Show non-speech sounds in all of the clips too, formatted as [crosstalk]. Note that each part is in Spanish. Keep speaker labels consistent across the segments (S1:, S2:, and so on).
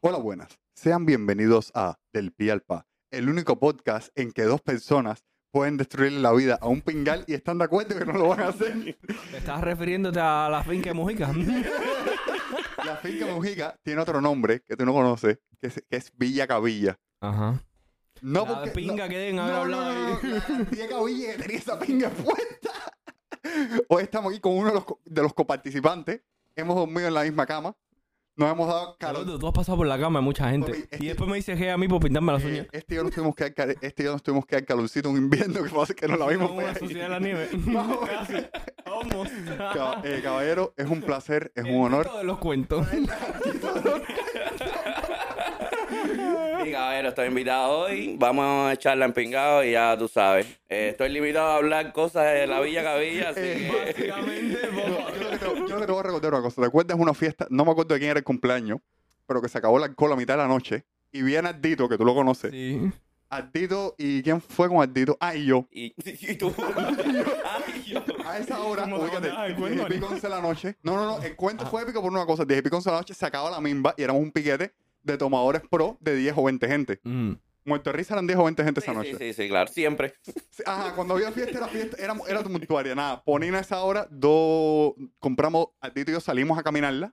S1: Hola, buenas. Sean bienvenidos a Del Pi al Pa, el único podcast en que dos personas pueden destruirle la vida a un pingal y están de acuerdo que no lo van a
S2: [laughs]
S1: hacer.
S2: ¿Te estás refiriéndote a la finca de Mujica?
S1: La finca Mujica tiene otro nombre que tú no conoces, que es, que es Villa Cabilla.
S2: [laughs] Ajá.
S1: No
S2: la
S1: porque.
S2: pinga que deben
S1: no,
S2: haber
S1: no,
S2: hablado
S1: no, no,
S2: ahí.
S1: no, la tía Cabilla que tenía esa pinga [laughs] puesta. Hoy estamos aquí con uno de los, co- de los coparticipantes. Hemos dormido en la misma cama. Nos hemos dado calor.
S2: Gordo, Tú has pasado por la cama de mucha gente.
S1: Papi, es
S2: y
S1: que-
S2: después me dice hey a mí por pintarme las
S1: [laughs]
S2: uñas.
S1: Eh, este y yo nos tuvimos que dar, cal- este y yo nos tuvimos que dar calorcito un invierno que pasa que nos la vimos.
S2: Como una sociedad de
S1: [laughs]
S2: la nieve. [laughs] Casi. Vamos. [laughs]
S1: Cab- eh, caballero, es un placer, es un
S2: El
S1: honor.
S2: tito de los cuentos.
S3: Sí, caballero, estoy invitado hoy. Vamos a echarla en pingado y ya tú sabes. Eh, estoy limitado a hablar cosas de la Villa Cabilla, así
S1: Eh,
S3: que...
S2: Básicamente,
S1: [laughs] Yo
S2: vos-
S1: creo que te- yo creo que te voy a recordar una cosa. ¿Te acuerdas una fiesta? No me acuerdo de quién era el cumpleaños, pero que se acabó el alcohol a mitad de la noche. Y viene Ardito, que tú lo conoces.
S2: Sí.
S1: Ardito, ¿y quién fue con Ardito? Ah, y yo.
S3: [laughs] Y, y tú... Ay, yo.
S1: A [laughs] esa hora,
S2: ¿Cómo te
S1: fíjate,
S2: acordabas del
S1: diez
S2: cuento,
S1: y pico, once de la noche. No, no, no, el cuento fue épico por una cosa. Diez y pico, once de la noche se acaba la mimba y éramos un piquete de tomadores pro de 10 o 20 gente.
S2: Mm.
S1: Muerto de risa eran 10 o 20 gente
S3: Sí,
S1: esa noche.
S3: sí, sí, sí, claro, siempre.
S1: Sí, Ajá, cuando había fiesta era fiesta, era, era tumultuaria, nada. Ponían a esa hora, dos, compramos, a Tito y yo salimos a caminarla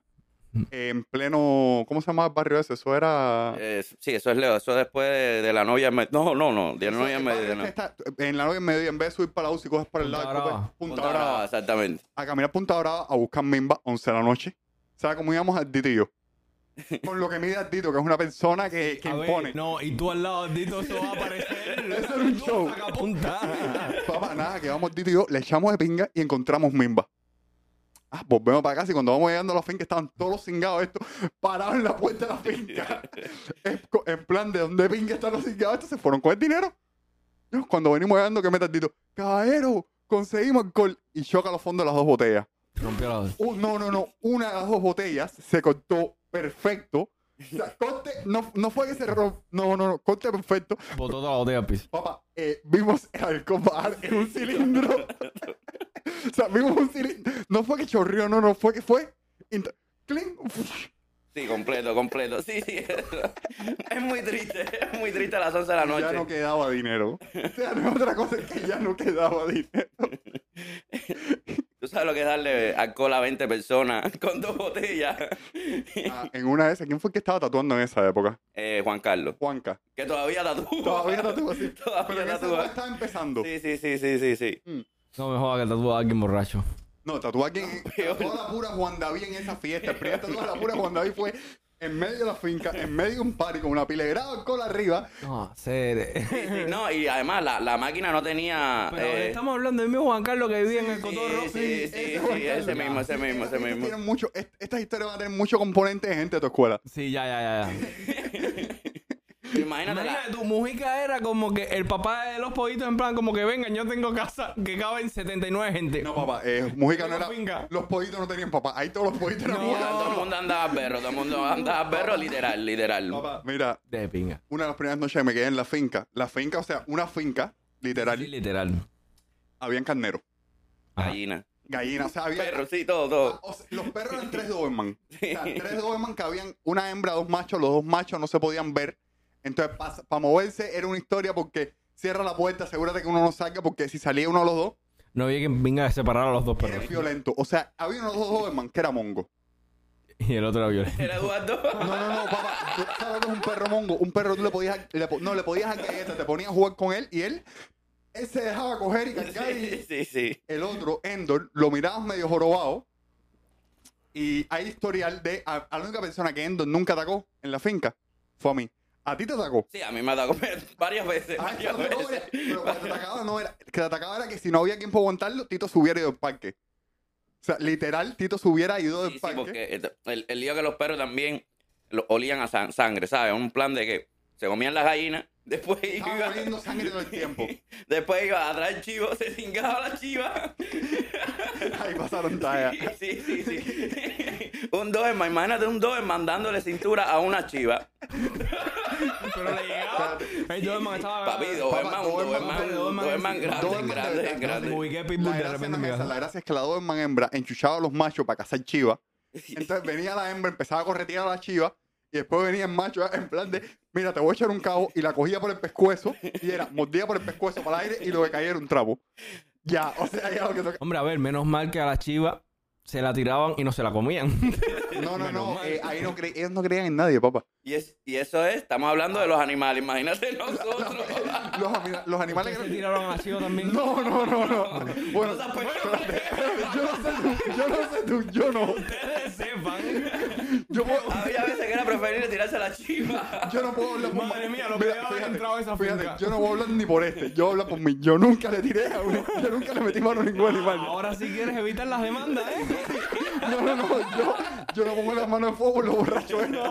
S1: en pleno, ¿cómo se llamaba el barrio ese? Eso era...
S3: Eh, sí, eso es Leo, eso es después de, de la novia... en med- No, no, no, de la
S1: Eso,
S3: novia
S1: el
S3: en
S1: barrio
S3: medio,
S1: ese
S3: no.
S1: está- en la noche en medio, en vez de subir para la UCI, coges por el
S2: Punta
S1: lado, y coges
S2: Brava.
S1: Punta
S3: Punta Brava,
S1: Brava.
S3: exactamente.
S1: a caminar Punta Brava a buscar Mimba 11 de la noche. ¿Sabes cómo íbamos al Tito y
S3: [laughs]
S1: yo? Con lo que mide al Tito, que es una persona que, que
S2: A ver,
S1: impone.
S2: no, y tú al lado, Tito, eso va a aparecer.
S1: [laughs] Eso era un show.
S2: Punta.
S1: [laughs] Papá, nada, que vamos Tito y yo, le echamos de pinga y encontramos mimba. Ah, volvemos para casa y cuando vamos llegando a la finca estaban todos los cingados estos parados en la puerta de la finca. en, co- en plan, ¿de dónde pinga están los cingados estos? ¿Se fueron con el dinero? No, Cuando venimos llegando, que meta Tito, caballero, conseguimos alcohol y choca los fondos de las dos botellas.
S2: [laughs] Rompió la voz.
S1: Un- no, no, no, una de las dos botellas se cortó perfecto. O sea, corte, no, no fue que se rompió, no, no, no, corte perfecto.
S2: Botó toda la botella al piso.
S1: Papá, eh, vimos el alcohol bajar en [laughs] un cilindro. o sea, vimos un cilindro. No fue que chorrió, no, no, fue que fue. int- clink, uf.
S3: Sí, completo, completo. Sí, sí. [laughs] Es muy triste, es muy triste a las 11 de la
S1: Ya
S3: noche.
S1: no quedaba [laughs] dinero. O sea, no es otra cosa es que ya no quedaba dinero.
S3: Tú sabes lo que es darle alcohol a 20 personas [laughs] con dos botellas. [laughs]
S1: Ah, en una de esas, ¿quién fue el que estaba tatuando en esa época?
S3: Eh, Juan Carlos.
S1: Juanca.
S3: Que todavía tatúa.
S1: Todavía tatúa así. Pero
S3: Todavía
S1: en esa
S3: tatúa.
S1: época estaba empezando.
S3: Sí, sí, sí, sí, sí, sí.
S2: No me jodas que tatúa a alguien borracho.
S1: No, tatúa aquí.
S3: peor.
S1: Toda la pura Juan David en esa fiesta. El primer tatuaje de la pura Juan David fue en medio de la finca, en medio de un party con una pila de grado de alcohol arriba.
S2: No, ser.
S3: Sí,
S2: [laughs]
S3: sí, No, y además la, la máquina no tenía.
S2: Pero
S3: eh,
S2: estamos hablando del mismo Juan Carlos que vivía en el Cotorro.
S3: sí, sí, sí,
S1: ese
S3: sí,
S1: Juan
S3: ese
S1: Carlos.
S3: mismo, ese
S1: Estas
S3: mismo, ese
S1: fiestas
S3: mismo.
S1: tienen mucho- est- estas historias van a tener mucho componente de gente de tu escuela.
S2: Sí, ya, ya, [laughs] ya. ya.
S3: Imagínate la-
S2: Imagínate, tu música era como que el papá de los pollitos, en plan, como que vengan, yo tengo casa que caben 79 gente.
S1: No, papá,
S3: [laughs]
S1: eh, Mujica no
S2: Pero
S1: era.
S2: finca.
S1: Los pollitos no tenían papá. Ahí todos los pollitos eran
S2: No.
S1: Mujica.
S3: Todo el mundo andaba a perro, todo el mundo andaba
S1: [laughs]
S3: a perro, literal, literal.
S1: Papá, mira,
S2: De pinga.
S1: una de las primeras noches que me quedé en la finca. La finca, o sea, una finca, literal,
S2: Sí, literal.
S1: habían carneros,
S2: Ajá.
S3: Gallina.
S1: gallinas, o sea, había.
S3: Perro, sí, todo, todo.
S1: O sea, los perros eran tres
S3: [laughs]
S1: Doberman. O sea, tres Doberman que habían una hembra, dos machos, los dos machos no se podían ver. Entonces, para moverse era una historia porque cierra la puerta, asegúrate que uno no salga, porque si salía uno de los dos,
S2: No había quien venga a separar a los dos
S1: era
S2: perros.
S1: violento. O sea, había uno de los dos Doberman que era mongo.
S2: [laughs] Y el otro era
S1: Ah.
S2: violento.
S3: Era Eduardo.
S1: No, no, no, papá. tú ¿Sabes lo que es un perro mongo? Un perro tú le podías. le po- no, le podías dar galletas, te ponías a jugar con él y él. Él se dejaba coger y cargar y
S3: Sí, sí, sí.
S1: el otro, Endor, lo mirabas medio jorobado. Y hay historial de. A, a la única persona que Endor nunca atacó en la finca fue a mí. A ti te
S3: [laughs]
S1: atacó.
S3: Sí, a mí me ha dado comer varias veces.
S1: A ti te
S3: Varias
S1: atacó,
S3: veces.
S1: era- pero cuando te atacaba no era. Que te atacaba era que si no había tiempo aguantarlo, Tito se hubiera ido del parque. O sea, literal, Tito se hubiera ido del
S3: Sí, sí,
S1: parque.
S3: porque esto- el, el lío que los perros también lo- olían a san- sangre, ¿sabes? Un plan de que se comían las gallinas, [laughs] después
S1: Estaba
S3: iba,
S1: oliendo sangre todo el tiempo.
S3: [laughs]
S1: [laughs]
S3: después iba a traer chivo, se cingaba la chiva.
S1: Ahí pasaron talla.
S3: Sí, sí, sí. [laughs] un Doberman, imagínate un Doberman dándole cintura a una chiva.
S2: [laughs] Pero le llegaba. El Doberman estaba.
S3: Papi, Doberman,
S1: Doberman,
S3: un Ah,
S2: Doberman,
S3: Doberman, Doberman grande,
S1: Doberman de verdad,
S3: grande,
S1: no
S3: grande.
S2: Ubiqué
S1: La
S2: Pitbull de
S1: gracia,
S2: repente.
S1: no
S2: en mi
S1: es esa,
S2: casa.
S1: la gracia es que la Doberman hembra enchuchaba a los machos para cazar chivas. Entonces venía la hembra, empezaba a corretear a la chiva Y después venía el macho ¿eh? en plan de, mira, te voy a echar un cabo y la cogía por el pescuezo y era, mordía por el pescuezo para el aire y lo que caía era un trapo. Ya, o sea, ya lo que toca.
S2: Hombre, a ver, menos mal que a la chiva se la tiraban y no se la
S1: [laughs]
S2: comían. [laughs]
S1: No, no,
S2: Menos
S1: no,
S2: mal.
S1: eh, ahí no cre- ellos no creían en nadie, papá.
S3: Y, es, y eso es, estamos hablando de los animales, imagínate [laughs] nosotros.
S1: Los, ami- los animales que
S2: se tiraron a la chiva también.
S1: No, no, no, no. Bueno,
S3: No, pues,
S1: yo no sé tú, yo no sé tú, yo no.
S2: Ustedes [laughs] sepan.
S1: Yo, puedo-
S3: Había veces que era preferible tirarse a la chiva.
S1: yo no puedo
S2: [laughs]
S1: hablar por
S2: Madre
S1: ma-
S2: mía, lo que debe haber entrado esa finca.
S1: fíjate, yo no voy a hablar ni por este, yo hablo por mí. Yo nunca le tiré a un, yo nunca le metí mano a ningún animal.
S2: Ahora sí quieres evitar las demandas, ¿eh?
S1: No, no, no, yo, yo no pongo las manos en fuego por los
S2: [laughs]
S1: borrachos. estos.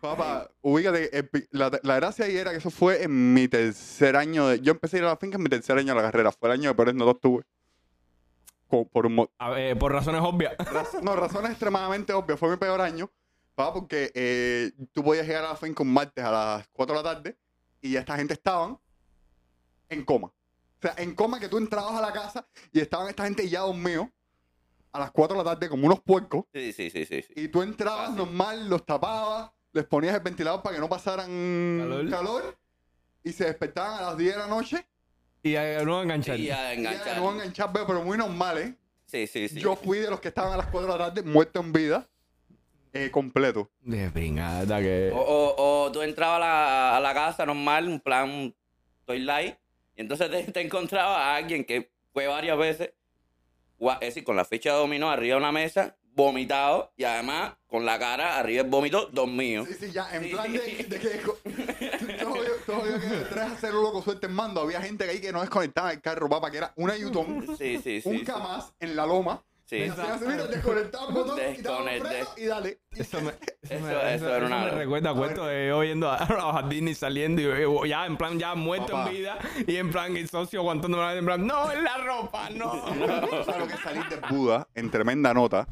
S1: Papá, ubícate, el pi- la, la gracia ahí era que eso fue en mi tercer año de, yo empecé a ir a la finca en mi tercer año de la carrera, fue el año de peores notas tuve. Por, por un mo- [laughs]
S2: A ver, ¿eh? por razones obvias.
S1: Raz- no, razones extremadamente obvias. Fue mi peor año, ¿va? porque eh, tú podías llegar a la finca un martes a las 4 de la tarde y esta gente estaban en coma. O sea, en coma que tú entrabas a la casa y estaban esta gente ya dormido a las 4 de la tarde como unos puercos
S3: Sí, sí, sí, sí. sí.
S1: y tú entrabas normal, los tapabas, les ponías el ventilador para que no pasaran
S2: Calor.
S1: calor, y se despertaban a las 10 de la noche
S2: Y a no enganchar.
S3: Y a
S1: y
S3: enganchar.
S1: ya no enganchar, pero muy normal, ¿eh?
S3: Sí, sí, sí.
S1: Yo fui de los que estaban a las 4 de la tarde, muerto en vida, eh, completo.
S2: De pingada que.
S3: O,
S1: Oh,
S3: o- o tú entrabas a la, a la casa normal, un plan Toy Light, y entonces te, te encontrabas a alguien que fue varias veces, gua- es decir, con la ficha de dominó arriba de una mesa, vomitado, y además con la cara arriba del vómito, dormido.
S1: Sí, sí, ya, en
S3: Sí.
S1: plan de, de que.
S3: [laughs]
S1: co- Todo yo- todo yo que detrás de hacer loco suerte en mando, había gente ahí que no desconectaba el carro, papá, que era una Yutón,
S3: Sí, sí, sí.
S1: un Kamaz en la loma.
S3: sí,
S1: Y
S3: sí.
S1: hacían así, mira, desconectaba el botón, quitaba el
S3: Desconecté.
S1: freno y dale. Y- [laughs]
S2: Eso me,
S3: Eso- eso era una-
S2: me recuerda a cuento de yo yendo a, a [laughs] Jardini saliendo y yo- ya en plan ya muerto
S1: Papá.
S2: en vida y en plan el socio aguantando la en plan no en la ropa no
S1: O sea, lo que es salir de Buda en tremenda nota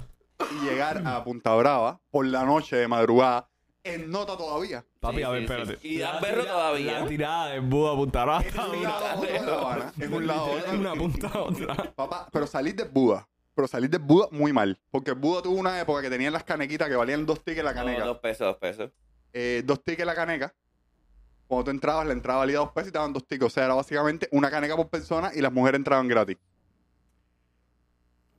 S1: y llegar a Punta Brava por la noche de madrugada en nota todavía.
S2: papi
S3: Sí,
S2: a ver
S3: sí,
S2: espérate
S3: sí. Y da
S2: La
S3: perro
S2: tira-
S3: todavía.
S2: la tirada de Buda puntará
S1: Es un lado a
S2: [laughs]
S1: otro de La Habana, es un lado a otro.
S2: una punta a
S1: [laughs]
S2: otra
S1: Papá, pero salir de Buda. Pero salir de Buda muy mal. Porque Buda tuvo una época que tenían las canequitas que valían dos tickets la
S3: No,
S1: caneca.
S3: dos pesos, dos pesos.
S1: Eh, dos tickets la caneca. Cuando tú entrabas, la entrada valía dos pesos y te daban dos tickets. O sea, era básicamente una caneca por persona y las mujeres entraban gratis.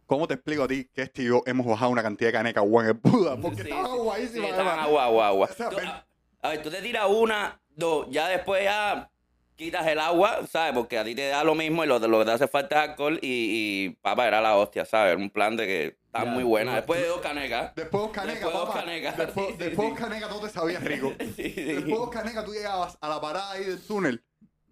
S1: ¿Cómo te explico a ti que este y yo hemos bajado una cantidad de caneca guan en
S3: [laughs]
S1: Buda? Porque
S3: Sí,
S1: estaban
S3: sí. Sí,
S1: guayísimas.
S3: estaban
S1: además.
S3: agua, agua, agua.
S1: O sea,
S3: Tú-
S1: ven-
S3: a, a ver, tú te tiras una, dos, ya después ya quitas el agua, ¿sabes? Porque a ti te da lo mismo y lo, lo que te hace falta es alcohol y, y papá, era la hostia, ¿sabes? Era un plan de que está
S2: Ya,
S3: muy buena.
S2: tú-
S3: Después de dos canecas. [laughs]
S1: Después dos canecas,
S3: Después dos
S1: papá.
S3: canecas,
S1: Después,
S3: sí, sí,
S1: después
S3: sí.
S1: dos canecas todo te
S3: [laughs]
S1: sabía rico.
S3: Sí, sí.
S1: Después dos canecas tú llegabas a la parada ahí del túnel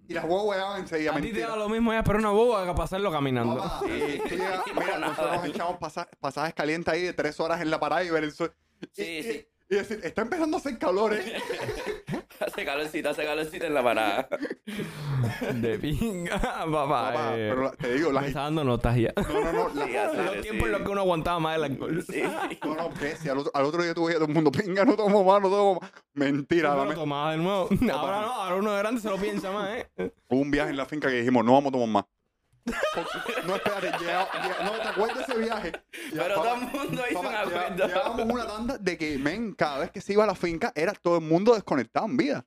S1: y las guaguas llegaban enseguida.
S2: a ti te
S1: mentira.
S2: da lo mismo ya pero una boba que pasarlo caminando
S1: Papá, eh, tú llegas- mira,
S3: nada.
S1: nosotros nos echamos pasa- pasajes calientes ahí de tres horas en la parada y ver el sol. Y,
S3: Sí,
S1: y-
S3: sí.
S1: y decir, está empezando a hacer calor,
S3: [laughs]
S1: ¿eh?
S3: [laughs] Hace calorcita, hace calorcita en la parada.
S2: de pinga [laughs] papá,
S1: Papá,
S2: eh,
S1: pero la- te digo,
S2: me
S1: las
S2: está dando nostalgia
S1: No, no, no. la-
S3: [laughs] Sí, hace-
S2: los
S3: sí.
S2: tiempos en los que uno aguantaba más el alcohol
S3: Sí.
S1: no, no, que si al otro, al otro día tú veías a todo el mundo, pinga, no tomo más, no tomo más. Mentira,
S2: Pero
S1: dame.
S2: tomaba de nuevo. Ahora no, ahora uno de grande se lo piensa más, ¿eh?
S1: Hubo un viaje en la finca que dijimos, no vamos a tomar más. Porque- no, espérate, llega- llega- no te acuerdas de ese viaje. Ya,
S3: Pero
S1: papá,
S3: todo el mundo hizo un
S1: papá, llega-
S3: acuerdo.
S1: Llevábamos una tanda de que, men, cada vez que se iba a la finca, era todo el mundo desconectado en vida.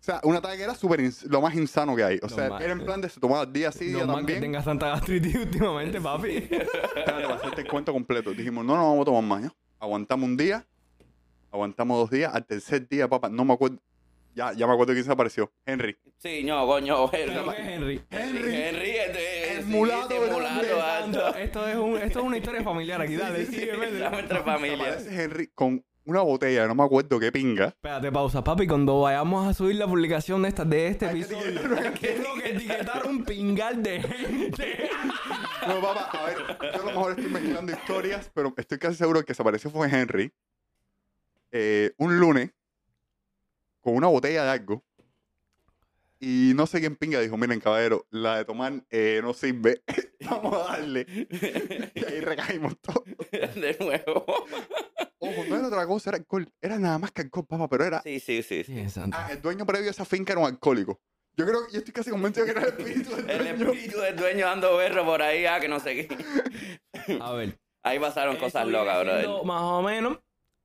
S1: O sea, una tanda que era súper ins- lo más insano que hay. O sea,
S2: Normal.
S1: era en plan de se tomaba día sí, día
S2: No más que
S1: también.
S2: tengas tanta gastritis últimamente, papi.
S1: Espérate, para hacerte el cuento completo. Dijimos, no, no vamos a tomar más. ¿no? Aguantamos un día, aguantamos dos días. Al tercer día, papá, no me acuerdo. Ya, ya me acuerdo quién se apareció. Henry.
S3: Sí, no, coño.
S2: Pero ¿qué es,
S3: Henry.
S2: Henry.
S3: Henry, Henry, este-
S1: El
S3: sí,
S1: mulato
S3: este
S1: grande.
S3: mulato alto.
S2: Esto es, un, esto es una historia familiar aquí, dale. sí,
S3: [laughs] Estamos
S2: espérate.
S3: entre familias.
S1: Aparece Henry con una botella, no me acuerdo qué pinga.
S2: Espérate, pausa, papi. Cuando vayamos a subir la publicación de, esta, de este
S1: Hay que
S2: episodio,
S1: etiquetar-
S2: tengo que etiquetar un pingal de gente.
S1: No, papá, a ver, yo a lo mejor estoy mezclando historias, pero estoy casi seguro que el que se apareció fue Henry. eh, un lunes, con una botella de algo. Y no sé quién pinga dijo, miren, caballero, la de tomar eh, no sirve. [laughs] Vamos a darle. Y ahí recaímos todos.
S3: [laughs] De nuevo.
S1: Ojo, no era otra cosa, era alcohol. Era nada más que alcohol, papá, pero era...
S3: Sí, sí, sí. sí.
S2: Sí, santo.
S1: Ah, el dueño previo a esa finca era un alcohólico. Yo creo, yo estoy casi convencido que era el espíritu del
S3: El
S1: dueño.
S3: espíritu del dueño dando berro por ahí, ah, que no sé qué.
S2: A ver.
S3: Ahí pasaron
S2: eso
S3: cosas
S2: viene
S3: locas,
S2: siendo
S3: brother.
S2: Más o menos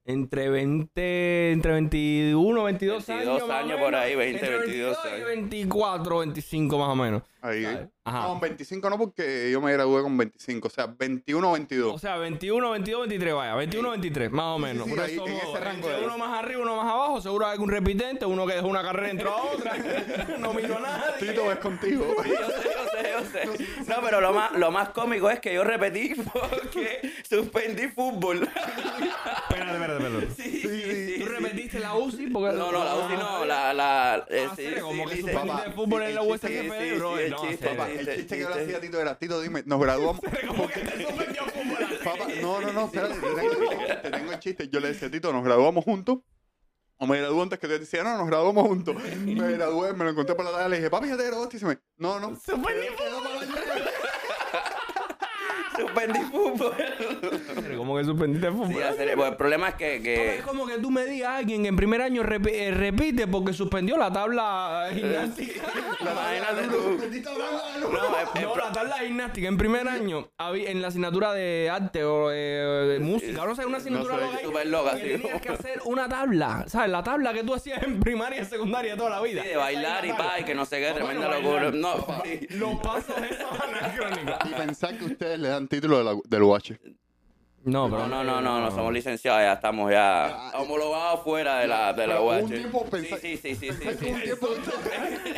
S2: entre 20, entre 21, 22,
S3: 22
S2: años. más o
S3: años por
S2: menos.
S3: ahí, 20,
S2: Entre
S3: 22
S2: y
S3: años.
S2: 24, 25 más o menos.
S1: Ahí.
S2: Ajá.
S1: No, con 25 no, porque yo me gradué con 25. O sea, 21 o 22.
S2: O sea, 21, 22, 23, vaya. 21, 23, más o
S1: Sí,
S2: menos.
S1: sí,
S2: Grosso
S1: ahí, en
S2: modo.
S1: ese rango
S2: Entre
S1: de-
S2: uno más arriba, uno más abajo. Seguro hay algún repitente, uno que dejó una carrera entró a otra.
S1: [laughs]
S2: no miró a nadie.
S1: Tito es contigo.
S3: [laughs] Yo sé, yo sé, yo sé. No, pero lo más, lo más cómico es que yo repetí [laughs] porque suspendí fútbol.
S2: Espérate, espérate, espérate.
S3: Sí, sí,
S2: ¿Tú
S3: sí.
S2: repetiste la UCI? Porque...
S3: No, no, la UCI no, la... la eh,
S2: Ah,
S3: sí,
S2: serio, como
S3: sí,
S2: que
S3: dice-
S2: suspendí
S1: papá,
S2: de fútbol
S1: sí,
S2: en la
S1: el
S2: USF,
S1: chiste,
S3: sí, sí,
S2: bro.
S3: el
S2: No,
S3: chiste,
S2: serio.
S1: Papá, el
S3: Chiste,
S1: chiste que yo le
S3: chiste.
S1: hacía a Tito era, Tito, dime, nos
S3: [laughs]
S1: graduamos.
S2: Como que te suspendió fútbol así.
S1: Papá, no, no, no, espérate, te tengo, te tengo el chiste. Yo le decía, Tito, nos graduamos juntos. O me gradué antes que te decía, no, nos graduamos juntos. Me gradué, me lo encontré por la tarde, le dije, papi, ya te graduaste. Y se me, no, no.
S2: Suspendí
S1: Quedó para mañana.
S3: Suspendí fútbol.
S2: fútbol. Como que suspendiste fútbol.
S3: Sí, eh. hacer- bueno, el problema es que... que-
S2: Es como que tú me digas a alguien que en primer año repi- eh, repite porque suspendió la tabla eh,
S3: Eh.
S2: gimnástica.
S3: Imagínate tú.
S1: Bendito Abraham, no.
S3: No, el- el
S2: No,
S3: pro-
S2: la tabla gimnástica. En primer año, había, en la asignatura de arte o eh, de música, no sé, una asignatura
S1: sé,
S2: loca ahí,
S3: súper loca,
S2: que
S3: sí.
S2: tenías que hacer una tabla, ¿sabes? La tabla que tú hacías en primaria y secundaria toda la vida.
S3: Sí, de bailar
S2: Esa es
S3: y
S2: la
S3: pa, y
S2: tabla.
S3: que no sé qué,
S2: Papá,
S3: tremenda
S2: no
S3: locura.
S2: bailar.
S3: No, sí.
S2: Los pasos de esa anacrónica.
S1: Y pensar que ustedes le dan título de la- del UH.
S2: No, pero
S3: no, no, no, no, no, somos licenciados, ya estamos ya
S1: Ya, eh.
S3: homologados fuera de la, de la
S1: Pero hubo
S3: UH.
S1: un tiempo pensar-
S3: Sí, sí, sí, sí, sí,
S1: Pensar que un
S3: sí.
S1: tiempo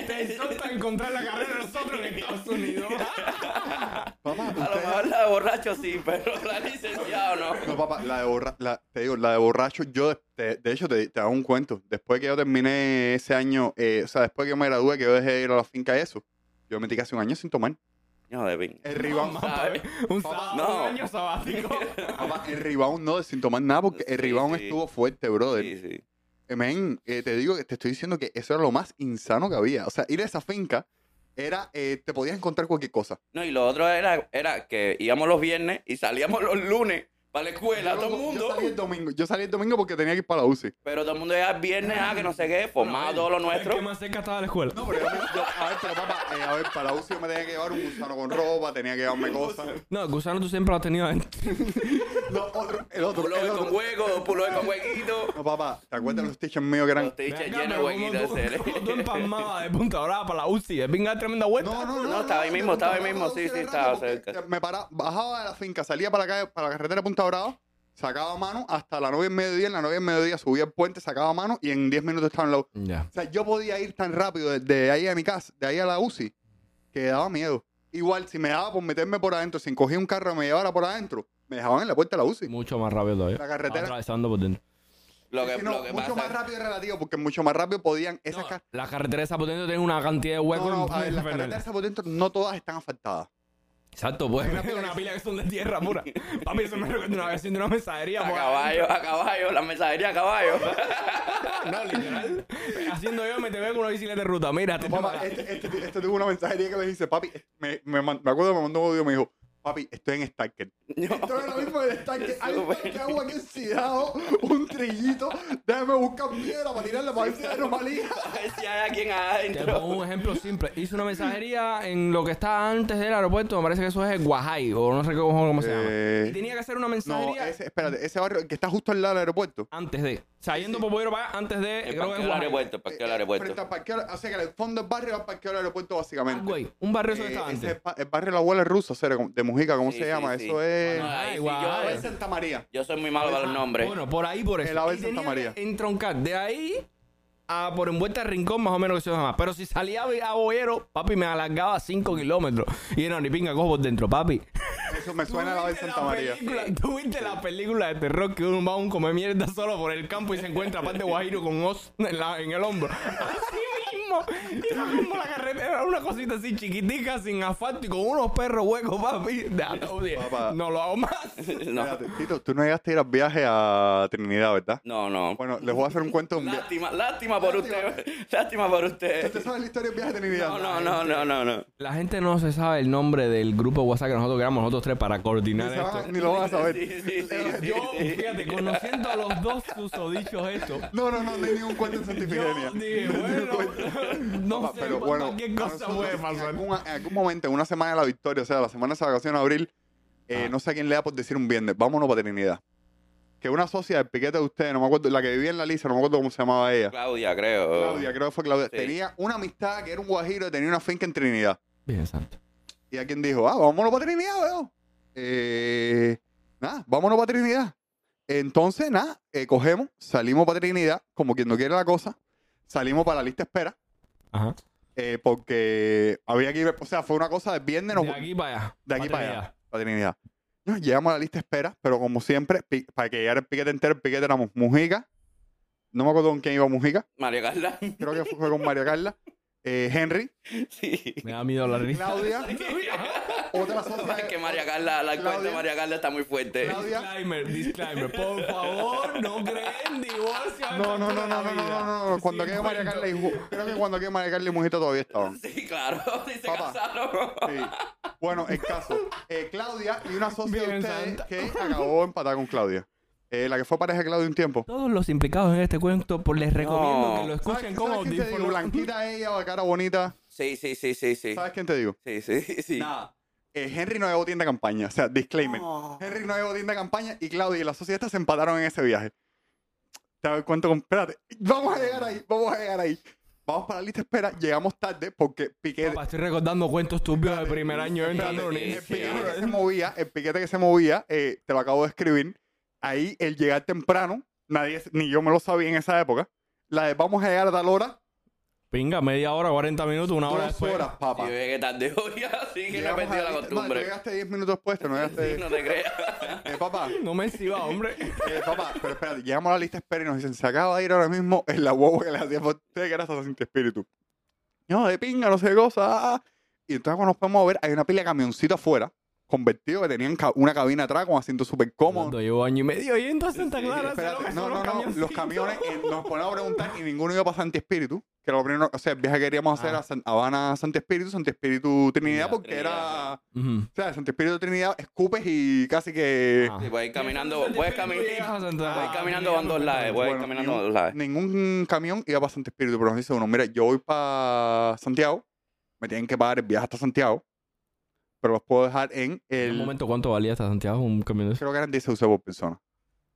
S2: Pensó hasta encontrar la carrera de nosotros en Estados
S3: [laughs]
S2: Unidos.
S1: Papá,
S3: A lo
S1: ustedes
S3: mejor la de borracho sí, [laughs] pero la licenciado no.
S1: No, papá, la de borra- la- te digo, la de borracho, yo de, de- de hecho te, te hago un cuento. Después que yo terminé ese año, eh, o sea, después que yo me gradué, que yo dejé de ir a la finca eso, yo metí casi un año sin tomar.
S3: No, de pin.
S1: El rebound,
S3: ¿Sabes?
S2: ¿eh? Un,
S1: Papá,
S2: sábado,
S3: no.
S2: un año sabático.
S3: [laughs]
S1: papá, el rebound no, de sin tomar nada, porque el
S3: Sí,
S1: rebound
S3: sí.
S1: estuvo fuerte, brother.
S3: Sí, sí.
S1: Eh, Men, eh, te digo, que te estoy diciendo que eso era lo más insano que había. O sea, ir a esa finca era, eh, te podías encontrar cualquier cosa.
S3: No, y lo otro era, era que íbamos los viernes y salíamos los lunes para la escuela, todo el
S1: Yo
S3: mundo.
S1: salí el domingo, yo salí el domingo porque tenía que ir para la UCI.
S3: Pero todo el mundo ya viernes, ah, que no sé qué, formado todo lo
S2: El que
S3: nuestro.
S2: eh, más cerca estaba de la escuela.
S1: No, pero yo me- yo- a ver, pero papá, eh, a ver, para la UCI yo me tenía que llevar un gusano con ropa, tenía que
S3: [laughs]
S1: llevarme cosas.
S2: No, el gusano tú siempre lo has tenido adentro.
S1: No, otro, el otro, el
S3: Pullover con
S1: otro.
S3: hueco, pullover con huequito.
S1: [laughs] No, papá, ¿te acuerdas de los teachers míos que eran?
S3: Los teachers
S2: Ven acá,
S3: llenos de
S2: pero ¿cómo
S3: huequitos.
S2: tú- [laughs]
S3: ese.
S2: cómo tú empalmabas de punta dorada para la UCI. Es venga tremenda vuelta.
S1: No, no, no.
S3: No, estaba ahí mismo, estaba ahí mismo, sí, sí, estaba cerca.
S1: Me paraba, bajaba de la finca, salía para la, calle, para la carretera de Punta Brava, sacaba mano hasta la 9 del mediodía, en la 9 del mediodía subía el puente, sacaba mano y en 10 minutos estaba en la U.
S2: Ya.
S1: O sea, yo podía ir tan rápido desde ahí a mi casa, de ahí a la UCI, que daba miedo. Igual, si me daba por meterme por adentro, si cogía un carro y me llevara por adentro, me dejaban en la puerta de la UCI.
S2: Mucho más rápido todavía.
S1: La carretera.
S2: Atravesando por dentro.
S3: [laughs] Lo que,
S1: Sí, no,
S3: lo que
S1: mucho más
S3: pasa.
S1: rápido es relativo, porque mucho más rápido podían esas
S2: No,
S1: ca-
S2: la carretera de Zapotento tiene una cantidad de huecos.
S1: No, no, a ver, las
S2: infernal.
S1: carreteras de Zapotento no todas están asfaltadas.
S2: Exacto, pues.
S1: Una pila
S2: una
S1: que-
S2: pila que son de tierra pura. Papi, eso me recuerda una vez de una mensajería. pues,
S3: A
S2: por
S3: caballo, a caballo, la mensajería a caballo. [laughs]
S1: Ah,
S2: adentro.
S1: [laughs]
S2: No, literal. Haciendo yo me te veo con una bicicleta de ruta. Mira, te
S1: Papá, este, este- este tuvo una mensajería que me dice, papi, me, me, man- me acuerdo que me mandó un audio y me dijo, papi, estoy en Starker. Estoy ahora mismo en [laughs] Starker. Hay un tanque de agua aquí oxidado, un trillito, déjame buscar piedra para tirarla para ver si hay anomalía.
S3: A ver [laughs] si hay alguien
S2: Te
S3: adentro.
S2: pongo un ejemplo simple. Hice una mensajería en lo que está antes del aeropuerto. Me parece que eso es Guajay o no sé qué cojones cómo se
S1: Eh,
S2: llama. Y tenía que hacer una
S1: No,
S2: mensajería
S1: ese, espérate, ese barrio que está justo al lado del aeropuerto.
S2: antes de. O sea, yendo por Boyero para allá, antes de. creo
S3: El
S2: que
S3: parqueo
S2: es
S3: del
S2: Guajay.
S3: aeropuerto, el parqueo del
S1: Eh, Frente
S3: aeropuerto.
S1: al parqueo, o sea que el fondo del barrio va al parqueo del aeropuerto básicamente.
S2: Ah, Güey, un barrio eso
S1: Eh,
S2: que estaba
S1: ese es
S2: antes.
S1: el, pa- el barrio de la abuela rusa, o sea, de Mujica, ¿cómo
S3: Sí,
S1: se
S3: sí,
S1: llama?
S3: sí.
S1: Eso es.
S3: Bueno, ahí sí,
S2: Guay,
S3: yo-
S2: guay.
S1: es Santa María.
S3: Yo soy muy malo para los nombres. [laughs]
S2: Bueno, por ahí, por eso.
S1: El Ave
S2: Y
S1: Santa
S2: tenía
S1: María.
S2: que entroncar de ahí a por envuelta al rincón, más o menos que se llama. Pero si salía a Boyero, papi me alargaba 5 kilómetros. Y era ni pinga cojo por dentro, papi.
S1: Eso me
S2: ¿Tú
S1: suena a la vez
S2: viste
S1: Santa María.
S2: película- ¿Tú viste la película de terror que uno va a un come mierda solo por el campo y se encuentra aparte de Guajiro con os en, la- en el hombro? Así mismo. Y eso mismo la carretera era una cosita así chiquitica, sin asfalto y con unos perros huecos, papi. Déjalo, oye,
S1: Papá.
S2: No lo hago más.
S3: No,
S1: Espérate, Tito, tú no llegaste a ir al viaje a Trinidad, ¿verdad?
S3: no, no.
S1: Bueno, les voy a hacer un cuento de un viaje.
S3: Lástima, lástima por
S1: Lástima. Este
S3: usted. [laughs] Lástima por
S1: ¿Usted
S3: usted.
S1: sabe la historia del viaje a Trinidad?
S3: No, no, no, no, no, no.
S2: La gente no se sabe el nombre del grupo de WhatsApp que nosotros creamos nosotros tres para
S1: Ni,
S2: coordinar
S1: se van a-
S2: esto.
S1: ni lo van a saber.
S3: Sí, sí, sí, sí,
S2: Yo,
S3: sí.
S2: fíjate, conociendo a los dos susodichos estos,
S1: No, no, no, no hay ningún cuento en Santifigenia.
S2: yo dije, bueno,
S1: [laughs]
S2: no
S1: Papá,
S2: sé,
S1: pero bueno,
S2: cualquier
S1: a
S2: cosa
S1: nosotros
S2: puede
S1: en
S2: pasar.
S1: algún- En algún momento, en una semana de la victoria, o sea, la semana de vacaciones de abril, eh, no sé a quién le da por decir un viernes, vámonos para Trinidad. Que que una socia del piquete de ustedes, no me acuerdo, la que vivía en la Lisa, no me acuerdo cómo se llamaba ella.
S3: Claudia, creo.
S2: Ah,
S1: Claudia, creo que fue Claudia.
S3: Sí.
S1: Tenía una amistad que era un guajiro y tenía una finca en Trinidad.
S2: Bien, santo.
S1: Y alguien dijo, ah, vámonos para Trinidad, veo. Eh, nada, vámonos para Trinidad. Entonces, nada, eh, cogemos, salimos para Trinidad, como quien no quiere la cosa, salimos para la lista de espera,
S2: Ajá.
S1: eh, porque había que ir, o sea, fue una cosa del viernes, nos,
S2: de aquí para allá.
S1: de aquí para
S2: Patria.
S1: allá, para Trinidad. Nos llegamos a la lista de espera, pero como siempre, pi- para que llegara el piquete entero, el piquete éramos Mujica. No me acuerdo con quién iba Mujica.
S3: María Carla. [laughs]
S1: Creo que fue con María Carla. eh, Henry,
S3: Sí.
S2: Me da miedo la risa.
S1: Claudia, otra
S3: Es
S1: socia.
S3: que María Carla, la cuenta de
S1: Claudia.
S3: María Carla está muy
S1: [laughs]
S3: fuerte.
S1: Claudia.
S2: Disclaimer, disclaimer. Por favor, no creen divorcio. a
S1: No,
S2: esta
S1: no,
S2: altura
S1: no, no,
S2: de
S1: no,
S2: la
S1: no,
S2: vida.
S1: no, no. Cuando
S2: Sí,
S1: quede María
S2: cuento.
S1: Carla y Ju- creo que cuando quede María Carla y Mujita todavía estaban.
S3: Sí, claro. [laughs] Y se
S1: Papá.
S3: casaron.
S1: Sí. Bueno, el caso. Eh, Claudia y una socia de
S2: Bien,
S1: ustedes
S2: santa.
S1: que acabó empatada con Claudia. Eh, la que fue pareja de Claudia un tiempo.
S2: Todos los implicados en este cuento, por les recomiendo
S3: No.
S2: que
S1: ¿Sabes-
S2: lo escuchen
S1: sabes
S2: como
S1: quién te digo?
S2: audífono. [laughs]
S1: Blanquita ella, de cara bonita.
S3: Sí, sí, sí, sí, sí.
S1: ¿Sabes quién te digo?
S3: Sí, sí, sí.
S1: Nada. Eh, Henry no llevó tienda de campaña. O sea, disclaimer. Henry no llevó tienda de campaña y Claudia y la sociedad se empataron en ese viaje. Te doy cuento con. Espérate. Vamos a llegar ahí. Vamos a llegar ahí. Vamos para la lista de espera. Llegamos tarde porque Piqué.
S2: Papá, estoy recordando cuentos turbios del primer año en
S3: Espérate,
S2: Tandoni.
S1: el piquete que se movía, el piquete que se movía, eh, te lo acabo de escribir. Ahí el llegar temprano, nadie, ni yo me lo sabía en esa época. La de vamos a llegar a tal hora,
S2: Pinga, media hora, 40 minutos, una hora
S1: dos
S2: después.
S1: horas, papá.
S3: Yo llegué tarde hoy, [laughs] así que no he
S1: Llegamos
S3: perdido
S1: a lista-
S3: la
S1: Ah. No, tú
S3: costumbre.
S1: llegaste 10 minutos después, te no llegaste.
S3: Sí, no te creas.
S1: Eh, papá,
S2: [laughs] No me encima, hombre.
S1: eh, papá, pero espérate, llegamos a la lista de espera y nos dicen, se acaba de ir ahora mismo en la huevo que le hacía por usted, que era Santo Espíritu. No, de pinga, no se goza. Y entonces cuando nos podemos ver, hay una pila de camioncito afuera, convertido, que tenían ca- una cabina atrás con asiento súper cómodo.
S2: Cuando llevo año y medio yendo a Santa Clara, sé lo
S1: Espérate,
S2: que
S1: no, no,
S2: son
S1: no. Los
S2: camioncitos.
S1: camiones eh, nos ponemos a preguntar y ninguno iba para Santi Espíritu. Que era lo primero, o sea, el viaje que queríamos hacer
S2: Ah.
S1: a San- Habana, Santi Espíritu, Santi Espíritu, Trinidad,
S2: Trinidad,
S1: porque era.
S3: Trinidad.
S2: Ujú.
S1: O sea, Santi Espíritu, Trinidad, escupes y casi que.
S2: Ah.
S3: Sí, puedes ir caminando, puedes caminar. Puedes ir
S2: Voy
S3: caminando van dos lados, puedes ir
S1: Bueno,
S3: caminando van
S1: ningún-
S3: dos lados.
S1: Ningún camión iba para Santi Espíritu, pero nos dice uno: Mira, yo voy para Santiago, me tienen que pagar el viaje hasta Santiago, pero los puedo dejar en
S2: En un
S1: el.
S2: momento, ¿cuánto valía hasta Santiago un camión de esos?
S1: creo que eran 10 CUC por persona.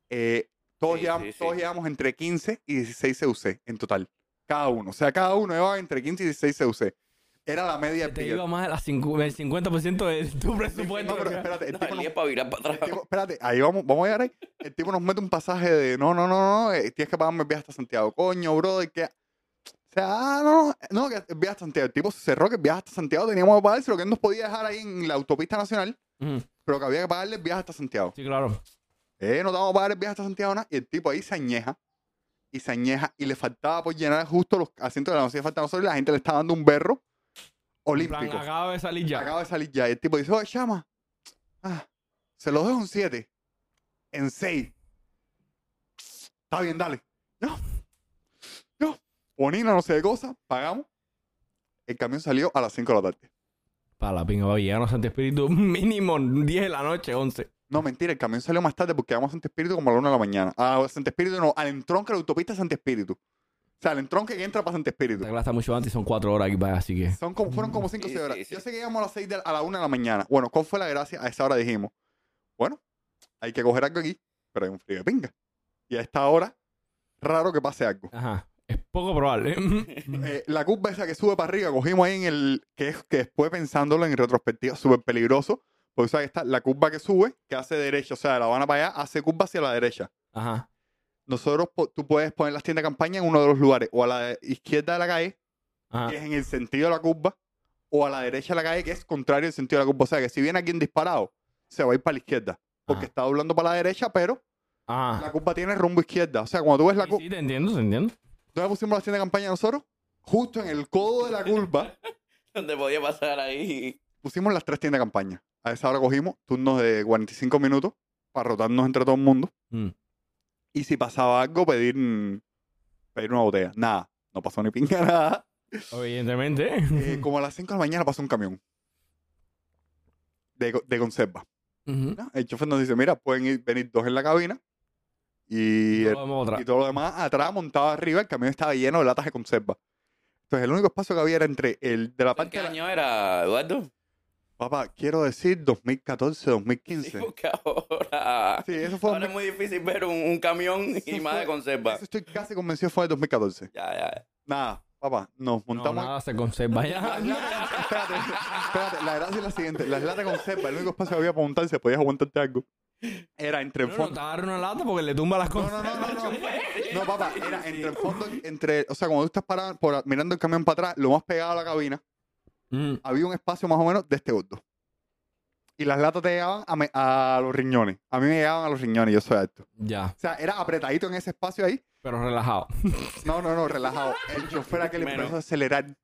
S1: Eh, todos,
S3: Sí,
S1: llevamos,
S3: sí, sí.
S1: todos llevamos entre 15 y 16 CUC en total. Cada uno. O sea, cada uno llevaba entre 15 y 16 CUC. Era la media del
S2: Te
S1: piquete.
S2: iba más del 50% de
S1: [laughs]
S2: tu presupuesto.
S1: No, pero espérate, el
S3: No,
S1: tipo
S3: el
S1: nos-
S3: día es para virar para
S1: el
S3: [laughs] atrás.
S1: tipo- espérate, ahí vamos, vamos a llegar ahí. El tipo nos mete un pasaje de no, no, no, no, eh, tienes que pagarme el viaje hasta Santiago. Coño, brother, que. O sea, ah, no, no, que el viaje hasta Santiago. El tipo se cerró que el viaje hasta Santiago teníamos que pagarse, lo que él nos podía dejar ahí en la autopista nacional,
S2: Ujú.
S1: pero que había que pagarle el viaje hasta Santiago.
S2: Sí, claro.
S1: Eh, no te vamos a pagar el viaje hasta Santiago, nada. Y el tipo ahí se añeja. Y se añeja. Y le faltaba por llenar justo los asientos de la noche. Faltaba solo. Y la gente le está dando un berro
S2: En plan,
S1: olímpico.
S2: acaba de salir ya.
S1: Acaba de salir ya. Y el tipo dice, oye, chama. ah, se lo dejo en 7. En 6. Está bien, dale. No. No. Bonina, no sé de cosa. Pagamos. El camión salió a las 5 de la tarde.
S2: Para la pinga, va a llegar a Santi Espíritu [laughs] mínimo 10 de la noche, 11.
S1: No, mentira, el camión salió más tarde porque vamos a Santo Espíritu como a la una de la mañana. A Santo Espíritu no, al entronque de la autopista Santo Espíritu. O sea, al entronque que entra para Santo Espíritu.
S2: Santa Clara está mucho antes y son 4 horas aquí para allá, así que.
S1: Son como, fueron como 5 o
S3: Sí,
S1: 6
S3: sí,
S1: horas.
S3: sí.
S1: Yo sé que llegamos a las 6 de, a la 1 de la mañana. Bueno, ¿cuál fue la gracia? A esa hora dijimos, bueno, hay que coger algo aquí, pero hay un frío de pinga. Y a esta hora, raro que pase algo.
S2: Ajá. Es poco probable. [laughs]
S1: Eh, la curva esa que sube para arriba, cogimos ahí en el. que es que después pensándolo en retrospectiva, súper peligroso. Porque ¿sabes? está la curva que sube, que hace derecha, o sea, de La Habana para allá, hace curva hacia la derecha.
S2: Ajá.
S1: nosotros po- tú puedes poner las tiendas de campaña en uno de los lugares, o a la de- izquierda de la calle,
S2: Ajá.
S1: que es en el sentido de la curva, o a la derecha de la calle, que es contrario al sentido de la curva. O sea, que si viene alguien disparado, se va a ir para la izquierda, porque
S2: Ajá.
S1: está doblando para la derecha, pero la
S2: Ajá.
S1: curva tiene rumbo izquierda. O sea, cuando tú ves la
S2: Sí,
S1: curva,
S2: sí, te entiendo, te entiendo.
S1: ¿dónde pusimos las tiendas de campaña nosotros? Justo en el codo de la curva
S3: Donde podía pasar ahí.
S1: pusimos las tres tiendas de campaña. A esa hora cogimos turnos de 45 minutos para rotarnos entre todo el mundo.
S2: Mm.
S1: Y si pasaba algo, pedir, pedir una botella. Nada, no pasó ni pinga [laughs] nada.
S2: Evidentemente.
S1: Eh, como a las 5 de la mañana pasó un camión de, co- de conserva.
S2: Ujú.
S1: ¿no? El chofer nos dice, mira, pueden ir, venir dos en la cabina y,
S2: Nos vemos otra.
S1: y todo lo demás atrás, montado arriba, el camión estaba lleno de latas de conserva. Entonces el único espacio que había era entre el de la parte
S3: ¿Qué
S1: de la-
S3: año era, Eduardo?
S1: Papá, quiero decir 2014, 2015.
S3: Porque ahora,
S1: Sí, eso fue.
S3: ahora es muy difícil ver un, un camión y
S1: Eso
S3: más
S1: fue-
S3: de conserva.
S1: eso estoy casi convencido fue de 2014.
S3: Ya, ya.
S1: Nada, papá, nos
S2: No,
S1: montamos.
S2: nada se conserva
S1: [laughs]
S2: ya.
S1: Las latas- espérate, espérate, la gracia es la siguiente. Las latas con cepa, el único espacio que había para montarse, podías aguantarte algo. Era entre el
S2: No, no,
S1: fondo.
S2: te agarra una lata porque le tumba las
S1: No, no,
S2: cosas.
S1: no, no, no. No, papá, era entre el fondo, entre, o sea, cuando tú estás parado, por- mirando el camión para atrás, lo más pegado a la cabina,
S2: Mm.
S1: había un espacio más o menos de este gordo. Y las latas te llegaban a, me- a los riñones. A mí me llegaban a los riñones, yo soy alto.
S2: Ya,
S1: O sea, era apretadito en ese espacio ahí.
S2: pero relajado.
S1: No, no, no, relajado. El chofer aquel
S3: Menos.
S1: empezó a acelerar. ¿Tú has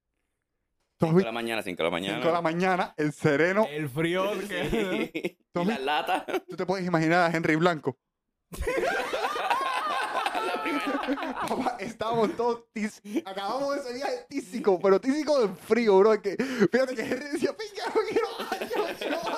S3: Cinco de
S1: visto?
S3: la mañana, cinco de la mañana.
S1: 5 de la mañana, el sereno.
S2: El frío
S1: [laughs]
S2: que...
S3: Sí. [laughs] Y
S1: Tommy.
S3: las latas.
S1: Tú te puedes imaginar a Henry Blanco.
S3: La primera.
S1: Papá, estábamos todos tis... Acabamos de salir de tísico, pero tísico de frío, bro. Que... Fíjate que Henry decía, pinga, no quiero baño, yo".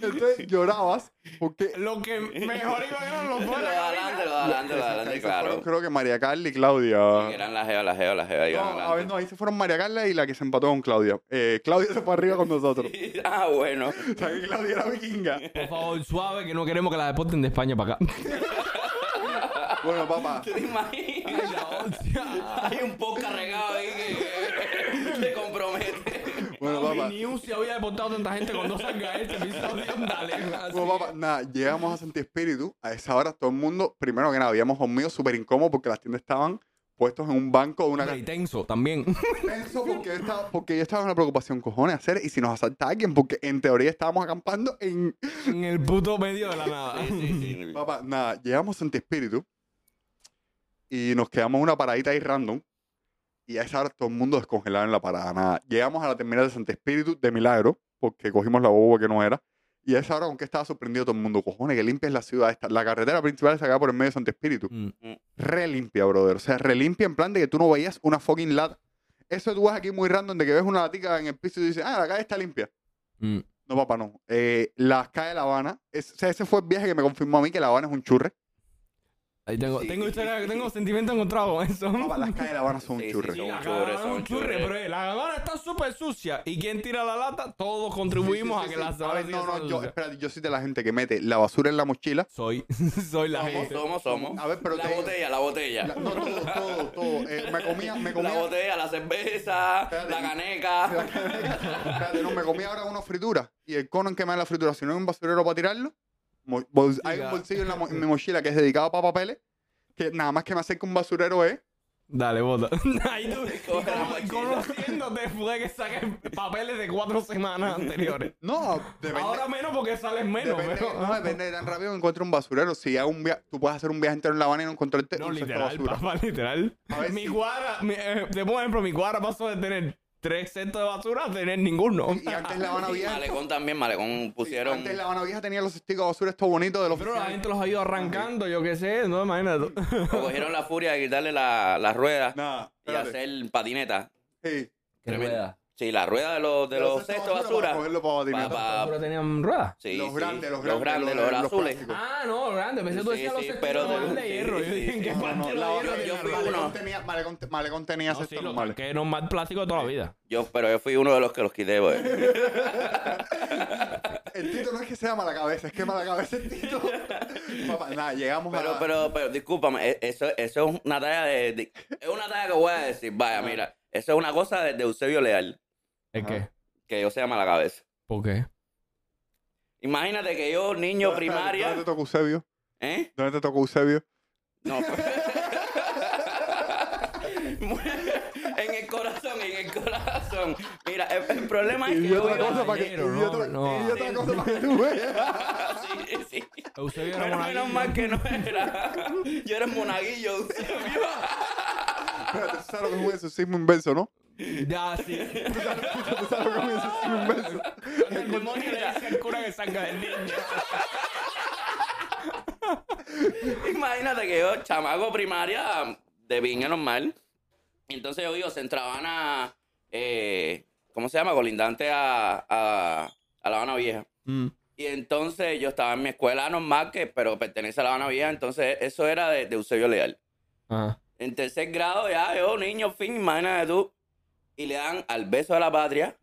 S1: Entonces llorabas porque...
S2: Lo que mejor iba a ganar los
S3: [laughs] Lo de adelante, lo de adelante, lo de adelante,
S1: Ahí se fueron,
S3: claro.
S1: Creo que María Carla y Claudia.
S3: Que Eran la jeva, la jeva, la jeva.
S1: No,
S3: iban
S1: a ver,
S3: adelante.
S1: no, ahí se fueron María Carla y la que se empató con Claudia. Eh, Claudia se fue arriba con nosotros.
S3: [laughs] Ah, bueno.
S1: O sea, que Claudia era vikinga.
S2: Por favor, suave, que no queremos que la deporten de España para acá.
S1: Bueno,
S3: [laughs]
S1: papá.
S3: ¿Te imaginas? Hay un poco cargado ahí que que te compromete.
S1: Bueno, papá.
S2: Ni un se había deportado tanta gente con dos este, sangaetes.
S1: Bueno, papá, nada, llegamos a Santi Espíritu. A esa hora todo el mundo, primero que nada, habíamos dormido súper incómodo porque las tiendas estaban puestos en un banco de una
S2: Y tenso también.
S1: Tenso porque yo estaba, porque yo estaba en una preocupación, cojones, hacer y si nos asalta alguien, porque en teoría estábamos acampando en.
S2: en el puto medio de la
S1: Ah.
S2: nada.
S3: Sí, sí, sí.
S1: Papá, nada, llegamos a Santi Espíritu y nos quedamos en una paradita ahí random. Y a esa hora todo el mundo descongelado en la parada. Nada, llegamos a la terminal de Santi Espíritu de milagro, porque cogimos la boba que no era. Y a esa hora, aunque estaba sorprendido todo el mundo, cojones, que limpia es la ciudad esta. La carretera principal es acá por el medio de Santi Espíritu.
S2: Mm.
S1: re limpia, brother. O sea, re limpia en plan de que tú no veías una fucking lata. Eso tú vas aquí muy random de que ves una latica en el piso y dices, ah, la calle está limpia.
S2: Mm.
S1: No, papá, no. Eh, la calle de La Habana, es- o sea, ese fue el viaje que me confirmó a mí que La Habana es un churre.
S2: Ahí tengo,
S3: Sí.
S2: tengo historia, tengo sentimientos encontrados con eso.
S1: Papá, las calles de La eh. Habana son un
S3: Sí, sí,
S1: churre.
S3: sí.
S2: Y la
S3: Son churres,
S2: cagaron,
S3: son
S2: churres,
S3: churres.
S2: pero eh, la cagada está súper sucia. ¿Y quién tira la lata? Todos contribuimos
S1: Sí, sí, sí,
S2: a que la
S1: sí. A ver,
S2: siga
S1: No, no,
S2: siendo
S1: yo, eh.
S2: sucia.
S1: espérate, yo soy de la gente que mete la basura en la mochila.
S2: Soy, soy [laughs] la gente.
S3: Somos, somos.
S1: A ver, pero
S3: la
S1: te-
S3: botella, la botella.
S1: La- no, todo, todo, todo. Eh, me comía, me comía.
S3: La botella, la cerveza,
S1: Espérate.
S3: la caneca.
S1: [laughs] Espérate, no, me comí ahora una fritura y el cono en que me da la fritura, si no hay un basurero para tirarlo, mo- bol- hay un
S2: Diga.
S1: bolsillo en, la mo- en mi mochila que es dedicado para papeles, que nada más que me acerca un basurero ¿eh? es,
S2: Dale, bota. [laughs] Ahí tú. y
S3: Coge la
S2: como-
S3: mochila.
S2: Conociéndote fue que saques papeles de cuatro semanas anteriores.
S1: no, depende,
S2: Ahora menos porque sales menos,
S1: depende,
S2: pero.
S1: no, depende de tan rápido que encuentre un basurero, si hay un via- tú puedes hacer un viaje entero en La Habana y no encontrarte
S2: [laughs] No,
S1: un cesto de
S2: literal,
S1: basura.
S2: papá, literal.
S1: A ver
S2: Mi
S1: si-
S2: cuadra, mi, eh, te pongo ejemplo, mi cuadra pasó de tener tres centos de basura a tener ninguno.
S1: Y antes La Habana
S2: [laughs]
S3: Y
S1: Vieja,
S3: Malecón también, Malecón pusieron.
S1: antes La Habana Vieja tenía los esticos de basura estos bonitos de los
S2: Pero la gente los ha ido arrancando, yo qué sé, no, imagínate.
S3: o cogieron la furia de quitarle la, la rueda
S1: Nada,
S3: y
S1: espérate.
S3: hacer patineta.
S1: Sí.
S3: Tremendo. Sí, la rueda de los, de los cestos de
S1: para
S3: basura.
S1: cogerlo para patinar.
S3: Pa- pa-
S2: ¿Basura tenían ruedas?
S3: Sí,
S1: los,
S3: sí.
S1: grandes, los
S3: los
S1: grandes,
S3: los, azules.
S1: plásticos.
S2: Ah, no, grande. Pensé tú
S3: Sí,
S2: decías
S3: sí,
S2: los
S3: pero
S2: pero de,
S3: de- sí,
S2: hierro. yo
S3: sí,
S2: dije,
S3: sí,
S2: [laughs] ¿en qué
S3: no,
S2: parte
S1: No,
S2: de
S1: la
S2: los
S1: otra
S2: hierros
S3: yo
S1: tenía,
S2: tienen
S3: fui
S2: ruedas?
S3: uno.
S1: Malecón tenía, Malecón, te- Malecón tenía
S2: No, sí,
S1: cestos
S2: lo-
S1: normales.
S2: que era un mal plástico de toda la vida.
S3: Yo, pero yo fui uno de los que los quité, pues.
S1: El Tito no es que sea mala cabeza, es que mala cabeza el Tito. Papá, nada, llegamos
S3: Pero,
S1: a...
S3: pero, pero, discúlpame, e- eso, eso es una talla de, de- Es una talla que voy a decir, vaya, mira, eso es una cosa de, de Eusebio Leal,
S2: ¿Es qué?
S3: que yo se llama la cabeza.
S2: ¿Por qué?
S3: Imagínate que
S1: [laughs]
S3: yo, niño
S1: Espérate, ¿Dónde
S3: primaria,
S1: te tocó Eusebio?
S3: ¿eh?
S1: ¿Dónde te tocó Eusebio?
S3: No, [laughs] en el corazón, en el corazón. Mira, el, el problema es que
S1: Y
S3: yo
S1: otra
S3: vivo-
S1: cosa para que...
S2: caballero,
S1: Y otra,
S2: no, no.
S1: y otra cosa para que tú veas. [laughs]
S3: Sí, sí.
S2: Eusebio era
S3: Pero
S2: monaguillo.
S3: menos mal que no era. Yo era monaguillo, Eusebio.
S1: Espérate, tú sabes lo que es un exorcismo inverso, ¿no?
S2: Ya,
S3: [laughs]
S2: sí.
S1: Tú sabes lo que es un exorcismo inverso.
S2: El demonio le dice al cura que salga del niño.
S3: Imagínate que yo, chamaco primaria, de viña normal. Entonces yo vivo Centravana, eh, ¿cómo se llama? Colindante a, a, a La Habana Vieja.
S2: Mm.
S3: Y entonces yo estaba en mi escuela normal, que, pero pertenece a La Habana Vieja. Entonces eso era de, de Eusebio Leal.
S2: Ajá.
S3: En tercer grado ya, yo, niño, fin, imagínate tú. Y le dan al beso de la patria.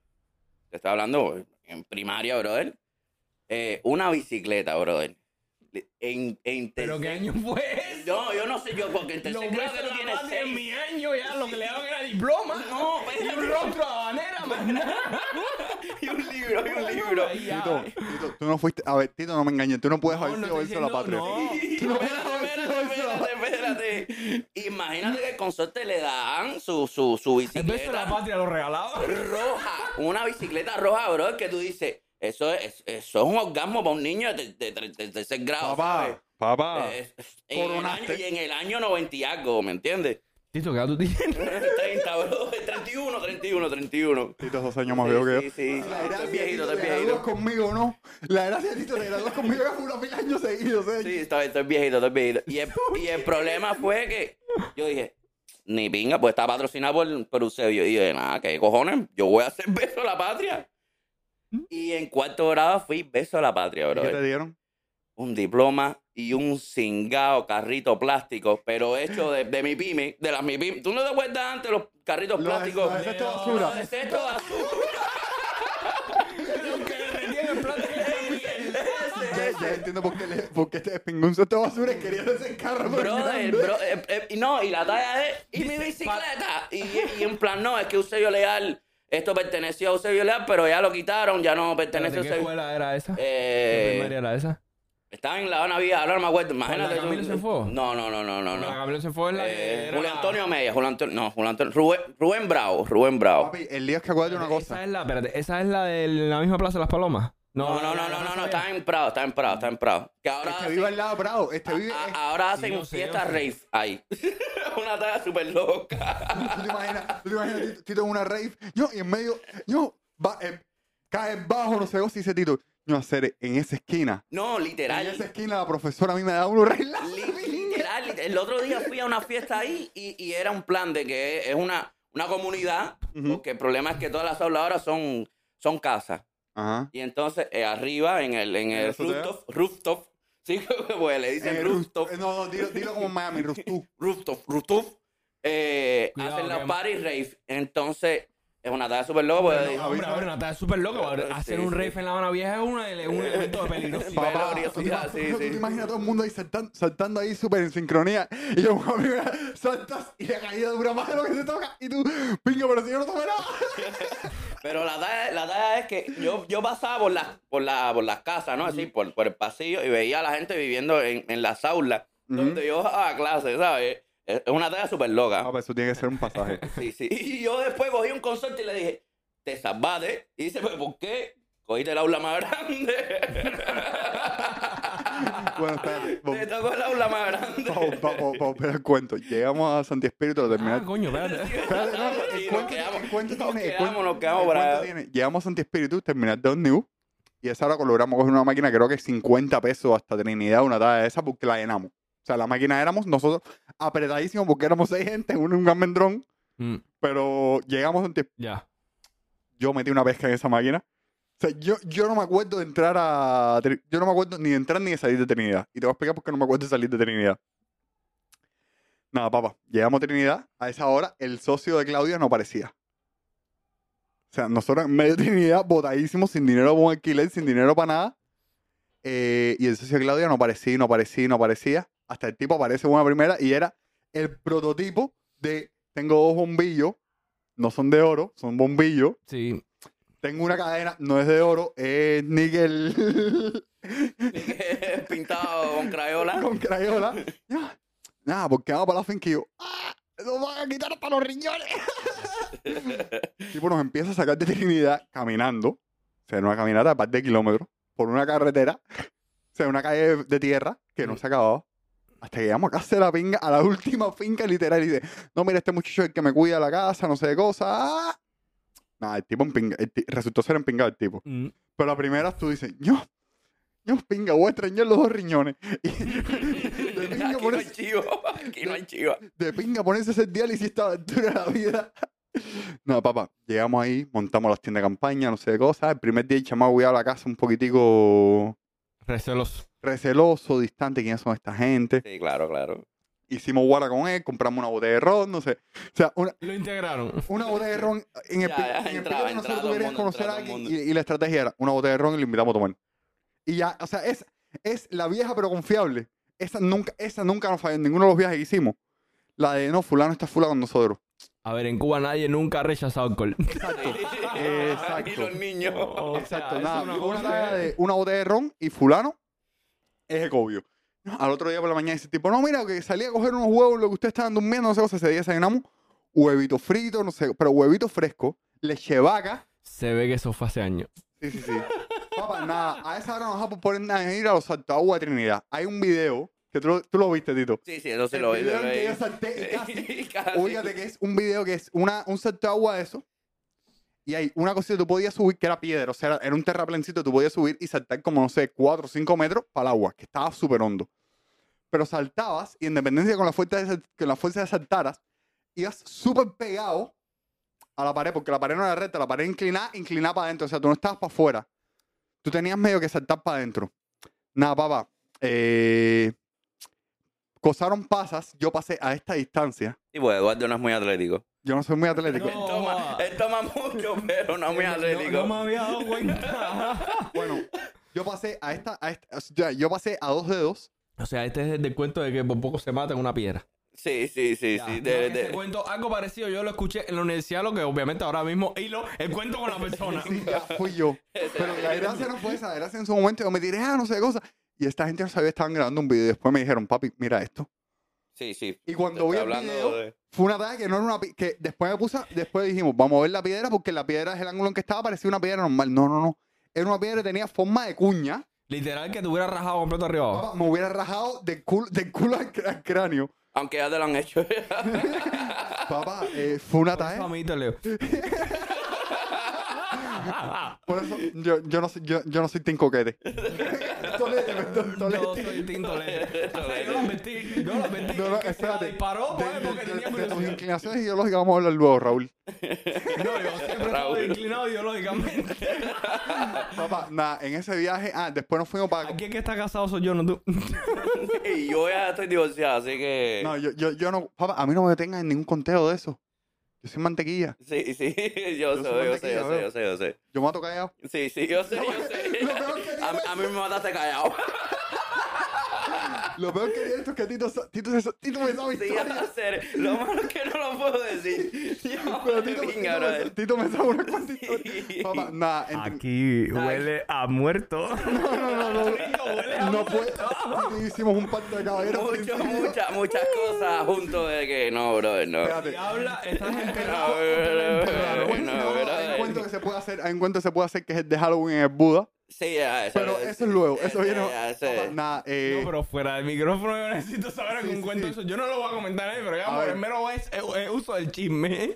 S3: Te estaba hablando en primaria, brother. Eh, una bicicleta, brother. En, en
S2: ¿Pero qué
S3: tercer-
S2: año fue eso?
S3: No, yo no sé yo, porque en
S2: Los
S3: tercer grado
S2: besos
S3: tú
S2: de la
S3: tienes
S2: patria en
S3: seis.
S2: mi año ya lo que le daban era diploma.
S3: No,
S2: y
S3: espérate.
S2: un rostro a habanera, más nada.
S3: [laughs] Y un libro, y un libro.
S2: Ahí ya.
S1: Tito, Tito, tú no fuiste. A ver, Tito, no me engañes. Tú no puedes
S2: No,
S1: haber
S2: no
S1: sido
S2: estoy
S1: verso de la patria.
S2: diciendo-
S1: Tú no puedes
S3: Espérate,
S1: haber sido verso de la
S3: espérate,
S1: patria.
S3: espérate, espérate. Imagínate que el consorte le dan su, su, su
S2: El beso de la
S3: bicicleta
S2: patria lo regalaba.
S3: roja. Una bicicleta roja, bro, que tú dices, eso es, eso es un orgasmo para un niño de, de, de- de tercer grado. ¿sabes?
S1: Papá, papá.
S3: Ah, Eh, es- en el
S1: coronaste.
S3: año, y en el año 90 y algo, ¿me entiendes? [laughs]
S2: Tito, ¿qué edad tú tienes?
S3: 30, bro. 31, 31, 31.
S1: Tito es dos años más
S3: Sí,
S1: viejo que yo.
S3: sí, sí. Estás viejito, estás
S1: te gradúas
S3: viejito.
S1: conmigo, ¿no? La gracia de Tito, te gradúas conmigo es unos mil años seguidos, ¿eh?
S3: Sí, estoy, estoy viejito, estoy viejito. Y el, y el problema fue que yo dije, ni pinga, pues está patrocinado por, por Eusebio. Y yo dije, nada, ¿qué cojones? Yo voy a hacer [laughs] beso a la patria. Y en cuarto grado fui beso a la patria,
S1: ¿Y
S3: bro.
S1: ¿Qué te dieron?
S3: Un diploma y un cingado carrito plástico, pero hecho de, de mi pyme, de las mi pyme. ¿Tú no te acuerdas antes los carritos
S1: Los
S3: plásticos?
S1: de- los de cesto
S3: Los
S1: basura.
S3: de cesto basura.
S1: Ya, ya entiendo por qué, le, por qué este pingún se te basura y quería ese carro. pero
S3: Brother,
S1: grande.
S3: bro, eh, eh, y no, y la talla es, y mi bicicleta. Y, y en plan, no, es que Eusebio Leal, esto perteneció a Eusebio Leal, pero ya lo quitaron, ya no pertenece a
S2: ¿Qué
S3: Eusebio.
S2: escuela era esa? ¿Qué primaria
S3: Eh,
S2: era esa?
S3: estaba en La Habana Vía, ahora no me acuerdo, imagínate.
S2: la Camilo
S3: tú-
S2: Cienfuegos?
S3: No, no, no, no,
S2: La
S3: no. no.
S2: Gabriel se fue en la que
S3: Eh,
S2: era-
S3: Julio Antonio Mella, Julio Antonio, no, Julio Antonio, Rubén, Rubén Bravo, Rubén Bravo.
S1: Papi, el día es que acuérdate una
S2: Esa
S1: cosa.
S2: es la, espérate, esa es la de la misma Plaza de las Palomas.
S3: No, no, no, no, no, no, está en Prado, está en Prado, está en Prado. Que ahora,
S1: Este
S3: hacen-
S1: vive al lado, bravo. Este vive.
S3: a-
S1: es-
S3: ahora
S2: Sí, yo
S3: hacen
S2: sé,
S3: fiesta
S2: yo sé.
S3: rave ahí. [laughs] Una talla súper loca.
S1: ¿Tú te imaginas? ¿Tú te imaginas? Tito- Tito en una rave. Yo, y en medio. Yo, va, eh, cae bajo, no sé, goza y dice Tito. No, hacer en esa esquina.
S3: No, literal.
S1: En esa esquina la profesora a mí me da un regla.
S3: Li- Literal, literal. el otro día fui a una fiesta ahí y, y era un plan de que es una, una comunidad, porque el problema es que todas las aulas ahora son, son casas.
S1: Ajá.
S3: Y entonces eh, arriba en el, en el
S1: ¿Eso te da?
S3: rooftop, rooftop, [laughs] sí, pues le dicen
S1: Eh,
S3: rooftop,
S1: Rus- No, no, dilo, dilo como en Miami, Rustú.
S3: rooftop, rooftop, eh,
S2: Cuidado,
S3: hacen
S2: que-
S3: la party rave. Entonces es una tarea súper loca. porque digo,
S2: Hombre, hombre, Natalia es súper loca.
S3: Sí,
S2: Hacer un
S3: sí.
S2: rave en La Habana Vieja es una- un elemento de peligrosidad.
S1: eh, Papá,
S3: Velorio,
S1: ¿tú te,
S3: sí, sí,
S1: ¿tú te
S3: sí.
S1: imaginas a todo el mundo ahí saltan- saltando ahí súper en sincronía? Y yo, mami, mira, saltas y la caída dura más de lo que se toca. Y tú, pingo, pero si yo no tomé nada.
S3: Pero la talla, la talla es que yo, yo pasaba por, las por, la, por las casas, ¿no? Así, por, por el pasillo y veía a la gente viviendo en, en las aulas donde yo a clase, ¿sabes? Es es una talla súper
S1: Ah,
S3: loca.
S1: pero eso tiene que ser un pasaje.
S3: Sí, sí. Y yo después cogí un consorte y le dije, te salvaste. Y dice, ¿pero por qué? Cogiste el aula más grande.
S1: bueno, está
S3: te tocó el aula
S1: [laughs]
S3: más grande.
S1: Vamos, vamos, vamos, pero el cuento. Llegamos a Santi Espíritu a
S2: Ah,
S1: terminar.
S2: coño, espérate.
S1: Espérate, no, el
S3: Sí, nos
S1: cuento-
S3: quedamos-
S1: el cuento
S3: nos
S1: tiene- el
S3: quedamos,
S1: cuento-
S3: nos quedamos
S1: el cuento
S3: para-
S1: tiene- Llegamos a Santi Espíritu, terminar de New. Y esa hora logramos coger una máquina, creo que 50 pesos hasta Trinidad, una talla de esa, porque la llenamos. O sea, la máquina éramos nosotros apretadísimos porque éramos seis gente, uno en un almendrón.
S2: Mm,
S1: Pero llegamos a Santi
S2: Ya.
S1: yo metí una pesca en esa máquina. O sea, yo, yo no me acuerdo de entrar a. Tri- Yo no me acuerdo ni de entrar ni de salir de Trinidad. Y te voy a explicar por qué no me acuerdo de salir de Trinidad. Nada, papá. Llegamos a Trinidad. A esa hora, el socio de Claudia no aparecía. O sea, nosotros en medio de Trinidad, botadísimos, sin dinero para un alquiler, sin dinero para nada. Eh, y el socio de Claudia no aparecía, y no aparecía, y no aparecía. Hasta el tipo aparece en una primera y era el prototipo de: tengo dos bombillos, no son de oro, son bombillos.
S2: Sí.
S1: Tengo una cadena, no es de oro, es níquel
S3: [laughs] Pintado con crayola.
S1: con crayola. Ya. Nada, porque vamos para la finca y yo, ¡ah! ¡Nos van a quitar hasta los riñones! El tipo nos empieza a sacar de Trinidad caminando, o sea, en una caminata de par de kilómetros, por una carretera, o sea, una calle de tierra que no se acababa. Hasta que llegamos a casa de la pinga, a la [laughs] última finca literal, y dice, no, mira, este muchacho es el que me cuida la casa, no sé de cosas. ¡ah! Nada, el tipo empinga- el ti- resultó ser empingado el tipo.
S2: Mm.
S1: Pero la primera tú dices, yo, yo pinga, voy a extrañar los dos riñones. [laughs] Y
S3: [laughs]
S1: de,
S3: Aquí
S1: pinga
S3: no hay
S1: ponerse,
S3: chivo. [laughs] Aquí no hay chivo.
S1: de pinga ponerse ese diálisis esta aventura de la vida. [laughs] No, papá, llegamos ahí, montamos las tiendas de campaña, no sé de cosas. El primer día el chamaco voy a la casa un poquitico
S2: Recelos.
S1: receloso, distante, quiénes son esta gente.
S3: Sí, claro, claro.
S1: hicimos guara con él, compramos una botella de ron, no sé. O sea, una,
S2: Lo integraron.
S1: una botella de ron en el,
S3: Ya,
S1: pi-
S3: ya,
S1: en el
S3: entraba,
S1: periodo que
S3: entraba
S1: nosotros
S3: todo el
S1: tuviéramos
S3: mundo,
S1: conocer a
S3: entraba todo el
S1: alguien y,
S3: mundo.
S1: y la estrategia era una botella de ron y lo invitamos a tomar. Y ya, o sea, es, es la vieja pero confiable. Esa nunca, esa nunca nos falló en ninguno de los viajes que hicimos. La de no, fulano está fula con nosotros.
S2: A ver, en Cuba nadie nunca ha rechazado alcohol.
S1: Exacto.
S3: Y los niños.
S2: O sea,
S1: Exacto,
S3: Ah,
S2: es
S1: nada.
S2: una
S1: Una,
S2: cosa-
S1: talla de- una botella de ron y fulano es Ecobio. No, al otro día por la mañana dice tipo, no, mira, que salí a coger unos huevos, lo que ustedes estaban durmiendo, no sé, o sea, ese día desayunamos huevito frito, no sé, pero huevito fresco, leche vaca.
S2: Se ve que eso fue hace años.
S1: Sí, sí, sí. [laughs] Papá, nada, a esa hora nos vamos a poner a ir a los saltaguas de Trinidad. Hay un video, que tú, lo- tú lo viste, Tito.
S3: Sí, sí, eso se
S1: El
S3: lo
S1: video en que yo
S3: veo. [laughs]
S1: salté y casi Fíjate que es un video que es una, un salto de agua de eso. Y hay una cosa que tú podías subir que era piedra. O sea, era, era un terraplencito. Tú podías subir y saltar como, no sé, 4 o 5 metros para el agua, que estaba súper hondo. Pero saltabas y en dependencia con la fuerza de, sal- con la fuerza de saltaras, ibas súper pegado a la pared, porque la pared no era recta, la pared inclinada, inclinada para adentro. O sea, tú no estabas para afuera. Tú tenías medio que saltar para adentro. Nada, papá. Eh, cosaron pasas. Yo pasé a esta distancia.
S3: Sí, pues Eduardo no es muy atlético.
S1: Yo no soy muy atlético.
S2: No.
S3: Él toma, él toma mucho, [laughs] pero no es muy
S2: No-
S3: atlético.
S2: No, me había dado cuenta.
S1: Bueno, yo pasé a esta, a esta- o sea, yo pasé a dos dedos.
S2: [laughs] o sea, este es el del cuento de que por poco se mata en una piedra.
S3: Sí, sí, sí,
S2: Ya,
S3: sí.
S2: no,
S3: de-
S2: que
S3: de-
S2: ese cuento, algo parecido, yo lo escuché en la universidad, lo que obviamente ahora mismo hilo el cuento con la
S3: [laughs]
S2: persona.
S1: Sí, ya fui yo. Pero la gracia no fue esa. La gracia en su momento yo me tiré, ah, no sé qué cosa. Y esta gente no sabía, estaban grabando un video. y Después me dijeron, papi, mira esto.
S3: sí, sí.
S1: Y cuando vi
S3: Está
S1: el
S3: hablando
S1: video,
S3: de-
S1: fue una talla que no era una... pi- Que después me puse, después dijimos, vamos a ver la piedra porque la piedra es el ángulo en que estaba, parecía una piedra normal. No, no, no. Era una piedra que tenía forma de cuña.
S2: Literal que te hubiera rajado completo arriba abajo.
S1: Papá, me hubiera rajado del culo, del culo al, cr- al cráneo.
S3: Aunque ya te lo han hecho. [laughs]
S1: Papá, eh, fue una
S2: Por eso,
S1: talla.
S2: amiguito, Leo.
S1: Por eso yo, yo, no, soy- yo, yo no soy team coquete. Tolete, perdón, tolete.
S2: Yo soy
S3: [laughs]
S2: tintolero. O sea, yo lo advertí, yo lo advertí.
S1: No, no,
S2: que se la
S1: espérate.
S2: disparó, pues,
S1: De- de- de-
S2: porque tenía
S1: de tus
S2: curiosidad.
S1: inclinaciones ideológicas vamos a hablar luego, Raúl.
S2: No, yo siempre
S3: Raúl.
S2: estaba inclinado ideológicamente.
S1: Papá, nada, en ese viaje, ah, después nos fuimos para...
S2: Aquí el que está casado soy yo, no tú.
S3: y yo ya estoy divorciado, así que.
S1: No, yo, yo, yo no, papá, a mí no me tengan en ningún conteo de eso. Yo soy mantequilla,
S3: Sí, sí. [laughs]
S1: Yo soy
S3: Yo, sé, yo sé, yo
S1: mantequilla,
S3: sé, yo sé, yo sé.
S1: yo mato callado.
S3: Sí, sí, yo sé, yo sé.
S1: lo peor que digo
S3: A, a mí me mataste callado.
S1: [laughs] Lo peor que tiene esto es que Tito, sa- Tito, se- Tito me sabe [laughs]
S3: Sí, ya
S1: historia.
S3: lo sé. Lo malo es que no lo puedo decir. Yo,
S1: Pero Tito, Tito,
S3: venga,
S1: me, sa-
S3: brother.
S1: Tito me sabe una cuanta historia.
S3: Sí.
S1: Papá, nada,
S2: Ah,
S1: ent-
S2: [laughs] Aquí huele a [laughs] muerto.
S1: no, no, no, no, no puede, Tito, hicimos un pacto de caballeros.
S3: Muchas,
S1: Tito,
S3: muchas, muchas cosas junto de que no, brother, no.
S1: Espérate.
S2: Y habla,
S3: [laughs]
S2: estás
S3: No,
S2: enterrado.
S3: brother,
S1: Claro,
S3: brother,
S1: bueno,
S3: no,
S1: no, hay un cuento
S3: brother.
S1: que se puede hacer, hay un cuento que se puede hacer que es el de Halloween en el Buda.
S3: Sí, ya, eso
S1: Pero eso es luego, eso viene.
S3: eh, ya, eso
S1: Papá,
S3: es.
S1: Nada, eh,
S2: No, pero fuera del micrófono yo necesito saber
S1: Sí,
S2: algún
S1: sí,
S2: cuento
S1: sí.
S2: de eso. Yo no lo voy a comentar ahí, pero ya
S1: A
S2: por
S1: ver. Ah,
S2: el mero es, eh, eh, uso del chisme.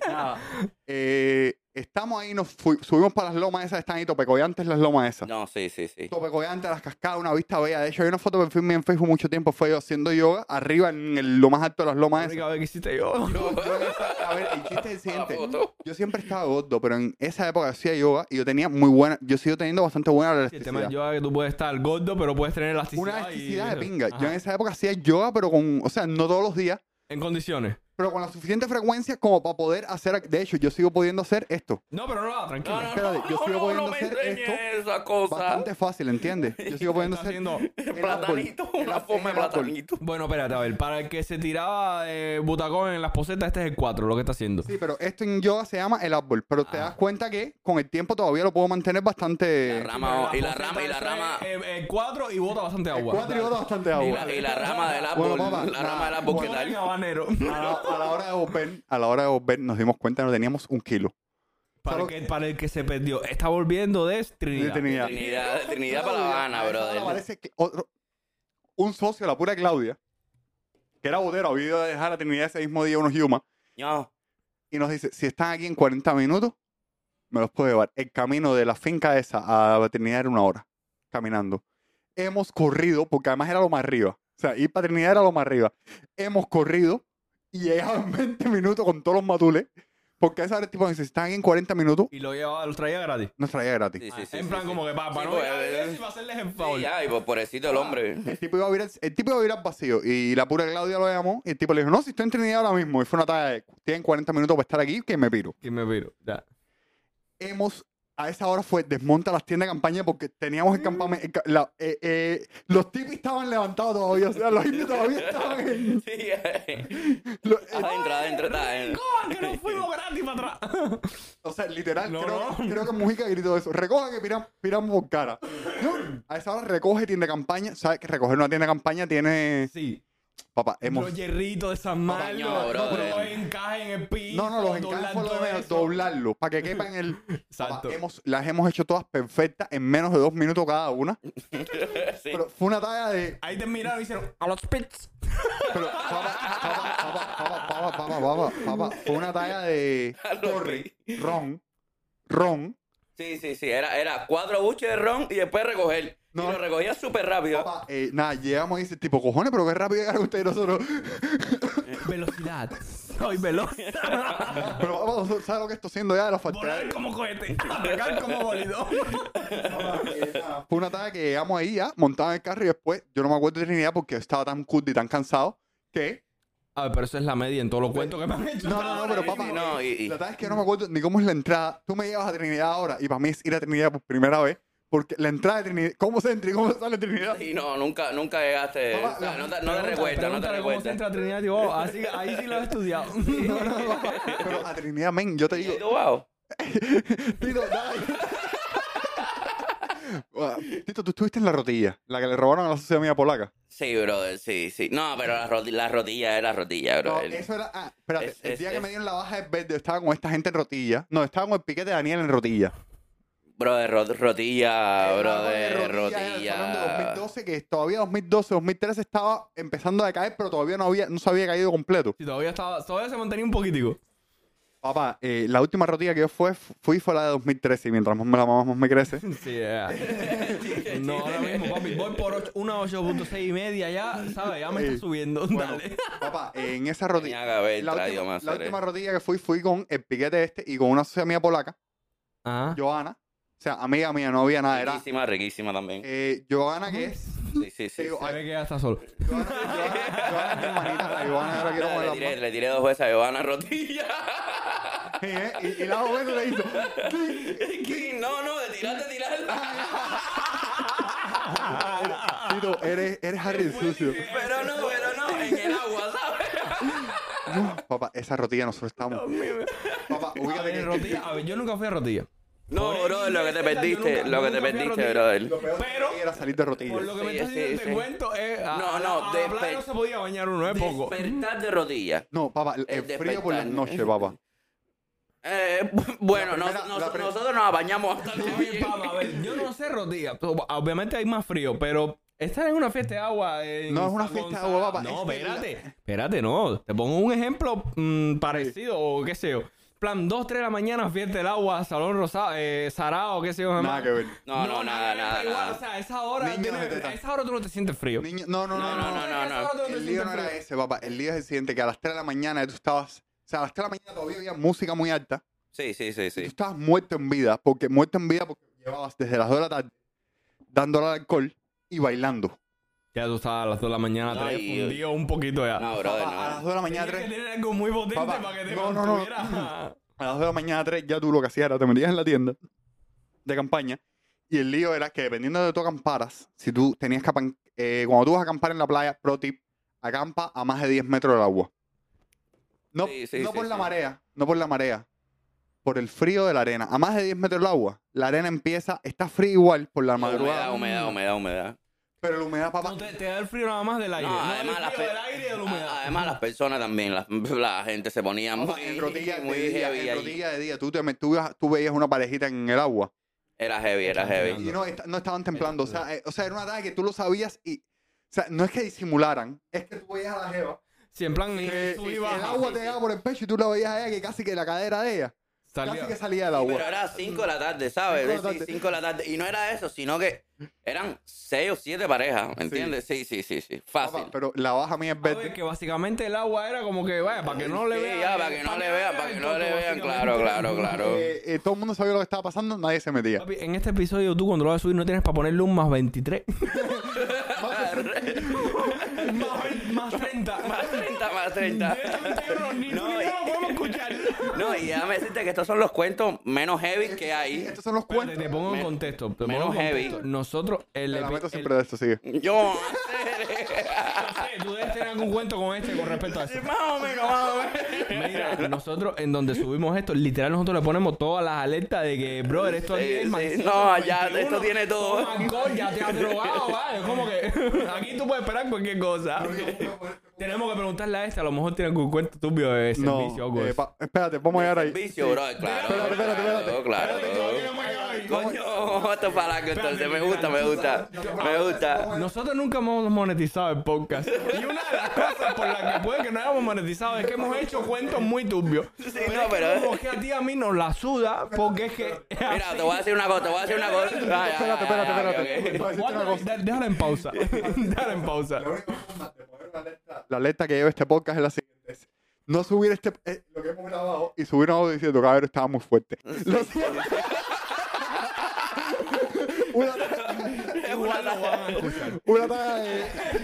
S1: eh, estamos ahí, nos fui- subimos para las lomas esas, están ahí topecoyantes las lomas esas.
S3: No, sí, sí, sí.
S1: Topecoyantes, las cascadas, una vista bella. De hecho, hay una foto de perfil mía en Facebook mucho tiempo, fue yo haciendo yoga, arriba en el- lo más alto de las
S2: [laughs] La
S1: lomas esas.
S2: única vez que hiciste yo.
S1: Yo- yo en esa- a ver, el chiste es el siguiente.
S3: La foto.
S1: Yo siempre estaba gordo, pero en esa época hacía yoga y yo tenía muy buena, yo sigo teniendo bastante buena
S2: El tema
S1: elasticidad.
S2: del yoga es que tú puedes estar gordo, pero puedes tener elasticidad.
S1: Una
S2: y-
S1: elasticidad de pinga.
S2: Ajá.
S1: Yo en esa época hacía yoga, pero con, o sea, no todos los días,
S2: En condiciones.
S1: pero con la suficiente frecuencia como para poder hacer. De hecho, yo sigo pudiendo hacer esto.
S2: No, pero no lo hagas, tranquilo.
S3: No, no,
S1: Espérate,
S3: no,
S1: yo sigo
S3: no,
S1: pudiendo
S3: no me
S1: hacer
S3: enseñes
S1: esto
S3: esa cosa.
S1: Bastante fácil,
S3: [laughs]
S1: ¿entiendes? Yo sigo pudiendo
S2: Está
S1: hacer.
S2: haciendo-
S1: el
S3: Platanito,
S1: árbol.
S3: una
S1: El-
S3: forma de
S1: el árbol.
S3: platanito.
S2: Bueno, espérate, a ver. Para el que se tiraba de butacón en las posetas, este es el 4, lo que está haciendo.
S1: Sí, pero esto en yoga se llama el árbol. Pero te das cuenta que con el tiempo todavía lo puedo mantener bastante.
S3: Ah. La rama, y la
S2: poseta
S3: rama, y la
S2: esa es,
S3: rama.
S2: eh, el 4 y bota bastante agua.
S1: Cuatro y otro bastante agua.
S3: Y la, y la rama del árbol,
S1: Bueno, papá,
S3: la rama
S1: nada.
S3: del árbol, ¿qué
S2: Bota en
S1: [laughs]
S3: tal?
S2: habanero.
S1: A la, a la hora de volver, a la hora de volver, nos dimos cuenta que no teníamos un kilo.
S2: para, el que, para el que se perdió. Está volviendo de
S1: De
S2: Trinidad.
S1: Trinidad.
S3: Trinidad, Trinidad para La
S1: Claudia, a
S3: Habana,
S1: esa hora
S3: brother.
S1: parece que otro- un socio, la pura Claudia, que era botero, había ido a dejar a Trinidad ese mismo día unos Yuma,
S3: No,
S1: y nos dice, si están aquí en 40 minutos, me los puedo llevar. El camino de la finca esa a Trinidad era una hora, caminando. Hemos corrido, porque además era lo más arriba. O sea, ir para [laughs] Trinidad era lo más arriba. Hemos corrido y llegado en 20 minutos con todos los matules. Porque a esa hora el tipo dice, si están en 40 minutos,
S2: Y lo llevaba, los traía gratis.
S1: nos traía gratis.
S3: Sí, sí, sí,
S2: Ah, en
S3: sí,
S2: plan,
S3: sí.
S2: como que para, para
S3: Sí,
S2: no ir a
S3: pues,
S2: ver si va a hacerles el favor.
S3: Sí, ya, y por- pobrecito el
S1: Ah,
S3: hombre.
S1: El tipo, iba a virar, el tipo iba a virar vacío y la pura Claudia lo llamó y el tipo le dijo, no, si estoy en Trinidad ahora mismo y fue una talla de, tienen 40 minutos para estar aquí, que me piro.
S2: Que me piro. Ya.
S1: Hemos, a esa hora fue, desmonta las tiendas de campaña porque teníamos el campamento, eh, los tipis estaban levantados todavía, o sea, los hippies todavía
S3: [laughs]
S1: estaban en...
S3: Sí, eh.
S1: lo- eh,
S3: adentro, adentro está. eh.
S2: ¡Cojan que nos
S3: [laughs]
S2: fuimos gratis para atrás!
S1: o sea, literal,
S2: No,
S1: creo,
S2: no.
S1: creo que Mujica gritó eso, recoge que piram- piramos por cara. No, a esa hora recoge tienda de campaña, sabes que recoger una tienda de campaña tiene...
S2: [laughs] Sí.
S1: Papá, hemos...
S2: Los hierritos de San Marcos.
S3: Coño, brother.
S2: los encajes en el piso.
S1: No, no, los encajes fue lo de
S2: doblar
S1: menos,
S2: todo eso.
S1: doblarlos para que quepan el.
S2: [laughs] Exacto.
S1: Papá, hemos- las hemos hecho todas perfectas en menos de dos minutos cada una.
S3: Sí.
S1: Pero fue una talla de.
S2: Ahí te miraron y
S3: [laughs]
S2: hicieron a los pits.
S1: Pero, papá, papá, papá, papá, papá, papá, papá, papá, Fue una talla de. Torre, ron, ron.
S3: Sí, sí, sí. Era, era cuatro buches de ron y después recoger.
S1: No.
S3: Y lo recogía súper rápido.
S1: Papá, eh, nada, llegamos y dice, tipo, cojones, pero qué rápido llegaron ustedes y nosotros. [laughs]
S2: Velocidad. Soy
S3: [laughs]
S2: veloz. [laughs]
S1: Pero papá, ¿tú ¿sabes lo que estoy haciendo ya de la falta?
S2: Volar como cohete. [laughs] Atacar como bolido.
S1: Fue una talla que llegamos ahí ya, montamos en el carro y después, yo no me acuerdo de Trinidad porque estaba tan cut y tan cansado que.
S2: A ver, pero eso es la media en todos los cuentos que me han hecho.
S1: No, no, no, pero papá.
S3: eh, No, y- y-
S1: La verdad es que yo no me acuerdo ni cómo es la entrada. Tú me llevas a Trinidad ahora y para mí es ir a Trinidad por primera vez. Porque la entrada de Trinidad. ¿Cómo se entra y cómo sale Trinidad?
S3: Y no, nunca, nunca llegaste.
S1: Papá,
S3: o sea,
S1: la-
S3: no, te, no te recuerdas, no te
S2: cómo se
S3: recuerdas.
S2: entra a Trinidad y Tobago. Así, ahí sí lo he estudiado. [laughs] No, no, no.
S1: [laughs] Pero a Trinidad, men, yo te
S3: Y
S1: digo.
S3: tú, wow.
S1: Tito, dale. Bueno, Tito, tú estuviste en la rotilla, la que le robaron a la sociedad mía polaca.
S3: Sí, brother, sí, sí. No, pero la, roti- la rotilla era rotilla,
S1: No,
S3: brother.
S1: eso era. Ah, espérate,
S3: Es-
S1: el
S3: es-
S1: día que
S3: es-
S1: me dieron la baja de verde, estaba con esta gente en rotilla. No, estaba con el piquete de Daniel en rotilla.
S3: Brother, ro- rotilla,
S1: de
S3: Ah, brother,
S1: Hablando de
S3: rotilla.
S1: 2012, que todavía 2012, 2013 estaba empezando a caer, pero todavía no, había, no se había caído completo.
S2: Si todavía estaba, todavía se mantenía un poquitico.
S1: Papá, eh, la última rotilla que yo fue, fui fue la de 2013 y mientras más me la mamá más me
S3: [laughs]
S1: crece.
S2: Sí, yeah. No, ahora mismo, papi, voy por ocho- una 8.6 y media ya, ¿sabes? Ya me
S1: Ey,
S2: está subiendo.
S1: Bueno,
S2: Dale.
S1: papá, en esa rotilla,
S3: Tenía que haber
S1: la
S3: traído
S1: última,
S3: más. eh.
S1: la
S3: sobre
S1: última
S3: eso.
S1: rotilla que fui, fui con el piquete este y con una socia mía polaca,
S2: Ah.
S1: Joana. O sea, amiga mía, no había nada, era
S3: Riquísima, riquísima también.
S1: eh, Joana que es...
S3: Sí, sí, sí.
S1: digo,
S3: sí.
S2: Se ve que ya está solo.
S1: Joana, Joana, Joana es mi hermanita, a Joana ahora quiero
S3: Le
S1: ponerla
S3: tiré, le tiré dos veces a Giovanna Rotilla. [laughs]
S1: más. Eh, eh, Y, y la joven le hizo...
S3: ¿Qué? No, no, de tirar, de tirar.
S1: Tito, eres, eres Harry el sucio.
S3: Pero no, pero no, en el agua, ¿sabes?
S1: No, papá, esa rotilla nosotros estamos... Papá,
S2: A
S1: ubícate
S2: ver,
S1: que...
S2: rotilla. A ver, yo nunca fui a rotilla.
S3: No,
S2: Pobre
S3: brother, lo que te
S2: imbécil, yo
S3: perdiste,
S2: nunca-
S3: lo que te
S2: nunca fui a rotilla.
S3: perdiste, brother.
S1: Lo peor que
S2: Pero-
S1: era salir de rotilla.
S2: Por lo que me
S3: Sí,
S2: estás diciendo,
S3: sí,
S2: te
S3: sí.
S2: cuento es. a-
S3: No,
S2: a-
S3: no,
S2: a la playa
S3: desper-
S2: no se podía bañar uno, es poco.
S3: Despertar de rodillas.
S1: No, papá, el,
S3: El
S1: frío por las
S3: despertar.
S1: noches, papá.
S3: Eh, bu- bueno,
S1: La
S3: nos-
S1: primera-
S3: nos-
S1: la pri-
S3: nosotros nos apañamos bastante
S2: Oye,
S3: bien.
S2: papá, a ver, yo no sé rotilla. Obviamente hay más frío, pero estar en una fiesta de agua. en
S1: No, es una
S2: San
S1: fiesta de
S2: Gonzalo-
S1: agua, papá.
S2: No,
S1: Es que la-
S2: espérate, espérate, no. Te pongo un ejemplo mm, parecido o qué sé yo. Plan 2, 3 de la mañana, fiesta del agua, salón rosado, eh, sarao, qué sé yo.
S1: Nada
S2: jamás.
S1: que ver.
S3: No, no, nada, nada,
S2: igual,
S3: nada.
S2: O sea, a esa hora,
S1: Niños
S2: tiene-
S1: de teta.
S2: a esa hora tú no te sientes frío.
S1: Niño, no, no, no, no,
S3: no, no, no.
S2: A esa hora tú te
S1: El lío
S2: sientes
S1: no era
S2: frío.
S1: ese, papá. El lío es el siguiente, que a las 3 de la mañana tú estabas... O sea, a las 3 de la mañana todavía había música muy alta.
S3: Sí, sí, sí,
S1: Tú
S3: sí.
S1: estabas muerto en vida, porque muerto en vida porque llevabas desde las 2 de la tarde dándole al alcohol y bailando.
S2: Ya tú estabas a las 2 de la mañana,
S3: No,
S2: 3
S3: y-
S2: fundido un poquito ya.
S3: No,
S1: Papá,
S3: brother,
S1: a las
S3: no.
S1: 2 de la
S2: Tenías
S1: mañana
S2: que
S1: 3...
S2: tener algo muy potente
S1: Papá,
S2: para que te
S1: no, no, no.
S2: mantuviera.
S1: A las 2 de la mañana 3 ya tú lo que hacías era te metías en la tienda de campaña y el lío era que dependiendo de donde tú acamparas, si tú tenías que apan- eh, cuando tú vas a acampar en la playa, pro tip, acampa a más de 10 metros del agua. No,
S3: Sí, sí,
S1: no
S3: sí,
S1: por la
S3: sí.
S1: marea, no por la marea, por el frío de la arena. A más de 10 metros del agua, la arena empieza, está fría igual por la madrugada,
S3: Humedad, humedad, humedad, humedad.
S1: pero la humedad, papá,
S2: No, te, te da el frío nada más del aire.
S3: No,
S2: No,
S3: además
S2: el
S3: las
S2: frío
S3: pe-
S2: del aire y de la humedad.
S3: Ah, Además, las personas también, la, la gente se ponía muy,
S1: papá, en rodilla de
S3: muy
S1: día,
S3: heavy
S1: en
S3: allí.
S1: rodilla de día, tú, te, met- tú, ibas- tú veías una parejita en el agua.
S3: Era heavy, era
S1: Y
S3: heavy.
S1: no, esta- no estaban templando. O sea, eh, o sea, era una edad que tú lo sabías y. O sea, no es que disimularan, es que tú veías a la Jeva.
S2: Sí, en plan, eh,
S1: que
S2: sub y
S1: el
S2: baja.
S1: agua te
S3: sí,
S1: llegaba por el pecho y tú la veías a ella que casi que la cadera de ella.
S2: Salió.
S1: Casi que salía del
S3: Pero
S1: agua.
S3: era 5 de la tarde, ¿sabes?
S1: Cinco de la
S3: Sí,
S1: tarde.
S3: cinco de la tarde. Y no era eso, sino que eran 6 o 7 parejas, ¿me entiendes? Sí, sí, sí, sí. Fácil.
S1: Papá, pero la baja mía es
S2: A ver,
S1: verde.
S2: que básicamente el agua era como que, vaya, para que no le
S3: Sí,
S2: vean.
S3: ya, para que no le vean, para que no le vean. Claro, claro, claro. [laughs]
S1: Eh, eh, todo el mundo sabía lo que estaba pasando, nadie se metía.
S2: Papi, en este episodio tú cuando lo vas a subir no tienes para ponerle un más 23. [laughs]
S3: Ah,
S2: más, ve- [laughs] más 30.
S3: Más 30,
S1: [laughs]
S3: más 30.
S2: Directamente yo no- ni tú
S3: No,
S2: ni yo
S3: y-
S2: lo podemos escuchar.
S3: No, y déjame decirte que estos son los cuentos menos heavy que hay.
S1: Estos son los
S2: [laughs] Espérate,
S1: cuentos.
S2: te pongo en
S3: Me-
S2: contexto. te
S3: menos
S2: pongo en contexto.
S3: heavy.
S2: Nosotros, el,
S1: Te la
S2: epi-
S1: meto
S2: el-
S1: siempre de esto, sigue.
S3: Yo,
S2: Sí, tú debes tener algún cuento con este con respecto a eso.
S3: más o menos, más o menos.
S2: Mira, [laughs] nosotros en donde subimos esto, literal nosotros le ponemos todas las alertas de que, brother, esto
S3: Sí,
S2: aquí es
S3: sí.
S2: maicito,
S3: No, ya,
S2: 21,
S3: esto tiene todo.
S2: toma alcohol, Oh, ya te has drogado, ¿vale? Es como que [laughs] aquí tú puedes esperar cualquier cosa. Tenemos que preguntarle a este, a lo mejor tiene algún cuento turbio de
S1: No,
S2: servicio o algo
S1: eh,
S2: así.
S1: pa- espérate, vamos a llegar ahí.
S3: Vicio, bro, claro.
S1: Espérate, espérate, espérate.
S3: Claro, claro.
S2: Espérate, todavía no hemos llegado ahí.
S3: Coño, esto es para que entonces me
S2: Espérate,
S3: gusta, me gusta. Me gusta.
S2: Nosotros nunca hemos monetizado el podcast. Y una de las cosas por las que puede que no hayamos monetizado es que hemos hecho cuentos muy turbios.
S3: Sí, no, pero.
S2: Como que a ti a mí nos la suda porque es que. es
S3: Mira,
S2: así.
S3: te voy a decir una cosa, te voy a decir una cosa. Ah, ya,
S1: Espérate,
S3: ya,
S1: espérate,
S3: ya, ok,
S1: espérate. Voy a
S3: ok.
S1: decirte una
S2: Guarda,
S1: cosa.
S2: dé- Eh, Déjala
S1: [laughs]
S2: en pausa. Déjala en pausa.
S1: La única forma de poner la alerta, la alerta que lleva este podcast es la siguiente. Es no subir este, eh, lo que hemos grabado y subir un audio diciendo que a ver, estaba muy fuerte. Lo siento. [laughs] una,
S2: Igual lo van a escuchar.
S1: una taga de...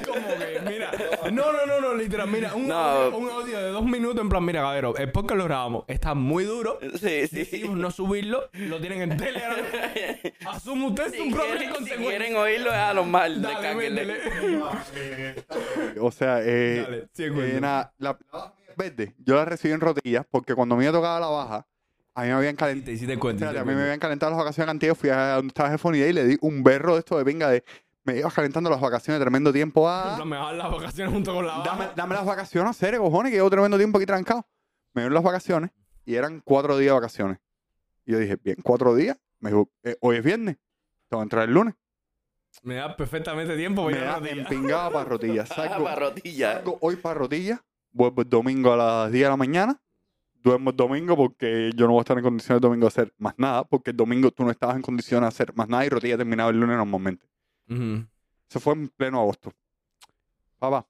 S2: Como que, mira. No, no, no, no, literal. Mira, un,
S3: No.
S2: audio, un audio de dos minutos en plan, mira, cabrero, el podcast lo grabamos. Está muy duro.
S3: Sí, sí.
S2: Decidimos no subirlo. Lo tienen en
S3: [laughs]
S2: Telegram. Asume usted
S3: Si
S2: su propia
S3: quieren, si
S2: consecuencia.
S3: quieren oírlo, es a los mal.
S2: Dale, [laughs]
S3: descárguenle.
S2: métele.
S1: Ah, eh, O sea, eh,
S2: Dale, sigue cuento.
S1: eh, nada, la, la baja mía verde, yo la recibí en rodillas porque cuando a mí me tocaba la baja, a mí me habían
S2: Te
S1: calentado.
S2: hiciste cuenta.
S1: Espérate,
S2: hiciste
S1: a mí me
S2: cuenta.
S1: habían calentado las vacaciones antiguas, fui a donde estaba Jefonía y le di un berro de esto de venga de me ibas calentando las vacaciones tremendo tiempo
S2: En
S1: ah,
S2: plan, Me bajan las vacaciones junto con la
S1: dame,
S2: baja.
S1: dame las vacaciones, hacer, cojones, que llevo tremendo tiempo aquí trancado. Me dieron las vacaciones y eran cuatro días de vacaciones. Y yo dije, bien, cuatro días. Me dijo, eh, hoy es viernes, tengo que entrar el lunes.
S2: Me da perfectamente tiempo para
S1: Me
S2: ir a
S1: da
S2: la rodilla.
S1: empingada parrotilla.
S3: Ah,
S1: Salgo,
S3: parrotilla.
S1: Salgo hoy para rodillas, vuelvo el domingo a las 10 de la mañana, duermo el domingo porque yo no voy a estar en condiciones el domingo de hacer más nada, porque el domingo tú no estabas en condiciones de hacer más nada y rodilla terminaba el lunes normalmente.
S2: Ujú.
S1: Eso fue en pleno agosto. Papá,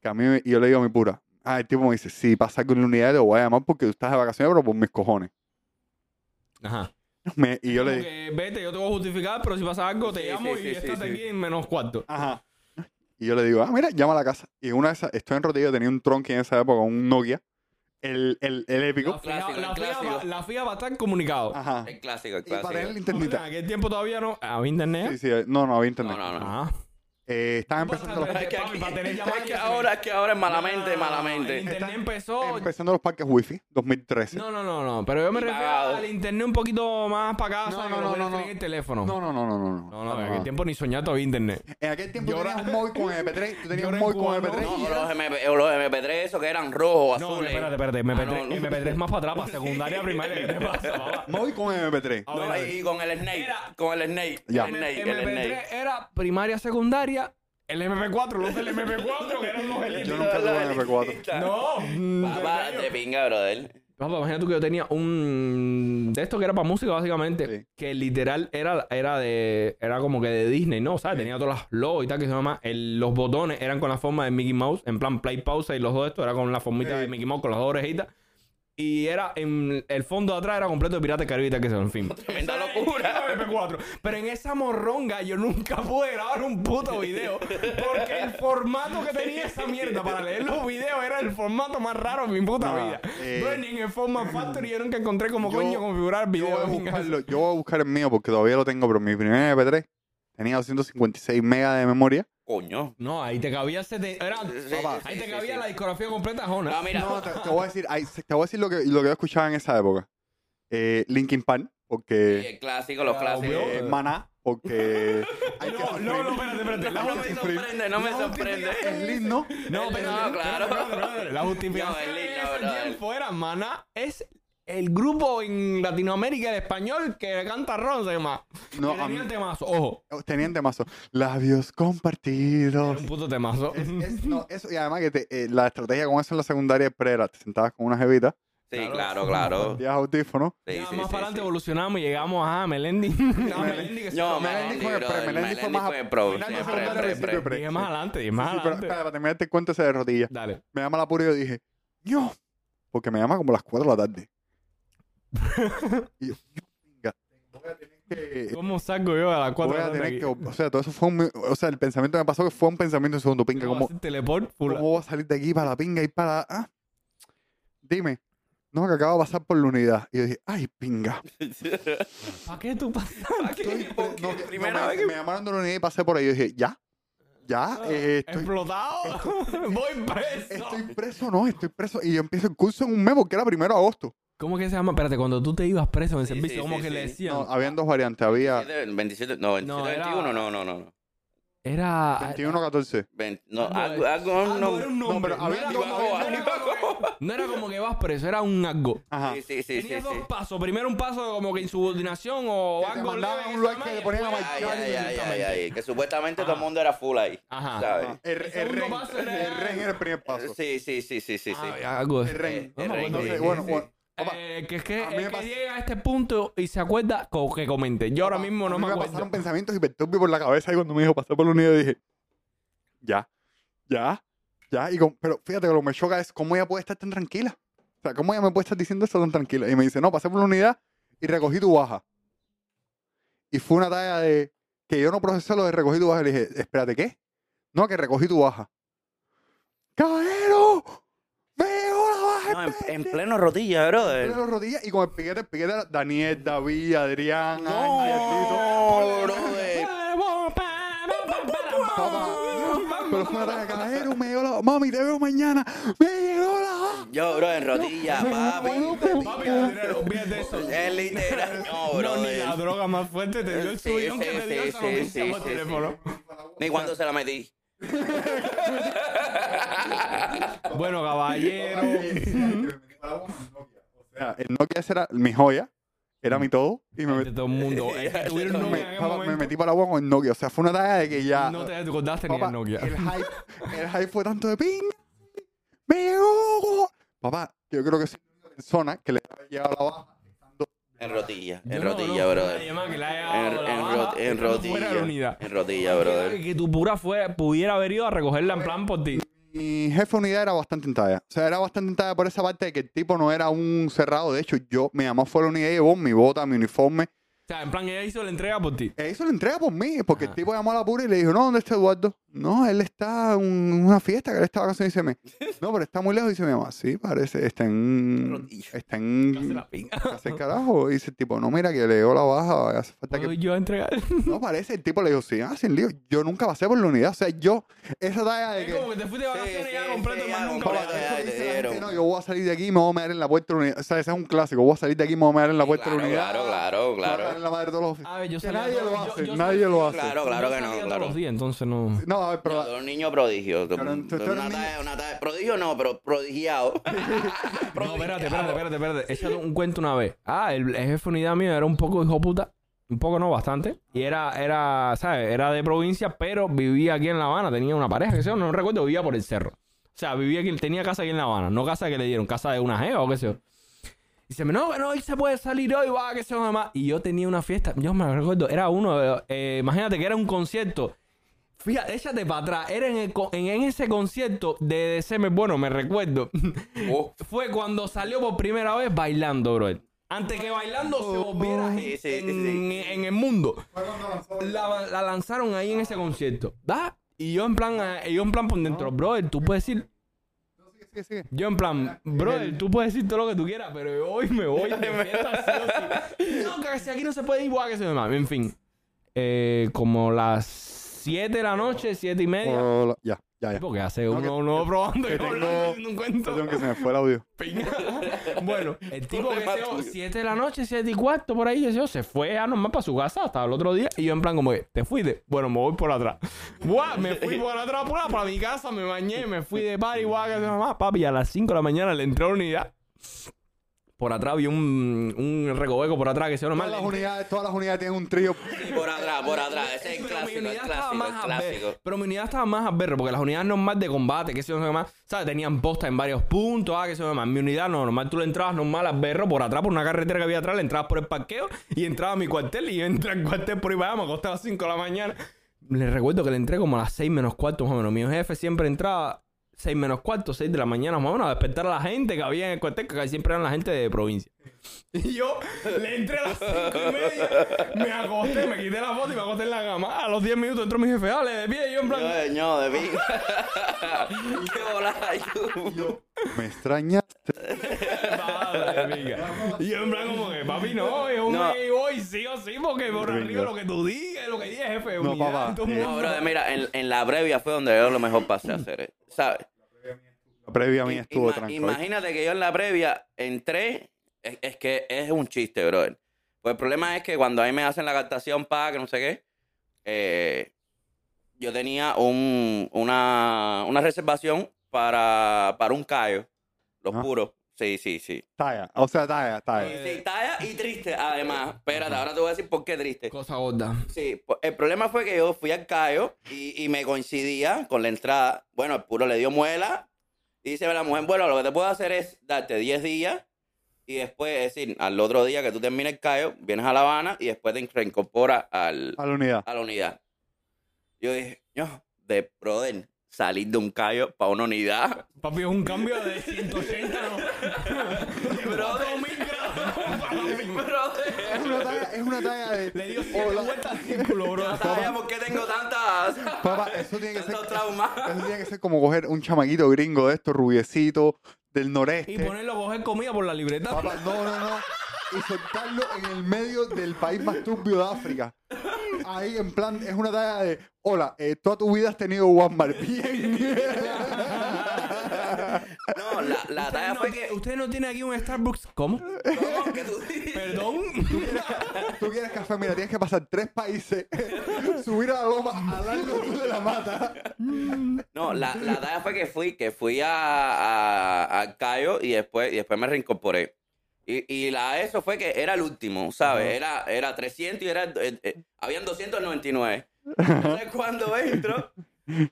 S1: que a mí me- y yo le digo a mi pura, ah, el tipo me dice, si pasa con la unidad te voy a llamar porque tú estás de vacaciones, pero por mis cojones. [laughs]
S2: Ajá.
S1: Me- y yo le
S2: Como
S1: dije,
S2: que, vete, yo te voy a justificar, pero si pasa algo, te
S3: Sí,
S2: llamo
S3: sí,
S2: y
S3: sí, sí,
S2: estás
S3: sí.
S2: aquí en menos cuarto.
S1: ajá. Y yo le digo, ah, mira, llama a la casa. Y una de esas, estoy en rodillas, tenía un tronqui en esa época, un Nokia, el, el, el épico.
S2: La FIA, la,
S3: Clásico, el
S2: FIA va-
S3: clásico.
S2: la FIA va a estar comunicado.
S1: Ajá.
S3: El clásico, el
S1: Y para él,
S3: clásico.
S1: internita.
S2: en aquel tiempo todavía no. ¿Había internet?
S1: Sí, sí, no, no, había internet.
S3: No, no, no.
S2: Ah.
S1: Eh, estaban
S2: Bueno,
S1: empezando, los,
S2: espérate,
S3: Es que,
S2: Papi, para tener
S3: aquí-
S2: llamadas
S3: es que
S2: que se
S3: ahora, es que ahora es malamente,
S2: Ah, El
S3: malamente.
S2: internet
S1: Está-
S2: empezó.
S1: empezando los parques wifi, 2013.
S2: No, no, no, no. Pero yo me
S3: Y
S2: refiero
S3: pagado.
S2: al internet un poquito más para casa.
S1: No,
S2: que
S1: no,
S2: lo
S1: no,
S2: puedes
S1: no,
S2: tener
S1: no.
S2: en el teléfono.
S1: No, no, no, no, no.
S2: no, no, en aquel tiempo ni soñado había internet.
S1: En aquel tiempo
S2: Yo
S1: tenías
S2: ahora-
S1: un móvil con MP3, tú tenías un
S2: ahora
S1: móvil
S2: en
S1: con
S2: Cuba,
S1: MP3.
S3: No,
S1: y
S3: los, MP, los MP3 esos que eran rojos,
S2: No,
S3: azules.
S2: espérate, espérate. MP3,
S3: eh. Ah, no, no.
S2: MP3 es más para atrás, para secundaria, primaria. ¿Qué te
S3: [laughs]
S2: pasa, papá?
S1: Móvil con MP3.
S2: A ver, a
S3: No,
S2: ver.
S3: y con el Snake,
S2: Era-
S3: con el Snake,
S1: Ya.
S3: el Snake, el
S2: MP3
S3: Snake.
S2: era primaria, secundaria. El MP4, los del MP4, que eran los elites.
S1: Yo nunca tuve un MP4.
S2: No, mm,
S3: Papá, te pinga, brother.
S2: Papá, imagínate tú que yo tenía un de esto que era para música básicamente,
S1: Sí.
S2: que literal era, era de era como que de Disney, ¿no? O sea, tenía todas las logos y tal que se llama, el- los botones eran con la forma de Mickey Mouse, en plan play pausa y los dos esto era con la formita
S1: Sí.
S2: de Mickey Mouse con las dos orejitas. Y era en el fondo de atrás era completo de Pirata Caribita que se en fin.
S3: Tremenda
S2: Esa era
S3: locura.
S2: el MP4. Pero en esa morronga yo nunca pude grabar un puto video. Porque el formato que tenía esa mierda para leer los videos era el formato más raro de mi puta
S1: Ah,
S2: vida.
S1: eh.
S2: Bro, ni en el Format Factory yo nunca encontré como
S1: Yo-
S2: coño configurar
S1: Yo
S2: videos.
S1: voy, a buscarlo, yo voy a buscar el mío porque todavía lo tengo, pero mi primer MP3 tenía 256 megas de memoria.
S3: Coño.
S2: No, ahí te cabía sete- era-
S3: Sí,
S1: Papá.
S2: ahí
S3: sí,
S2: te
S3: sí,
S2: cabía
S3: sí.
S2: la discografía completa, Jona.
S3: No, mira.
S1: No, te, te voy a decir, ay, se- te voy a decir lo que, lo que yo escuchaba en esa época. Eh, Linkin Park,
S3: Sí,
S1: porque...
S3: el clásico, los
S2: Ah,
S3: clásicos.
S2: obvio.
S1: eh, Maná,
S3: [laughs]
S1: porque... hay que
S2: no, no, no,
S1: sufrir.
S2: espérate, espérate. La
S3: No me
S2: justi-
S3: sorprende, no me sorprende.
S1: Slim, ¿no?
S2: No,
S3: No,
S2: espérate,
S3: claro.
S2: espérate, espérate, espérate. La justificación
S3: No, el
S2: en
S3: link, no,
S2: ese
S3: brother.
S2: tiempo era, mana, es el grupo en Latinoamérica en español que canta Ron, se llama.
S1: No,
S2: que
S1: a mí- Oh,
S2: tenía el temazo, ojo.
S1: Tenían temazo. Labios compartidos.
S2: Un puto temazo. [laughs]
S1: Es- es- no, eso, y además que te- eh, la estrategia con eso en la secundaria es pre era, te sentabas con una jevita,
S3: Sí, claro, claro.
S1: Días audífonos.
S3: Sí,
S2: Ya,
S3: sí,
S2: más
S3: sí,
S2: para adelante
S3: sí.
S2: evolucionamos y llegamos a
S1: [laughs]
S2: Melendi. No, Melendi que se
S3: No,
S2: come-
S1: Melendi
S3: Melendi,
S1: fue el pre, Melendi
S3: brother,
S1: fue
S3: Melendi
S1: más-
S3: fue el pro.
S1: Melendi
S3: siempre,
S1: fue el
S3: pre,
S1: principio,
S3: pre.
S1: pre.
S2: Dije más adelante, dije
S1: Sí,
S2: más
S1: pero
S2: adelante.
S1: espera, para terminarte el cuento ese de rodillas.
S2: Dale.
S1: Me llama la pura y yo dije, ¡Dios! Porque me llama como a las 4 de la
S2: [laughs]
S1: tarde. y yo, "Yo, venga, voy a tener que...
S2: ¿Cómo salgo yo a las 4
S1: Voy
S2: de
S1: a
S2: la tarde
S1: tener
S2: aquí?
S1: que... O sea, todo eso fue un... O sea, el pensamiento que me pasó que fue un pensamiento de segundo, pinga,
S2: ¿Cómo
S1: como...
S2: hacer teleport? Full-
S1: ¿Cómo voy a salir de aquí para la pinga y para... ah? Dime. No, que acabo de pasar por la unidad. Y yo dije, ¡ay, pinga!
S2: ¿Para qué tú
S1: [laughs]
S2: pasas? [laughs]
S1: Estoy-
S3: Porque
S1: no, que-
S3: primera
S1: no, me,
S3: vez que-
S1: me llamaron de la unidad y pasé por ahí. Yo dije, ya, ya,
S2: Ah,
S1: eh, estoy,
S2: ¿Explotado? [laughs] Voy preso.
S1: estoy preso, no, estoy preso. Y yo empiezo el curso en un mes porque era primero de agosto.
S2: ¿Cómo que se llama? Espérate, cuando tú te ibas preso en el
S3: Sí,
S2: servicio,
S3: sí,
S2: ¿cómo
S3: sí,
S2: que le
S3: sí.
S2: decían?
S1: No, habían dos variantes. Había
S3: 27, no, 27,
S2: No, era-
S3: 21, no, no, no. no.
S2: Era...
S1: 21 14.
S3: Vein- no,
S2: Ah, no,
S3: algo,
S2: eh.
S3: algo,
S2: Ah, no,
S3: no.
S2: era un
S1: No,
S2: nombre.
S1: pero
S2: No,
S1: había-
S2: era
S3: Ni
S2: como- no
S3: bajo, ni
S2: era
S3: bajo.
S2: como- no era como que vas preso, era un algo.
S1: Ajá.
S3: Sí, sí, sí, sí.
S2: Tenía dos
S3: sí.
S2: pasos. Primero un paso como que insubordinación o
S1: Que te
S2: algo
S1: mandaban
S2: leve
S1: un
S2: en
S1: lugar
S2: esa
S1: que te
S2: malla,
S1: ponían a
S2: fue
S1: marchar
S3: Ay,
S1: y
S3: ay, ay, ay,
S2: directamente.
S3: ay, que supuestamente todo el
S2: Ajá.
S3: muendo era full ahí.
S2: Ajá.
S3: ¿Sabes?
S1: Ah, El,
S2: El
S1: el
S2: segundo
S1: ren,
S2: paso
S1: el
S2: era-
S1: ren era el primer paso.
S3: Sí, sí, sí, sí, sí, sí.
S2: Ah, algo de-
S1: El ren.
S2: No me
S3: el
S2: acuerdo
S3: ren,
S1: Entonces,
S2: de-
S3: sí,
S1: bueno,
S3: sí.
S1: bueno, papá,
S2: Eh, que es que,
S1: A mí me
S2: el que
S1: pas-
S2: llega a este punto y se acuerda con que comenté. Yo ahora
S1: papá,
S2: mismo
S1: a
S2: no
S1: mí
S2: me acuerdo.
S1: pasaron pensamientos hiperturbios por la cabeza y cuando me dijo pasar por la unidad dije, ya, ya, ya. Y con- pero fíjate que lo que me choca es cómo ella puede estar tan tranquila. O sea, cómo ella me puede estar diciendo esto tan tranquila. Y me dice, no, pasé por la unidad y recogí tu baja. Y fue una talla de que yo no procesé lo de recogí tu baja. Y le dije, espérate, ¿qué? No, que recogí tu baja. ¡Caballero! ¡Veo la baja!
S3: No, en, en
S1: espérate".
S3: pleno rodilla, brother.
S1: Pero rodillas y con el piquete, el piquete era Daniel, David, Adrián,
S3: No, brother.
S1: Pero fue una ataque caballero, me llegó la Mami, te veo mañana. Me llegó la
S3: Yo, bro, en rodilla,
S1: No,
S3: papi.
S1: pero-
S2: Papi, ladrero, olvídate de eso.
S3: Es
S1: [laughs]
S3: literal. No,
S2: No, ni
S3: brother.
S2: la droga más fuerte te dio el
S3: Sí,
S2: subidón
S3: sí,
S2: que me dio
S3: sí,
S2: esa
S3: sí,
S2: noticia
S3: sí,
S2: por
S3: sí,
S2: teléfono.
S3: Ni cuando se la metí.
S2: Bueno,
S3: [laughs]
S2: caballero.
S1: O sea, el Nokia ese era mi joya, era mi todo. Y me,
S2: De
S1: metí-
S2: todo el mundo. Es que tuvieron
S3: Me-
S2: novia
S1: me-
S2: en aquel
S1: papá, me
S2: momento.
S1: metí para el agua con el Nokia. O sea, fue una tarea de que ya.
S2: No te acordaste ni
S1: Papá,
S2: de Nokia.
S1: El hype, el hype fue tanto de ping. ¡Me llegó! Papá, yo creo que soy la única persona que le ha llegado la baja. estando-
S3: En rodilla,
S2: Yo
S3: en
S2: no
S3: rodilla,
S2: conozco a
S3: brother.
S2: nadie más que le haya
S3: En,
S2: dado la
S3: en
S2: baja
S3: ro- en
S2: estando fuera de la
S3: rodilla.
S2: unidad.
S3: En rodilla, brother.
S2: Que tu pura fue, pudiera haber ido a recogerla en plan por ti.
S1: Mi jefe de unidad era bastante en talla. O sea, era bastante en talla por esa parte de que el tipo no era un cerrado. De hecho, yo me llamó fuera de la unidad y llevó mi bota, mi uniforme.
S2: O sea, en plan, ella hizo la entrega por ti.
S1: E hizo la entrega por mí, porque
S2: Ajá.
S1: el tipo llamó a la pura y le dijo, no, ¿dónde está Eduardo? No, él está en un- una fiesta, que él está de vacaciones. Y dice, me, no, pero está muy lejos. Y dice mi mamá, sí, parece, está en...
S3: Rodillo.
S1: Está en... [laughs] hace el carajo? Y dice el tipo, no, mira, que le dio la baja, hace falta
S2: ¿Puedo
S1: que...
S2: yo
S1: [laughs]
S2: entregar?
S1: No, parece, el tipo le dijo, sí, ah, sin lío, yo nunca pasé por la unidad, o sea, yo, esa talla de
S2: Es como
S1: que...
S2: que te fuiste de
S3: Sí,
S2: vacaciones y ya
S3: sí,
S2: compraste
S3: sí,
S2: más
S3: ya
S2: nunca.
S1: Papá,
S3: compré,
S2: vas
S1: eso
S2: a-
S3: ya,
S1: dice
S3: te
S1: la gente,
S3: dieron.
S1: no, yo voy a salir de aquí y me voy a meter en la puerta de la unidad. O sea, ese es un clásico. Voy a salir de aquí y me voy a meter en la puerta de
S3: Claro,
S1: la unidad.
S3: claro, claro,
S1: me voy a meter
S3: claro.
S1: en la madre de todos los...
S2: A ver, yo
S1: Que
S2: salía
S1: nadie
S2: todo-
S1: lo
S2: yo-
S1: hace,
S2: yo
S1: nadie
S2: salía-
S1: lo hace.
S3: Claro, claro
S2: yo
S3: que no,
S2: salía
S3: claro.
S2: Todos los días, entonces no.
S1: No, a ver, pero...
S3: Yo, un niño prodigio.
S1: Claro, tú- tú eres
S3: una
S1: un niño-
S3: talla- una talla- prodigio no, pero prodigiado. [laughs]
S2: No, espérate, espérate,
S3: Prodigado.
S2: espérate, espérate. Échate un cuento una vez. Ah, el, el jefe de unidad mío era un poco hijo puta. Un poco no, bastante. Y era, era, ¿sabes? Era de provincia, pero vivía aquí en La Habana. Tenía una pareja, que sé yo, no recuerdo, vivía por el cerro. O sea, vivía aquí, tenía casa aquí en La Habana. No casa que le dieron, casa de una jeva o qué sé yo. Y se me, no, que no, hoy se puede salir hoy, va, que sé yo, demás. Y yo tenía una fiesta, yo me recuerdo, era uno, de- eh, imagínate que era un concierto. Fíjate, échate para atrás. Era en, el con- en, en ese concierto de DCM, bueno, me recuerdo.
S3: [laughs] Oh.
S2: Fue cuando salió por primera vez bailando, bro. Antes que bailando se volviera
S3: Oh, Sí, sí,
S2: en,
S3: sí.
S2: en el mundo. La, la lanzaron ahí en ese concierto. ¿Va? Y yo en plan, eh, y yo en plan por dentro, brother, tú puedes decir,
S1: Sigue, sigue.
S2: yo en plan, brother, tú puedes decir todo lo que tú quieras, pero yo hoy me voy. de fiesta sí o sí. No, que si aquí no se puede ir, guau, que se me mame. En fin, Eh, como las 7 de la noche, 7 y media.
S1: Hola. Ya, ya, ya.
S2: Porque hace
S1: Oh. No, que-
S2: uno, uno probando y
S1: que tengo-
S2: hablando, haciendo un cuento.
S1: Perdón que se me fue el audio.
S2: [laughs] Bueno, el tipo que
S3: Problema
S2: se
S3: tuyo.
S2: 7 de la noche, 7 y cuarto, por ahí, que se yo, se fue a nomás para su casa hasta el otro día. Y yo en plan como que, ¿te fuiste? Bueno, me voy por atrás. Buah, me fui por atrás, por para mi casa, me bañé, me fui de par y guau, que se mamá. Papi, a las 5 de la mañana le entró a la unidad. por atrás había un, un recoveco por atrás que se llama
S1: Todas las unidades, todas las unidades tienen un trío.
S3: Sí, por atrás, por atrás. Ese es el
S2: Pero mi
S3: clásico, el
S2: unidad estaba
S3: clásico, el
S2: más a
S3: clásico.
S2: ver. Pero mi unidad estaba más a ver, porque las unidades normales de combate, que sé yo, no sé qué más, ¿sabes? Tenían posta en varios puntos, ah, que se más. Mi unidad no, normal, tú le entrabas normal a berro por atrás, por una carretera que había atrás, le entrabas por el parqueo y entraba a mi cuartel y yo entraba al cuartel por ahí para allá, me acostaba a las 5 de la mañana. Les recuerdo que le entré como a las 6 menos cuarto, más o menos. Mi jefe siempre entraba 6 menos cuarto, 6 de la mañana, más o menos, a despertar a la gente que había en el cuartel, que casi siempre eran la gente de provincia. [laughs] Y yo le entré a las cinco y media, me acosté, me quité la foto y me acosté en la cama. A los 10 minutos entró mi jefe, dale, de pie, y yo en
S3: Yo,
S2: plan...
S3: eh, no, de mí. [laughs] Qué volada, yo.
S1: Me extraña.
S2: "Dale, pica". Y yo en plan como que, papi, no, es un
S3: No.
S2: gay boy, sí o sí, porque por
S1: Venga.
S2: arriba lo que tú digas, lo que digas, jefe.
S1: No,
S2: unidad,
S1: papá,
S2: todo el
S1: eh,
S2: mundo".
S3: No, brother, mira, en, en la previa fue donde yo lo mejor pasé a hacer, eh, ¿sabes?
S1: La previa mía estuvo
S3: Ima-
S1: tranquila.
S3: Imagínate que yo en la previa entré, es, es que es un chiste, brother. Pues el problema es que cuando ahí me hacen la captación para que no sé qué, eh, yo tenía un, una, una reservación para, para un callo, los
S1: Ah.
S3: puros. Sí, sí, sí.
S1: Talla, o sea, talla,
S3: Y
S1: talla.
S3: se talla y triste, además. Espérate, ahora te voy a decir por qué triste.
S2: Cosa gorda.
S3: Sí, po- el problema fue que yo fui al Cayo y, y me coincidía con la entrada. Bueno, el puro le dio muela. Y dice la mujer, bueno, lo que te puedo hacer es darte 10 días y después, es decir, al otro día que tú termines el Cayo, vienes a La Habana y después te reincorporas al,
S1: A la unidad.
S3: a la unidad. Yo dije, no, de brother, salir de un Cayo para una unidad.
S2: Papi, es un cambio de 180,
S1: [laughs]
S2: ¿no?
S3: Brother, brother.
S1: Es una talla, es una talla de.
S2: Le dio 7
S1: Hola.
S2: vueltas al círculo, bro.
S3: ¿Sabes por qué tengo tantas, [laughs]
S1: Papá, eso tiene que ser.
S3: tantos traumas?
S1: [laughs] Eso tiene que ser como coger un chamaquito gringo de estos, rubiecito, del noreste.
S2: Y ponerlo a coger comida por la libreta.
S1: Papá, no, no, no. Y soltarlo en el medio del país más turbio de África. Ahí, en plan, es una talla de. Hola, eh, toda tu vida has tenido Walmart. [laughs] Bien.
S3: No, la, la talla
S2: Ustedes
S3: fue
S2: no-
S3: que...
S2: Ustedes no tienen aquí un Starbucks. ¿Cómo?
S3: No, que tú-
S1: [laughs]
S2: Perdón.
S1: Tú quieres café, mira, tienes que pasar tres países, [laughs] subir a la loma, al largo de la mata.
S3: No, la, la talla fue que fui, que fui a, a, a Cayo y después, y después me reincorporé. Y, y la eso fue que era el último, ¿sabes? Era, era 300 y era, eh, eh, habían 299. Entonces cuando entro,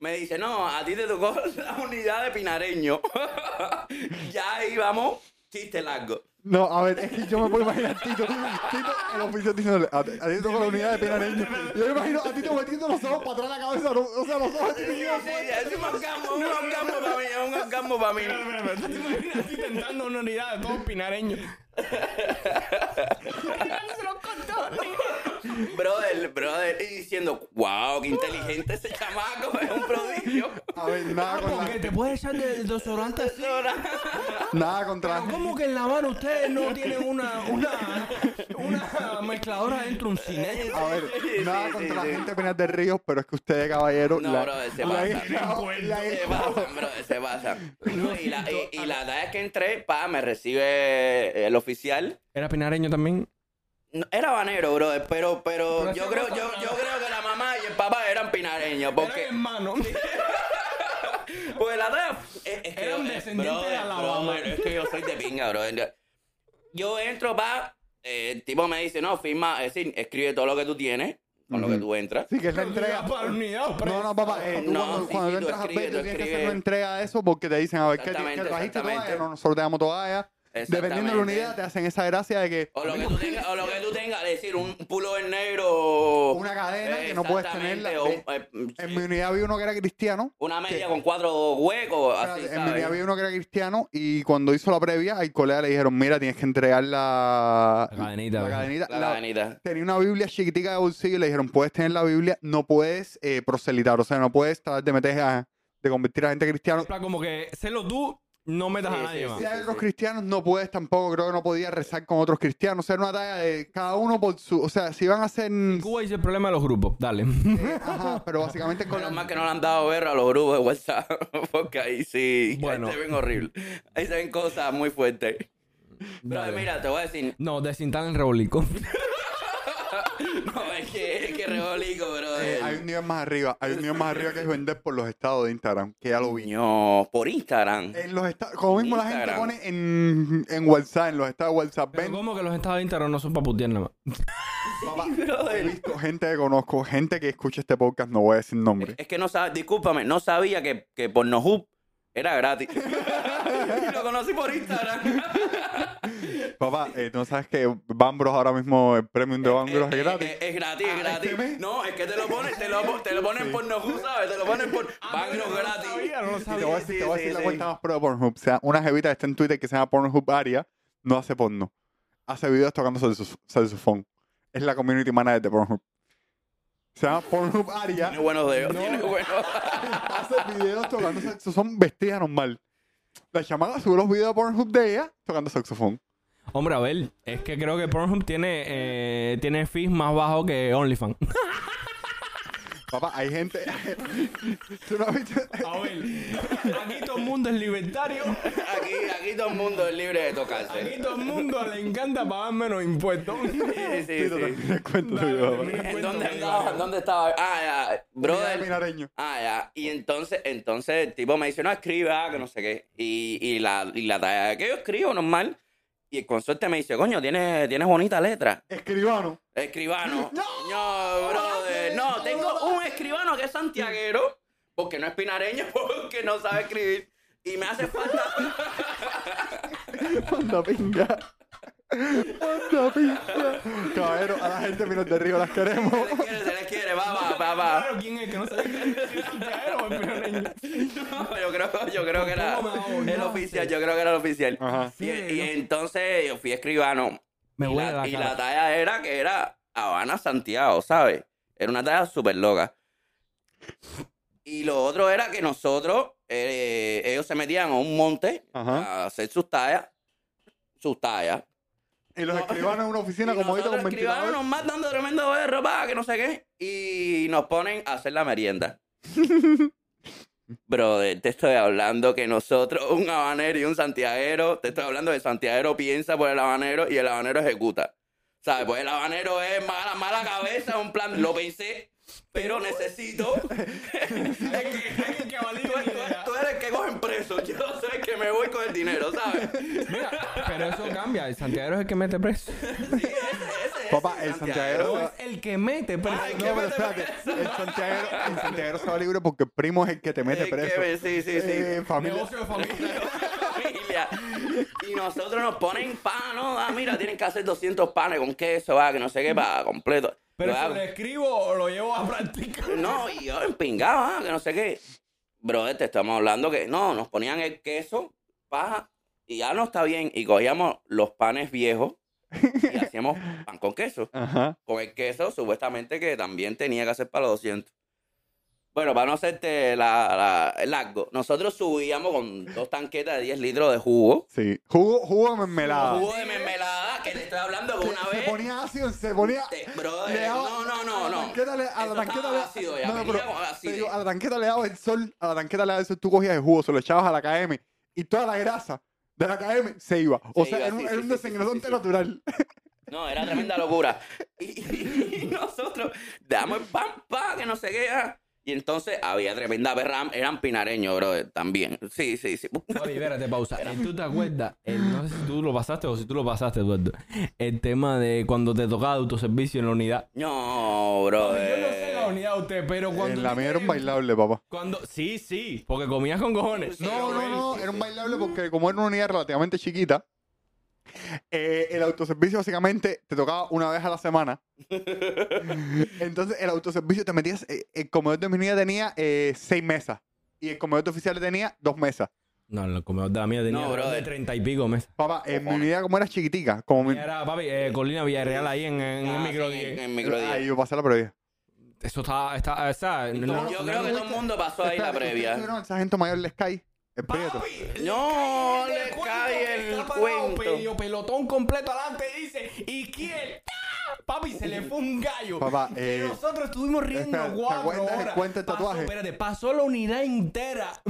S3: me dice, no, a ti te tocó la unidad de pinareño. [laughs] ya ahí vamos, chiste largo.
S1: No, a ver, es que yo me puedo imaginar a Tito, Tito, el oficial diciéndole, a, a ti te toca la unidad de penareño. Yo me imagino a Tito metiendo los ojos para atrás de la cabeza, no- o sea, los ojos
S3: Sí, sí,
S1: divididos.
S3: es un orgasmo, un orgasmo para mí, es un orgasmo para mí.
S2: Tú te imaginas así tentando una unidad de todos pinareños.
S3: Brother, brother, y diciendo, wow, qué inteligente ese chamaco, es un prodigio.
S1: A ver,
S3: Ah,
S1: nada, Ah, con
S2: Porque
S1: la-
S2: te puedes echar del desodorante así.
S1: nada contra.
S2: ¿Cómo que en La Habana ustedes no tienen una, una, una mezcladora dentro de un cine?
S1: A ver,
S3: Sí, sí,
S1: nada
S3: sí,
S1: contra
S3: sí,
S1: la
S3: sí.
S1: gente de Penas de Ríos, pero es que ustedes, caballero.
S3: No,
S1: la,
S3: brother, se
S1: la
S3: pasan.
S1: he cagado, la he
S3: Se
S1: cagado.
S3: pasan, bro, se pasan. No, y la, y, y la verdad es que entré, pa, me recibe el oficial.
S2: ¿Era pinareño también?
S3: No, Era banero, bro, pero, pero
S2: Pero
S3: yo
S2: sí,
S3: creo,
S2: no,
S3: yo,
S2: no.
S3: yo creo que la mamá y el papá eran pinareños, porque,
S2: hermano.
S3: porque la verdad es, es que
S2: Eran
S3: yo- eh,
S2: descendientes
S3: brother,
S2: de Alabama.
S3: brother, es que yo soy de pinga, bro. Yo entro, pa, eh, el tipo me dice, no, firma, es decir, escribe todo lo que tú tienes, con lo que
S1: Ujú.
S3: tú entras.
S1: Sí, que es la entrega.
S2: Para unidad,
S1: No, no, papá, eh, tú
S3: No,
S1: cuando,
S3: sí,
S1: cuando
S3: sí,
S1: tú
S3: tú
S1: entras a
S3: escribe,
S1: Patreon
S3: tú
S1: tienes que hacer
S3: escribe.
S1: una entrega de eso porque te dicen, a ver, ¿qué, tienes? ¿Qué
S3: Exactamente,
S1: trajiste toalla?
S3: exactamente.
S1: No, nosotros te damos toalla. Dependiendo de la unidad, te hacen esa gracia de que
S3: O lo que tú tengas, o lo que tú tengas, es decir, un pullover negro.
S1: Una cadena que no puedes
S3: Exactamente,
S1: tenerla.
S3: o un-
S1: Eh,
S3: eh,
S1: en
S3: sí,
S1: mi unidad había uno que era cristiano.
S3: una media
S1: que-
S3: con cuatro huecos,
S1: en
S3: así,
S1: mi unidad
S3: ¿sabes?
S1: había uno que era cristiano y cuando hizo la previa, al colega le dijeron, mira, tienes que entregar la,
S2: La cadenita,
S1: La
S2: ¿verdad?
S1: cadenita.
S3: La
S1: La-
S3: cadenita.
S1: tenía una Biblia chiquitica de bolsillo y le dijeron, puedes tener la Biblia, no puedes eh, proselitar, o sea, no puedes tratar de meter a, de convertir a gente cristiana.
S2: Como que, sélo tú, no metas a
S3: Sí,
S2: nadie
S3: sí,
S2: más.
S1: Si
S3: Ah, sí.
S1: hay otros cristianos, no puedes tampoco, creo que no podía rezar con otros cristianos. O sea, era una talla de cada uno por su. O sea, si van a hacer.
S2: Cuba dice el problema de los grupos. Dale.
S1: [laughs]
S2: [laughs]
S1: Ajá, pero básicamente con
S3: Menos
S1: la-
S3: mal que no le han dado verga a los grupos de WhatsApp, [laughs] porque ahí sí,
S2: Bueno.
S3: ahí se ven horrible. Ahí se ven cosas muy fuertes. Pero
S2: Dale.
S3: mira, te voy a decir, [laughs]
S2: No, desinstalan el rebolico.
S3: No, es que, es que rebolico, bro.
S1: Eh, hay un nivel más arriba, hay un nivel más arriba que es vender por los estados de Instagram, que ya lo vi.
S3: Coño, por Instagram.
S1: En los estados, como mismo la gente
S3: Instagram.
S1: pone en, en WhatsApp, en los estados de WhatsApp,
S2: Pero
S1: ven,
S2: ¿Cómo que los estados de Instagram no son para putear nada más?
S1: papá, he
S3: [laughs] Brother.
S1: visto gente que conozco, gente que escucha este podcast, no voy a decir nombre.
S3: Es que no sabía, discúlpame, no sabía que, que Pornhub era gratis. [laughs] Y lo conocí por Instagram.
S1: Papá, eh, ¿no sabes que Bambros ahora mismo, el premium de Bambros es
S3: Eh,
S1: gratis?
S3: eh, Es, gratis, es
S1: Ah,
S3: gratis.
S1: este mes.
S3: No, es que te lo ponen, te lo, po- te lo ponen por no ¿sabes? Te lo ponen por Bangros gratis.
S2: no lo
S1: Y te voy a decir, te voy a
S3: sí,
S1: decir la
S3: sí.
S1: cuenta más pro de Pornhub. O sea, una jevita que está en Twitter que se llama Pornhub Aria no hace porno. Hace videos tocando saxof- saxofón. Es la community manager de Pornhub. Se llama Pornhub Aria.
S3: Tiene buenos dedos, tiene buenos.
S1: hace videos tocando saxofón vestida normal. La chamada sube los videos a Pornhub de ella tocando saxofón.
S2: Hombre, a ver, es que creo que Pornhub tiene, eh, tiene fees más bajo que
S3: [laughs]
S2: OnlyFans.
S1: Papá, hay gente. [laughs] ¿Tú no has visto?
S2: A ver, aquí todo el mundo es libertario,
S3: Aquí, aquí todo el mundo es libre de tocarse.
S2: aquí todo el mundo le encanta pagar menos
S3: [laughs]
S2: impuestos.
S3: Sí, sí,
S1: Tito,
S3: sí.
S1: termina el cuento tuyo, papá.
S3: ¿En dónde andaba? ¿En dónde estaba? Ah, ya.
S1: Mira,
S3: Brother.
S1: Minareño.
S3: Ah, ya. Y entonces, entonces el tipo me dice, no, escribe, ah, que no sé qué. Y, y la, y la talla que yo escribo normal. Y el consorte me dice, coño, tienes, tienes bonita letra. [laughs]
S1: Escribano.
S3: Escribano. No, brother. No, tengo un escribano que es santiaguero, porque no es pinareño, [laughs] porque no sabe escribir. Y me hace falta. [laughs]
S1: Manda pinga. Manda pinga. Caballero, a la gente menos de Río las queremos.
S3: Se les quiere, se les quiere. Va, va, va, va.
S2: Claro, ¿quién es el que no sabe que es santiaguero o es
S3: [laughs]
S2: pioneño?
S3: No, yo creo, yo creo que era
S2: ¿Cómo me ahogaste?
S3: el oficial. Yo creo que era el oficial.
S1: Ajá.
S3: Y, y entonces yo fui escribano.
S2: Me
S3: y,
S2: huele
S3: la,
S2: la
S3: y
S2: cara.
S3: la talla era que era Habana Santiago, ¿sabes? Era una talla súper loca. Y lo otro era que nosotros, eh, ellos se metían a un monte
S1: Ajá.
S3: a hacer sus tallas. Sus tallas.
S1: Y los escribanos en una oficina
S3: Y
S1: como ahorita
S3: nosotros
S1: con
S3: escribano
S1: ventiladores.
S3: nos matando tremendo de ropa, que no sé qué. Y nos ponen a hacer la merienda.
S1: [laughs]
S3: Brother, te estoy hablando que nosotros, un habanero y un santiaguero, te estoy hablando de santiaguero piensa por el habanero y el habanero ejecuta. ¿Sabes? Pues el habanero es mala, mala cabeza, un plan, lo pensé, pero
S1: [laughs]
S3: necesito. [laughs]
S2: Es que, es que valía
S3: Tú,
S2: la
S3: tú-
S2: idea.
S3: tú eres el que cogen preso, yo soy el que me voy con el dinero, ¿sabes?
S2: Mira, pero eso cambia, el santiaguero es el que mete preso.
S3: Sí, ese- ese es
S1: Papá, el santiaguero.
S3: [laughs]
S2: Es el que mete preso.
S3: Ay,
S1: No,
S3: que
S1: pero
S3: mete
S1: espérate. El santiaguero, el santiaguero se va libre porque el primo es el que te mete
S3: Es que
S1: preso.
S3: ve- sí, sí, sí.
S1: Eh, familia.
S2: Negocio de familia.
S3: familia. Y nosotros nos ponen pan, ¿no? Ah, mira, tienen que hacer 200 panes con queso, va, que no sé qué, para completo.
S2: Pero
S3: Yo,
S2: si
S3: ah,
S2: lo escribo o lo llevo a practicar.
S3: No, y yo empingado, ah, que no sé qué. Brother, te estamos hablando que no, nos ponían el queso, paja, y ya no está bien. Y cogíamos los panes viejos y hacíamos pan con queso
S1: Ajá.
S3: con el queso, supuestamente que también tenía que hacer para los 200. Bueno, para no hacerte la, la- el largo, nosotros subíamos con dos tanquetas de 10 litros de jugo.
S1: Sí. Jugo, jugo de mermelada.
S3: Jugo de mermelada, que te estoy hablando que una
S1: Se
S3: vez.
S1: Ah. ponía ácido, se ponía.
S3: te-
S1: le
S3: brother,
S1: daba-
S3: no, no, no,
S1: A la
S3: no.
S1: tanqueta le, a la
S3: Eso
S1: tanqueta
S3: estaba
S1: le,
S3: ácido ya, venía
S1: pero
S3: con
S1: te
S3: ácido.
S1: digo, a la tanqueta le daba el sol, a la tanqueta le daba el sol, tú cogías el jugo, se lo echabas a la KM y toda la grasa de la KM se iba. O
S3: Se
S1: sea,
S3: iba,
S1: era un,
S3: sí,
S1: era
S3: sí,
S1: un
S3: sí, sí,
S1: desengrasante
S3: sí, sí.
S1: natural.
S3: No, era tremenda locura. [laughs] Y, y- y nosotros damos el pan, pa, que no sé qué. ah. Y entonces había tremenda perra, eran pinareños, brother, también. Sí, sí, sí.
S2: Oye, espérate, pausa. ¿Tú te acuerdas? el- no sé si tú lo pasaste o si tú lo pasaste, Eduardo. El tema de cuando te tocaba autoservicio en la unidad. Yo
S3: No,
S2: no
S3: brother.
S2: sé la unidad de usted, pero cuando...
S1: En la
S2: tú
S1: mía era un
S2: te-
S1: bailable, papá.
S2: Cuando... Sí, sí, porque comías con cojones.
S1: No, no, no, era un bailable porque como era una unidad relativamente chiquita, eh, el autoservicio básicamente te tocaba una vez a la
S3: [laughs]
S1: semana. Entonces el autoservicio te metías, eh, el comedor de mi unidad tenía eh, seis mesas y el comedor de oficiales tenía dos mesas.
S2: No, el comedor de la mía tenía
S3: No,
S2: alrededor de
S3: brother.
S2: treinta y pico meses.
S1: Papá, en mi
S3: Cojones.
S1: unidad como era chiquitica, como mi-
S2: Era, papi, eh, Colina Villarreal ahí en, en
S3: Ah,
S2: el
S3: sí,
S2: micro.
S3: en-
S2: diez.
S3: en micro diez.
S1: Ahí yo pasé la previa.
S2: Eso está... está o sea, no-
S3: Yo creo que todo el mundo pasó ahí la
S1: Espérate, [laughs] ¿ustedes
S3: previa.
S1: tuvieron al sargento mayor del Sky? El prieto.
S3: No, le cae
S2: que
S3: el
S2: está parado,
S3: cuento.
S2: Pello, pelotón completo adelante dice izquierda. Papi, se le fue un gallo.
S1: Papá,
S2: Que
S1: eh,
S2: nosotros estuvimos riendo
S1: espera, ¿te
S2: cuatro
S1: acuerdas el
S2: horas.
S1: cuento del
S2: Pasó-
S1: tatuaje?
S2: espérate, pasó la unidad entera. [laughs]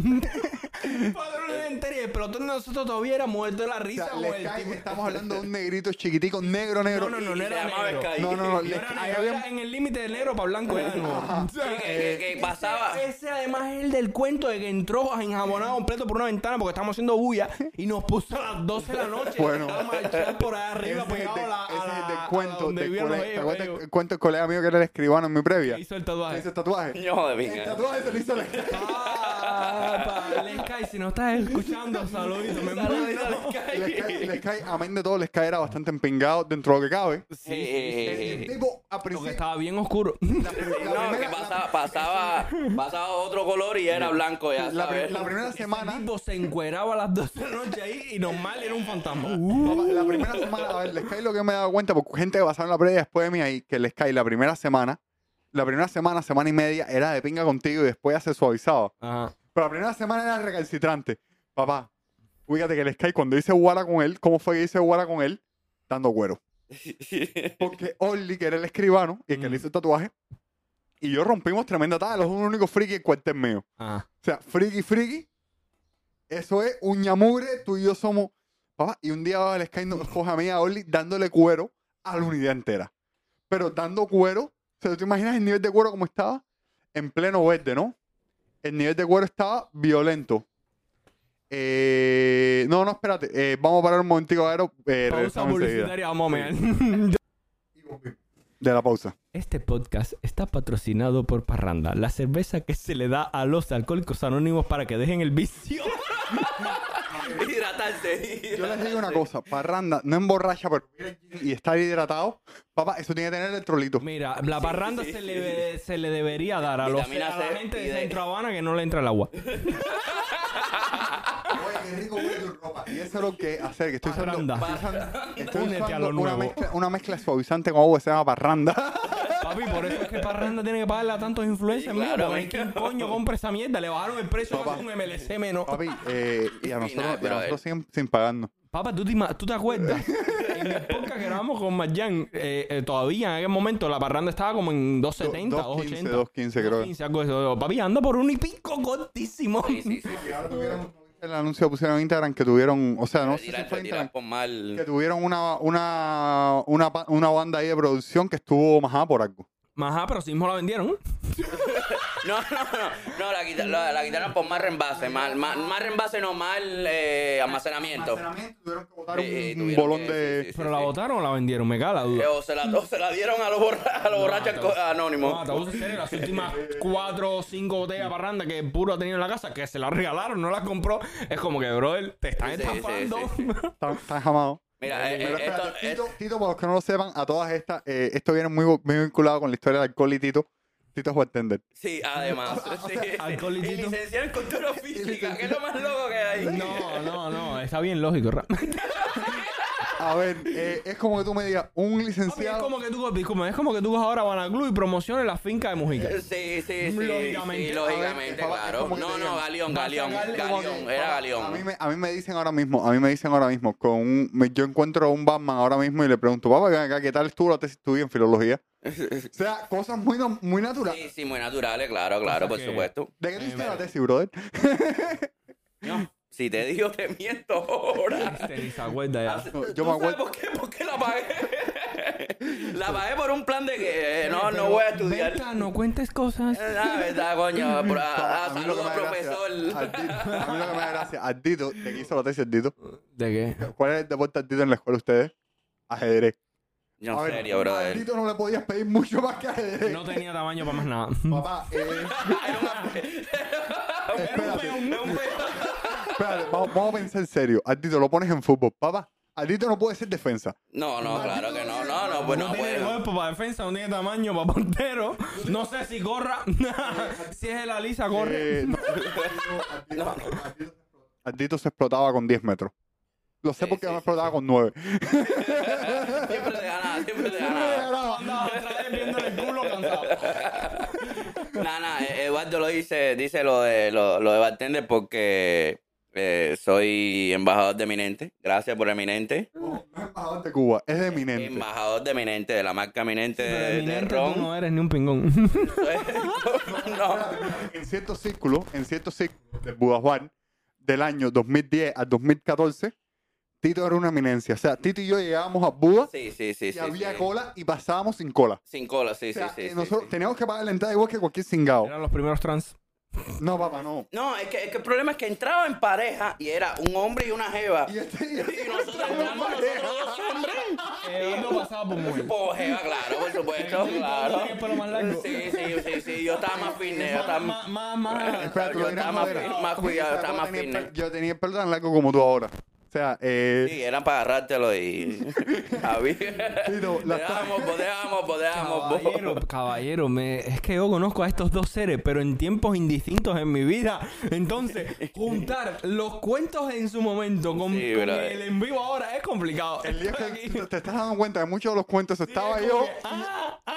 S2: Padrón entero y el pelotón de nosotros todavía era muerto de la
S1: O sea,
S2: risa. o
S1: les
S2: el
S1: cae
S2: tipo-
S1: que estamos hablando de un negrito chiquitico, negro, negro.
S2: No, no, no,
S3: Y
S2: no
S3: se
S2: era
S3: llamaba
S2: negro.
S3: Sky.
S1: No,
S3: [laughs]
S1: no, no, le-
S2: Yo era
S1: ahí
S2: negro,
S1: había-
S2: era en el límite de negro para blanco. era de nuevo. [laughs] O sea, eh,
S3: Que- que- que pasaba.
S2: Ese, ese además es el del cuento de que entró enjabonado completo por una ventana porque estábamos haciendo bulla y nos puso a las 12 de la noche.
S1: Bueno.
S2: Estaba marchado por ahí
S1: Ese
S2: arriba,
S1: es el
S2: pegado
S1: de-
S2: a la. a
S1: ese es el
S2: la-
S1: del
S2: a
S1: cuento,
S2: donde
S1: del
S2: vivían los
S1: colega- ¿te
S2: ellos,
S1: acuerdas
S2: ellos.
S1: el cuento del colega mío que era el escribano en mi previa?
S2: Que hizo el tatuaje.
S1: Hizo el tatuaje.
S3: Ño de
S1: El
S3: pinga.
S1: tatuaje se lo hizo el-
S2: Ah, pa, Len Kai, si no estás escuchando, saluditos. Me
S3: Saludito
S2: mando.
S3: a Sky.
S1: Les cae, les cae, amén de todo, les cae era bastante empingado dentro de lo que cabe.
S2: Sí,
S1: El
S3: Eh,
S1: tipo, a
S2: Porque
S1: principio.
S2: estaba bien oscuro. [laughs]
S1: la pri- la
S3: No, que
S1: primera- [laughs]
S3: pasaba, pasaba, pasaba otro color y era blanco ya,
S1: la- la pri-
S3: ¿sabes? [laughs]
S1: la primera
S2: El
S1: semana.
S2: tipo se encueraba a las 12 de la noche ahí y normal era un fantasma.
S1: Papá, la primera semana, a ver, les cae lo que me he dado cuenta, porque gente que pasaron la previa después de mí ahí, que les cae la primera semana, la primera semana, semana y media, era de pinga contigo y después ya se suavizaba.
S2: Ajá.
S1: Pero la primera semana era recalcitrante. Papá, fíjate que les cae cuando hice guara con él, ¿cómo fue que hice guara con él? Dando cuero. Porque Orly, que era el escribano y el que
S2: Mm.
S1: le hizo el tatuaje, y yo rompimos tremenda tada, los un único friki el cuartel mío.
S2: Ajá.
S1: O sea, friki, friki. Eso es un ñamugre, tú y yo somos. Papá, y un día va el Sky nos coge a mí y a Orly dándole cuero a la unidad entera. Pero dando cuero, o sea, ¿tú te imaginas el nivel de cuero como estaba? En pleno verde, ¿no? El nivel de cuero estaba violento. Eh, no, no, espérate. eh, vamos a parar un momentico, Aero. eh,
S2: Pausa
S1: regresamos enseguida.
S2: publicitaria, vamos a
S1: De la pausa.
S2: [laughs] Este podcast está patrocinado por Parranda, la cerveza que se le da a los alcohólicos anónimos para que dejen el
S3: [laughs]
S2: vicio.
S3: Hidratarse.
S1: Yo les digo una cosa, parranda, no emborracha, pero y estar hidratado, papá, eso tiene que tener el trolito.
S2: Mira, la parranda
S3: sí,
S2: se,
S3: sí,
S2: le, se le debería dar a, los, a
S3: Vitamina
S2: la
S3: C
S2: gente
S3: y
S2: de
S3: D.
S2: Centro Habana que no le entra el
S3: [laughs]
S2: agua.
S1: Oye, qué rico huele tu ropa. Y eso es lo que hacer, que estoy usando,
S2: Parranda.
S1: estoy usando, estoy
S2: Únete
S1: usando
S2: a lo
S1: una,
S2: nuevo.
S1: mezcla, una mezcla suavizante con agua que se llama [laughs] parranda.
S2: Papi, por eso es que Parranda tiene que pagarle a tantos influencers,
S3: Sí,
S2: mío,
S3: claro,
S2: porque
S3: amigo.
S2: ¿quién coño compra esa mierda? Le bajaron el precio
S1: Papá.
S2: a un MLC menos.
S1: Papi, eh, y a
S3: Y
S1: nosotros,
S3: nada,
S1: y a
S3: pero
S1: nosotros siguen sin pagarnos.
S2: Papá, ¿tú te, ima- tú te [laughs] acuerdas? en el podcast que grabamos con Marjan, eh, eh, todavía en aquel momento la parranda estaba como en 270,
S1: 2.15,
S2: 280.
S1: 2.15 creo.
S2: 15, algo de eso. Papi, anda por un y pico cortísimo. [laughs]
S1: El anuncio que pusieron en Instagram que tuvieron, o sea, no sé si
S3: Tirar,
S1: fue Instagram,
S3: tirar por
S1: que [laughs]
S3: mal.
S1: tuvieron una, una, una, pa- una banda ahí de producción que estuvo majada por algo.
S2: Ajá, pero sí mismo la vendieron.
S3: No, no, no. No, la, quita- la- la quitaron por mal reembase. Mal, mal, mal reembase, no, mal eh, almacenamiento.
S1: Tuvieron que botar un,
S3: Eh, eh,
S1: un
S3: tuvieron
S1: bolón
S3: que-
S1: de...
S3: sí, sí,
S2: Pero
S3: sí,
S2: la
S3: sí.
S2: votaron o la vendieron, me cae la
S3: Eh, [laughs]
S2: duda.
S3: O se la, o se la dieron a los, borra- a los borrachos
S2: te voy-
S3: co-
S2: No,
S3: anónimos.
S2: te voy a ser serio, las últimas cuatro o cinco botellas de parranda que Puro ha tenido en la casa, que se las regalaron, no las compró. Es como que, brother, te están
S3: Sí, sí, sí,
S2: estafando.
S3: sí,
S2: [laughs]
S1: Están, están jamados.
S3: Mira, eh,
S1: Pero
S3: eh,
S1: espérate,
S3: esto,
S1: Tito, Tito, para los que no lo sepan, a todas estas, eh, esto viene muy, muy vinculado con la historia del alcohol y Tito. Tito es bartender.
S3: Sí,
S2: [laughs]
S3: además. sí.
S2: Alcohol y
S3: y
S2: Tito.
S3: licenciado en cultura física, que es lo más loco que hay.
S2: No, no, no, está bien lógico, ra-
S1: A ver, eh, es como que tú me digas, un
S2: Papi, es
S1: licenciado.
S2: como que tú, disculpa, es como que tú vas ahora a Banaclub y promociones la finca de Mujica.
S3: Sí, sí, sí.
S2: Lógicamente.
S3: sí,
S1: A ver,
S3: lógicamente,
S1: papá, es
S3: claro.
S1: como que te
S3: No,
S1: digan,
S3: no, Galeón,
S2: vas a
S3: Galeón,
S2: sacarle-
S3: Galeón, era
S1: A mí,
S3: Galeón.
S1: me, a mí me dicen ahora mismo, a mí me dicen ahora mismo, con un, me- yo encuentro a un Batman ahora mismo y le pregunto, papá, ven acá, ¿qué tal estuvo la tesis tuya en
S3: [laughs]
S1: filología? o sea, cosas muy, no- muy naturales.
S3: Sí, sí, muy naturales, claro, claro, por
S2: que-
S3: supuesto.
S1: ¿De qué te hiciste la tesis, brother?
S3: No, si te digo, te miento ahora.
S2: Este, ni se acuerda ya.
S1: Yo me
S3: ¿Tú sabes
S1: acuerdo-
S3: por qué? ¿Por qué la pagué?
S1: [laughs]
S3: la pagué por un plan de que eh, no, no voy a estudiar. Ah,
S2: Venta, no cuentes cosas.
S3: La
S1: [laughs]
S3: verdad, coño. Por, ah, ah,
S1: mí lo que
S3: saludos,
S1: me da gracia,
S3: profesor.
S1: al Tito- A mí lo que me da gracia, al Tito, ¿de qué hizo la tesis, Tito?
S2: ¿De qué?
S1: ¿Cuál es el deporte al Tito en la escuela de ustedes? Ajedrez.
S3: No, en
S1: A ver,
S3: serio, brother.
S1: A Tito no le podías pedir mucho más que ajedrez.
S2: No tenía tamaño para más [laughs] nada.
S1: Papá,
S3: [laughs]
S1: eh, espérate, espérate, vamos, vamos a pensar en serio. A Tito lo pones en fútbol, papá. A Tito no puede ser defensa.
S3: No, no, claro que no. No, no, pues no,
S2: No tiene
S3: puedo.
S2: cuerpo para defensa, no tiene tamaño para portero. No sé si corra. [laughs] si es el Alisa, corre.
S3: [laughs]
S2: [laughs]
S1: Eh, no, a Tito- a Tito- a Tito- a Tito se explotaba con 10 metros. Lo sé
S3: Sí,
S1: porque
S3: sí,
S1: me
S3: sí,
S1: explotaba con
S3: [laughs]
S1: 9.
S3: Siempre te ganaba, siempre te ganaba.
S2: Andaba atrás viéndole el culo [laughs] cansado.
S3: Nada, nada, eh, Eduardo lo dice, dice lo de, lo, lo de bartender porque eh, soy embajador de Eminente. Gracias por Eminente.
S1: de Cuba, es de eminente.
S3: Embajador de Eminente, de la marca Eminente de, de
S2: Eminente, tú
S3: Ron. [laughs]
S2: no eres ni un [laughs] pingón.
S3: no.
S1: En ciertos círculos, en ciertos círculos de Buda Juan, del año 2010 al 2014, Tito era una eminencia. O sea, Tito y yo llegábamos a Buda
S3: Sí, sí, sí.
S1: y
S3: sí,
S1: había
S3: sí.
S1: cola y pasábamos sin cola.
S3: Sin cola, sí,
S1: O sea,
S3: sí, sí,
S1: eh,
S3: sí,
S1: nosotros
S3: sí.
S1: teníamos que pagar la entrada igual que cualquier cingado.
S2: Eran los primeros trans.
S1: No, papá, no.
S3: No, es que, es que el problema es que entraba en pareja y era un hombre y una jeva.
S1: Y este-
S3: Y nosotros entramos nosotros dos hombres.
S2: Eduardo Eh, pasaba por mujer.
S3: Por jeva, claro, por
S2: [laughs]
S3: supuesto, claro.
S2: Tenía el pelo más largo.
S3: Sí, sí, sí, sí. Yo estaba más fitness, yo estaba más...
S2: Más, más, más.
S1: Espera, tú
S3: Yo
S1: lo eras más
S3: estaba más-
S1: moderado.
S3: más cuidado,
S1: Yo
S3: estaba más
S1: tenía el
S3: fitness.
S1: pelo- Yo tenía el pelo tan largo como tú ahora. O sea, eh,
S3: Sí, eran para
S1: [laughs]
S3: agarrártelo y... Había... [laughs]
S1: Tito, la
S3: Podíamos, podíamos, podíamos.
S2: Caballero, caballero, me, es que yo conozco a estos dos seres, pero en tiempos indistintos en mi vida.
S3: [laughs]
S2: Entonces, juntar los cuentos en su momento con,
S3: Sí,
S2: con
S3: brother.
S2: el en vivo ahora es complicado.
S1: El día
S2: Estoy
S1: que
S2: aquí.
S1: te, te estás dando cuenta de muchos de los cuentos, estaba yo.
S2: ¡Ah! ¡Ah!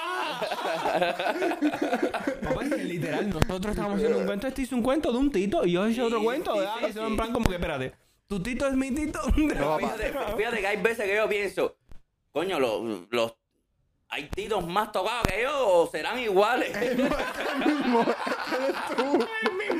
S2: Papá, es que literal, nosotros estábamos haciendo un cuento. Este hizo un cuento de un tito y yo hice otro
S3: Sí,
S2: cuento.
S3: sí,
S2: de ah,
S3: sí,
S2: y se van
S3: sí.
S2: en plan como que, espérate, tu tito es mi tito. [laughs]
S3: Fíjate, fíjate que hay veces que yo pienso, coño, los, los hay titos más tocados que yo o serán iguales.
S1: [laughs]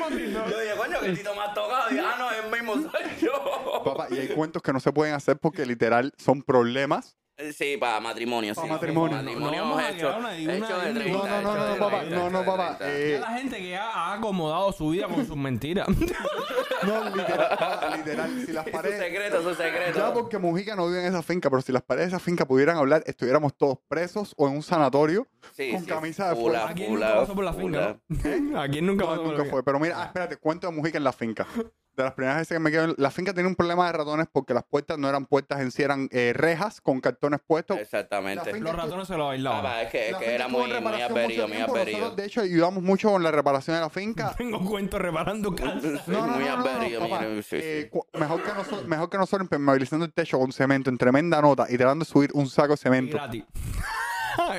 S1: Eh,
S3: yo digo, coño, que el tito más tocado, y ah, no, es el mismo soy yo.
S1: Papá, y hay cuentos que no se pueden hacer porque literal son problemas.
S3: Eh, Sí, para matrimonio, sí.
S1: Para matrimonio.
S3: Matrimonio
S2: No, no,
S3: hemos
S2: vamos a
S3: hecho.
S2: crear una- una-
S3: hecho de
S2: una-
S3: 30,
S1: No, no, no,
S3: hecho
S1: no,
S3: de
S1: no, papá.
S3: 30,
S1: No, no,
S3: hecho de
S1: papá.
S3: 30.
S1: eh,
S2: la gente que ha, ha acomodado su vida con sus
S3: [laughs]
S2: mentiras.
S1: no, literal, papá, literal. Si las
S3: Es un
S1: paredes.
S3: secreto, es un
S1: Ya
S3: secreto.
S1: porque Mujica no vive en esa finca, pero si las paredes de esa finca pudieran hablar, estuviéramos todos presos o en un sanatorio
S3: Sí,
S1: con
S3: sí,
S1: camisa de
S3: full
S1: fuerza.
S3: up.
S2: ¿A quién
S3: Fula,
S2: nunca pasó por la finca?
S3: fula.
S2: ¿no? [laughs] ¿Eh? ¿A quién nunca
S1: No,
S2: pasó por
S1: nunca
S2: la
S1: fue. Pero mira, ah, espérate, cuento de Mujica en la finca. De las primeras veces que me quedo en... La finca tenía un problema de ratones porque las puertas no eran puertas en sí, eran eh, rejas con cartones puestos. La
S3: Exactamente.
S1: finca-
S2: Los ratones se lo bailaban.
S3: Papá, Ah, es que, es
S1: La
S3: que
S1: finca
S3: era
S1: estuvo en
S3: muy, muy
S1: reparación
S3: aperido,
S1: mucho
S3: muy
S1: tiempo.
S3: aperido.
S1: Nosotros, de hecho, ayudamos mucho con la reparación de la finca.
S2: Tengo cuentos reparando casas.
S1: No, no,
S3: [laughs] muy
S1: no, no, no,
S3: aperido,
S1: papá.
S3: mira, sí, sí.
S1: Eh, cu- mejor, que nosotros, mejor que nosotros impermeabilizando el techo con cemento en tremenda nota y tratando de subir un saco de
S2: Y
S1: cemento.
S2: [laughs] Gratis.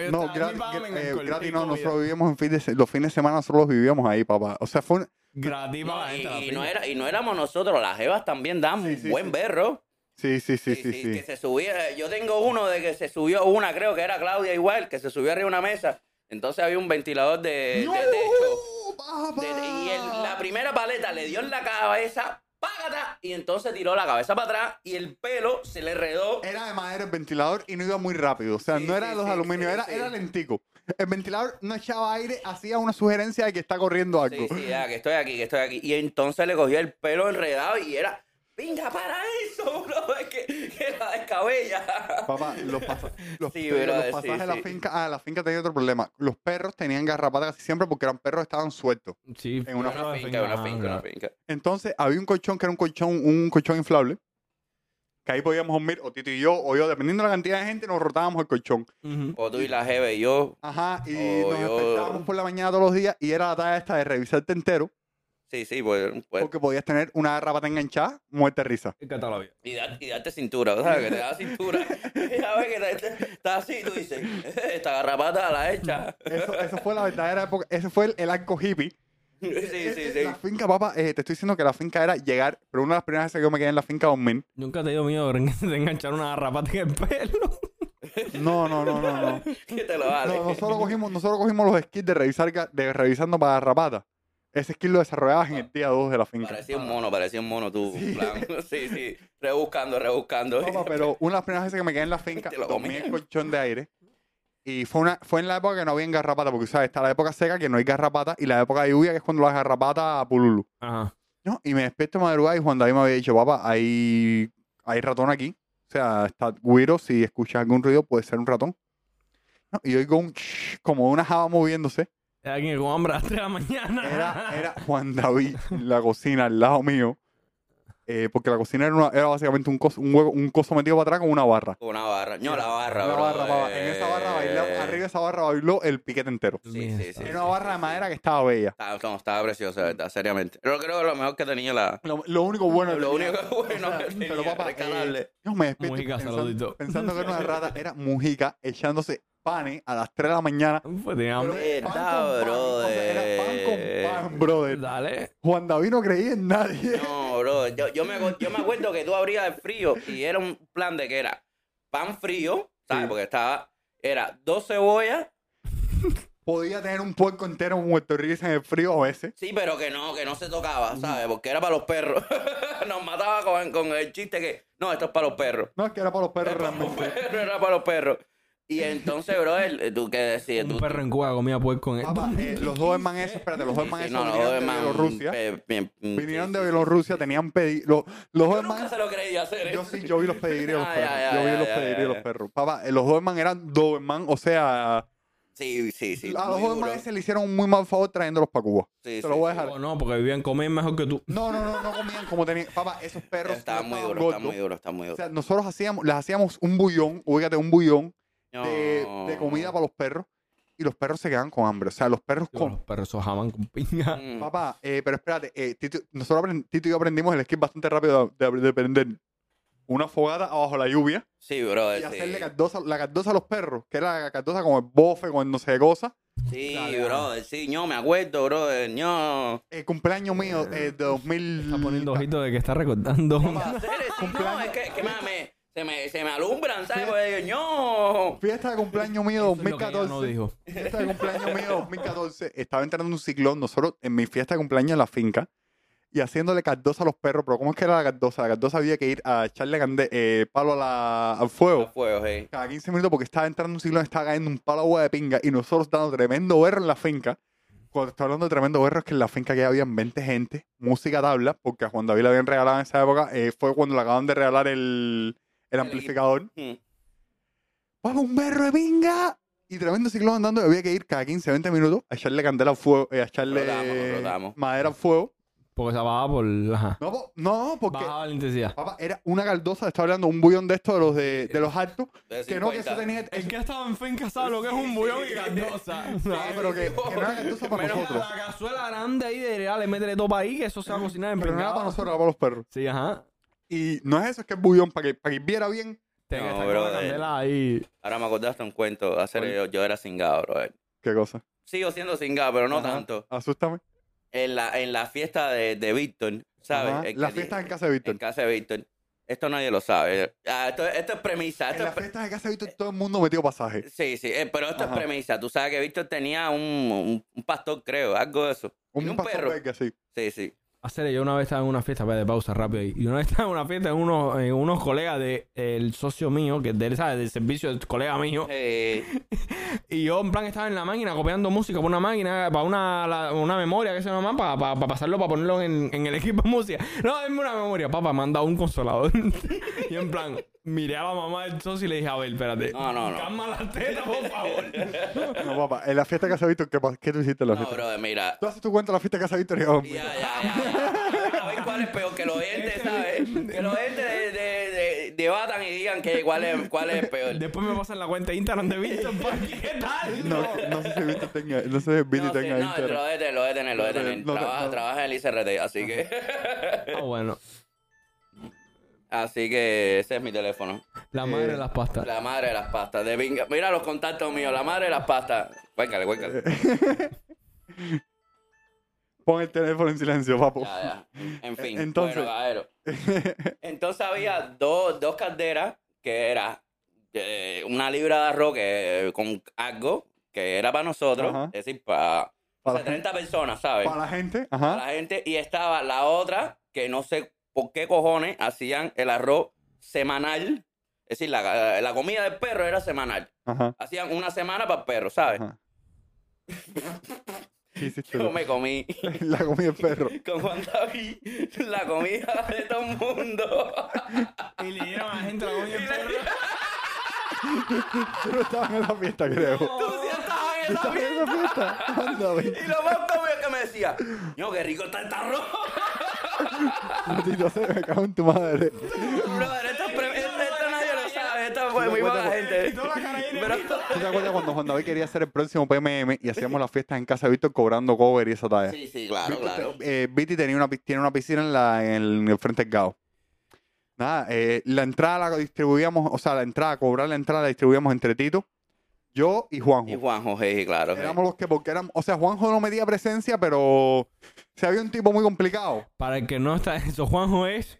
S1: No,
S2: A mí
S1: gratis,
S2: págame en
S1: eh,
S2: el colectivo,
S1: gratis no,
S2: mira.
S1: nosotros vivíamos en fin de se- los fines de semana, nosotros los vivíamos ahí, papá. O sea, fue un...
S2: Gratis para la gente.
S3: No,
S2: la
S3: y, y no
S2: finca.
S3: era, y no éramos nosotros, las jevas también dan
S1: Sí, sí,
S3: buen
S1: sí.
S3: berro.
S1: Sí, sí, sí, sí, sí.
S3: Que se subía, yo tengo uno de que se subió una, creo que era Claudia igual, que se subió arriba de una mesa. Entonces había un ventilador de, de
S1: ¡No,
S3: techo.
S1: papá!
S3: De- y el- la primera paleta le dio en la cabeza, págata, y entonces tiró la cabeza para atrás y el pelo se le redó.
S1: Era de madera el ventilador y no iba muy rápido. O sea,
S3: Sí,
S1: no era
S3: sí,
S1: de los
S3: sí,
S1: aluminio,
S3: sí,
S1: era,
S3: sí.
S1: era lentico. El ventilador no echaba aire, hacía una sugerencia de que está corriendo algo.
S3: Sí, sí, ya, que estoy aquí, que estoy aquí. Y entonces le cogió el pelo enredado y era, venga, para eso, bro, [laughs] es que, que la descabella.
S1: Papá, los,
S3: [laughs]
S1: pasa- los,
S3: Sí,
S1: pero
S3: brother,
S1: los pasajes
S3: sí,
S1: de la
S3: sí.
S1: finca. Ah, la finca tenía otro problema. Los perros tenían garrapatas casi siempre porque eran perros que estaban sueltos.
S2: Sí,
S1: en una
S3: Una finca, una finca, una
S2: ajá.
S3: finca.
S1: Entonces, había un colchón que era un colchón, un colchón inflable. Que ahí podíamos dormir, o Tito y yo, o yo, dependiendo de la cantidad de gente, nos rotábamos el colchón.
S2: Ujú.
S3: O tú y la jeve y yo.
S1: Ajá, y
S3: Oh,
S1: nos
S3: yo-
S1: despertábamos por la mañana todos los días y era la tarea esta de revisarte entero
S3: Sí, sí, pues. pues.
S1: porque podías tener una garrapata enganchada, muerte de risa.
S2: ¿Qué tal la vida?
S3: Y, da- y darte cintura, ¿sabes? Que te da
S1: [laughs]
S3: cintura. [laughs] ya ves que te- te- estás así y tú dices, [laughs] esta garrapata la hecha.
S1: Eso, eso fue la verdadera época. Ese fue el, el arco hippie.
S3: [laughs] sí, sí, sí.
S1: La finca, papá, eh, te estoy diciendo que la finca era llegar, pero una de las primeras veces que yo me quedé en la finca a dormir.
S2: Nunca te dio miedo de enganchar una garrapata en el pelo.
S1: No, no, no, no, no.
S3: Que te lo [laughs] vale.
S1: No, nosotros cogimos, nosotros cogimos los skills de revisar ga- de revisando para garrapata. Ese skill lo desarrollabas en el día 2 de la finca.
S3: [laughs] Parecía un mono, parecía un mono tú. en plan. [laughs] Sí, sí. Rebuscando, rebuscando.
S1: Papá, pero una de las primeras veces que me quedé en la finca,
S3: Te Este lo
S1: dormí en el
S3: comías.
S1: colchón de aire. Y fue, una, fue en la época que no había garrapata, porque sabes, está la época seca que no hay garrapata y la época de lluvia que es cuando las garrapatas pululu.
S2: Ajá.
S1: No, y me despierto de madrugada y Juan David me había dicho, papá, hay, hay ratón aquí. O sea, está güiro, si escuchas algún ruido puede ser un ratón. No, y oigo un shhh, como una java moviéndose.
S2: Era alguien con hambre a las 3 de la mañana.
S1: Era, eh,
S2: [laughs]
S1: era Juan David en la cocina, al lado mío. Eh, porque la cocina era, una- era básicamente un coso, un, hueco, un coso metido para atrás con una barra.
S3: Con [laughs] una barra. No, la barra,
S1: Una
S3: bro.
S1: barra, papá. En esa barra bailó,
S3: eh.
S1: arriba de esa barra bailó el piquete entero.
S3: Sí, sí, sí.
S1: Era una barra de madera que estaba bella.
S3: Estaba, no, estaba preciosa, de verdad, seriamente. Pero creo que lo mejor que tenía la.
S1: Lo, lo único bueno que
S3: Lo
S1: tenía-
S3: único
S1: [laughs]
S3: [laughs] que bueno. que
S1: Pero
S3: tenía,
S1: papá,
S3: rescatable.
S1: eh, yo me despierto
S2: Mujica,
S1: pensando,
S2: saludito.
S1: pensando que era una rata, era Mujica echándose panes a las 3 de la mañana.
S2: Pues tenía hambre.
S1: Pero
S3: Verdad,
S1: eh, pan con pan, o sea, era pan con pan, brother.
S2: Dale.
S1: Juan David no creía en nadie.
S3: No, bro, yo, yo, me, acu- yo me acuerdo que tú abrías el frío y era un plan de que era pan frío, ¿sabes?
S1: Sí.
S3: Porque estaba, era dos cebollas,
S1: podía tener un puerco entero muerto de risa en el frío a veces.
S3: Sí, pero que no, que no se tocaba, ¿sabes? Porque era para los perros. [laughs] Nos mataba con, con el chiste que, no, esto es para los perros. [laughs]
S1: No, es que era para los perros
S3: Era para los
S1: realmente.
S3: perros, era para los perros. Y entonces, brother, tú qué decides,
S2: Un
S3: tú.
S2: perro en Cuba comía pues puerco en
S1: Papá,
S2: [laughs]
S1: eh, los Doberman esos, espérate, los Doberman
S3: Sí,
S1: esos
S3: no, no,
S1: vinieron de
S3: Doberman,
S1: Bielorrusia.
S3: pe- pe-
S1: Vinieron
S3: sí,
S1: de
S3: sí.
S1: Bielorrusia, tenían pedido. Los
S3: Yo nunca
S1: Doberman.
S3: se lo creí hacer.
S1: Yo
S3: eso.
S1: sí, yo vi
S3: [laughs]
S1: los pedigrí de los
S3: Ah,
S1: perros.
S3: ya, ya,
S1: yo vi
S3: ya,
S1: los
S3: ya,
S1: pedigrí de
S3: ya,
S1: los
S3: ya.
S1: perros. Papá, eh, los Doberman eran Doberman, o sea,
S3: Sí, sí, sí.
S1: a los
S3: muy
S1: Doberman
S3: duro.
S1: ese le hicieron un muy mal favor trayéndolos para Cuba. Te
S3: Sí, sí,
S1: lo voy a
S3: sí.
S1: dejar.
S2: no, porque vivían comer mejor que tú.
S1: No, no, no, no comían como tenían. Papá, esos perros no
S3: Está muy
S1: estaban
S3: duro, está
S1: gordos.
S3: muy duro, está muy
S1: O
S3: duro.
S1: sea, nosotros hacíamos, les hacíamos un bullón, ubícate, un bullón de,
S3: No.
S1: de comida para los perros y los perros se quedaban con hambre. O sea, los perros
S2: Con
S1: con.
S2: los perros sojaban con
S3: [laughs]
S2: pinga.
S3: Mm.
S1: Papá, eh, pero espérate, eh, Tito, nosotros aprend- Tito y yo aprendimos el skip bastante rápido de, de- de prender una fogata abajo la lluvia.
S3: Sí, bro.
S1: y
S2: Pues
S1: hacerle
S3: Sí,
S1: cardosa, la cardosa a los perros, que era la cardosa con el bofe, con el no sé qué cosa.
S3: sí
S2: Dale,
S3: bro. Sí, yo me acuerdo, bro. Yo.
S1: El cumpleaños mío eh, de 2000.
S2: Está poniendo ojitos de que está recordando.
S3: ¿En serio? Sí, No,
S1: Cumpleaños.
S3: es que, que me, me- se, me, se me alumbran, ¿sabes? Porque yo, ño.
S1: Fiesta de cumpleaños mío
S2: Eso es lo que ella
S1: 2014.
S2: no dijo.
S1: Fiesta de cumpleaños mío 2014. Estaba entrando un ciclón, nosotros en mi fiesta de cumpleaños en la finca. Y haciéndole cardosa a los perros, pero ¿cómo es que era la cardosa? La cardosa había que ir a echarle cande- eh, palo a la- al
S3: A
S1: fuego
S3: fuego, sí.
S1: cada 15 minutos porque estaba entrando un ciclón, estaba cayendo un palo de agua de pinga y nosotros dando tremendo berro en la finca. Cuando estoy hablando de tremendo berro es que en la finca que habían 20 gente, música tabla, porque a Juan David le habían regalado en esa época, eh, fue cuando le acaban de regalar el, el amplificador.
S3: Mm.
S1: ¡Vamos, un berro de pinga! Y tremendo ciclón andando, y había que ir cada 15, 20 minutos a echarle candela al fuego, eh, a echarle
S3: Rotamos, rotamos.
S1: madera al fuego.
S2: Porque se bajaba por. Ajá.
S1: No, po- no porque
S2: Bajaba la intensidad.
S1: papá, era una caldosa, estaba hablando un bullón de estos de los, de, de los altos,
S3: De
S1: que no, que eso
S3: 50.
S1: tenía...
S2: El que ha estado en finca sabe lo que es un bullón y gandosa.
S1: [laughs] No, eh, pero que, que no era cardosa para
S2: Menos
S1: nosotros.
S2: la cazuela grande ahí de cereales, métele todo para ahí, que eso se va a cocinar en
S1: Pero no era
S2: pringao.
S1: para nosotros, era para los perros.
S2: Sí, ajá.
S1: Y no es eso, es que es bullón, para que, para que viera bien.
S2: Tiene que
S3: No,
S2: estar con la
S3: brother.
S2: candela ahí.
S3: Ahora me acordaste un cuento. Hacer, yo, yo era cingado, bro.
S1: ¿Qué cosa?
S3: Sigo siendo cingado, pero no
S1: Ajá.
S3: tanto.
S1: Asústame.
S3: En la, en la fiesta de, de Víctor,
S1: Ajá.
S3: ¿sabes? El
S1: Las
S3: que-
S1: fiestas en casa de Víctor.
S3: En casa de Víctor. Esto nadie lo sabe. Ah, esto, esto es premisa.
S1: En
S3: Esto es Eh,
S1: las
S3: pre-
S1: fiestas en casa de Víctor todo el mundo metió pasaje.
S3: Sí, sí, eh, pero esto
S1: Ajá.
S3: es premisa. Tú sabes que Víctor tenía un, un, un pastor, creo, algo de eso.
S1: Un,
S3: Tenía un
S1: pastor
S3: perro.
S1: belga, sí.
S3: Sí, sí.
S2: Hacer, yo una vez estaba en una fiesta, espérate, pausa rápido. ahí. Y una vez estaba en una fiesta en unos, en unos colegas del socio mío, que es del, ¿sabes? del servicio del colega mío.
S3: Eh,
S2: Y yo, en plan, estaba en la máquina copiando música para una máquina, para una, la- una memoria, que se llama, para, para, pasarlo, para ponerlo en, en el [laughs] equipo de música. No, denme una memoria, papá, me han dado un consolador. [laughs] y en plan, miré a la mamá del socio y le dije, a ver, espérate.
S3: No,
S1: [laughs]
S3: no, no.
S2: Calma la teta, por favor.
S1: No, papá. En las fiestas en casa de Víctor, ¿qué, pa- qué tú hiciste en la
S3: no,
S1: fiesta?
S3: brother, mira.
S1: Tú haces tu cuenta en la fiesta en casa de Víctor y yo,
S3: Ya, ya, ya, ya. A ver cuál es
S1: [laughs]
S3: peor, que los
S1: Este
S3: entes, ¿sabes? Que los entes de- de- de- debatan y digan que cuál es, cuál es el peor.
S2: Después me pasan la cuenta de Instagram de Víctor, ¿por qué tal?
S1: no, no sé si
S3: [laughs]
S1: Víctor tenga, no sé si Víctor
S3: No, sí,
S1: tenga
S3: no,
S1: Instagram.
S3: lo de tener, lo de tener, lo de
S1: No,
S3: tener.
S1: no, no,
S3: trabaja,
S1: no.
S3: trabaja en el ICRT, así que,
S1: [laughs]
S2: Ah, bueno.
S3: así que ese es mi teléfono.
S2: La madre de las pastas.
S3: La madre de las pastas, de binga. Mira los contactos míos, la madre de las pastas.
S1: [laughs]
S3: Cuéntale, cuéntale.
S1: Pon el teléfono en silencio, papo.
S3: Ya, ya. En fin,
S1: E- Entonces-
S3: bueno,
S1: [laughs]
S3: caballero. Entonces había dos, dos calderas que era eh, una libra de arroz que, eh, con algo que era para nosotros,
S1: Ajá.
S3: es decir, para
S1: Para la
S3: 30 personas, ¿sabes?
S1: Para la gente, ajá.
S3: Para la gente. Y estaba la otra que no sé por qué cojones hacían el arroz semanal. Es decir, la, la comida del perro era semanal.
S1: Ajá.
S3: Hacían una semana para el perro, ¿sabes?
S1: ajá. ¿Qué
S3: [laughs]
S1: hiciste?
S3: Yo me comí
S1: La comida del
S3: [laughs]
S1: perro.
S3: con Juan David la comida de todo el mundo.
S2: Y le dieron a la gente la comida del perro.
S1: Tú no estabas en la fiesta, creo.
S3: [laughs] Tú sí estabas [laughs] en esa
S1: ¿Estabas en esa fiesta? Anda, ve.
S3: Y lo más cómico es que me decía, yo qué rico está esta [laughs] ropa.
S1: Maldito sea, me cago en tu madre.
S3: Brother, esto, es pre- esto- esto nadie lo sabe, esto fue muy mala gente. Pero,
S1: ¿Tú te acuerdas cuando Juan David quería ser el próximo PMM y hacíamos las fiestas en casa de Víctor cobrando cover y esa talla?
S3: sí, sí, claro, claro.
S1: Eh, Viti tenía una, pi- tiene una piscina en, la, en el, en el frente del GAO. Nada, eh, la entrada la distribuíamos, o sea, la entrada, cobrar la entrada la distribuíamos entre Tito, yo y Juanjo.
S3: Y Juan José, sí, claro. sí.
S1: Éramos los que, porque éramos, o sea, Juanjo no medía presencia, pero se había un tipo muy complicado.
S2: Para el que no está, eso Juanjo es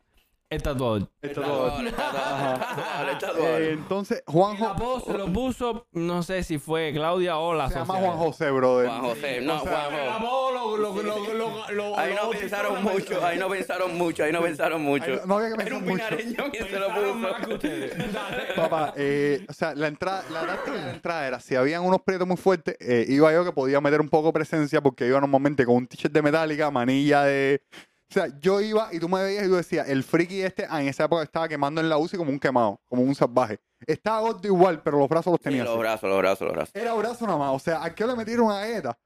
S2: El tatuador.
S1: El
S3: El
S1: tatuador.
S3: tatuador, el tatuador, el
S1: [laughs]
S3: tatuador.
S1: Eh, entonces,
S2: En la
S1: Juanjo.
S2: voz se lo puso, no sé si fue Claudia o la
S1: Se llama
S2: socia.
S1: Juan José, brother.
S3: Juan José, no,
S1: O sea,
S3: Juan José.
S2: voz lo, lo, lo, lo, lo-
S3: Ahí no
S2: lo-
S3: pensaron mucho, ahí no pensaron mucho, ahí no pensaron
S1: Ahí
S3: mucho.
S1: no- no había que
S3: Era
S1: pensar
S3: un
S1: mucho.
S3: pinareño que se lo
S2: Pensaron más que
S3: puso.
S2: ustedes.
S3: [laughs]
S2: Dale.
S1: Papá, eh, o sea, la entrada, la táctica de la entrada era, si habían unos prietos muy fuertes, eh, iba yo que podía meter un poco de presencia porque iba normalmente con un t-shirt de metálica, manilla de... O sea, yo iba y tú me veías y tú decías, el friki este, ah, en esa época estaba quemando en la UCI como un quemado, como un salvaje. Estaba gordo igual, pero los brazos los
S3: Sí,
S1: tenía
S3: los
S1: así.
S3: brazos, los brazos, los brazos.
S1: Era brazo nada más, o sea, ¿a qué le metieron una galleta?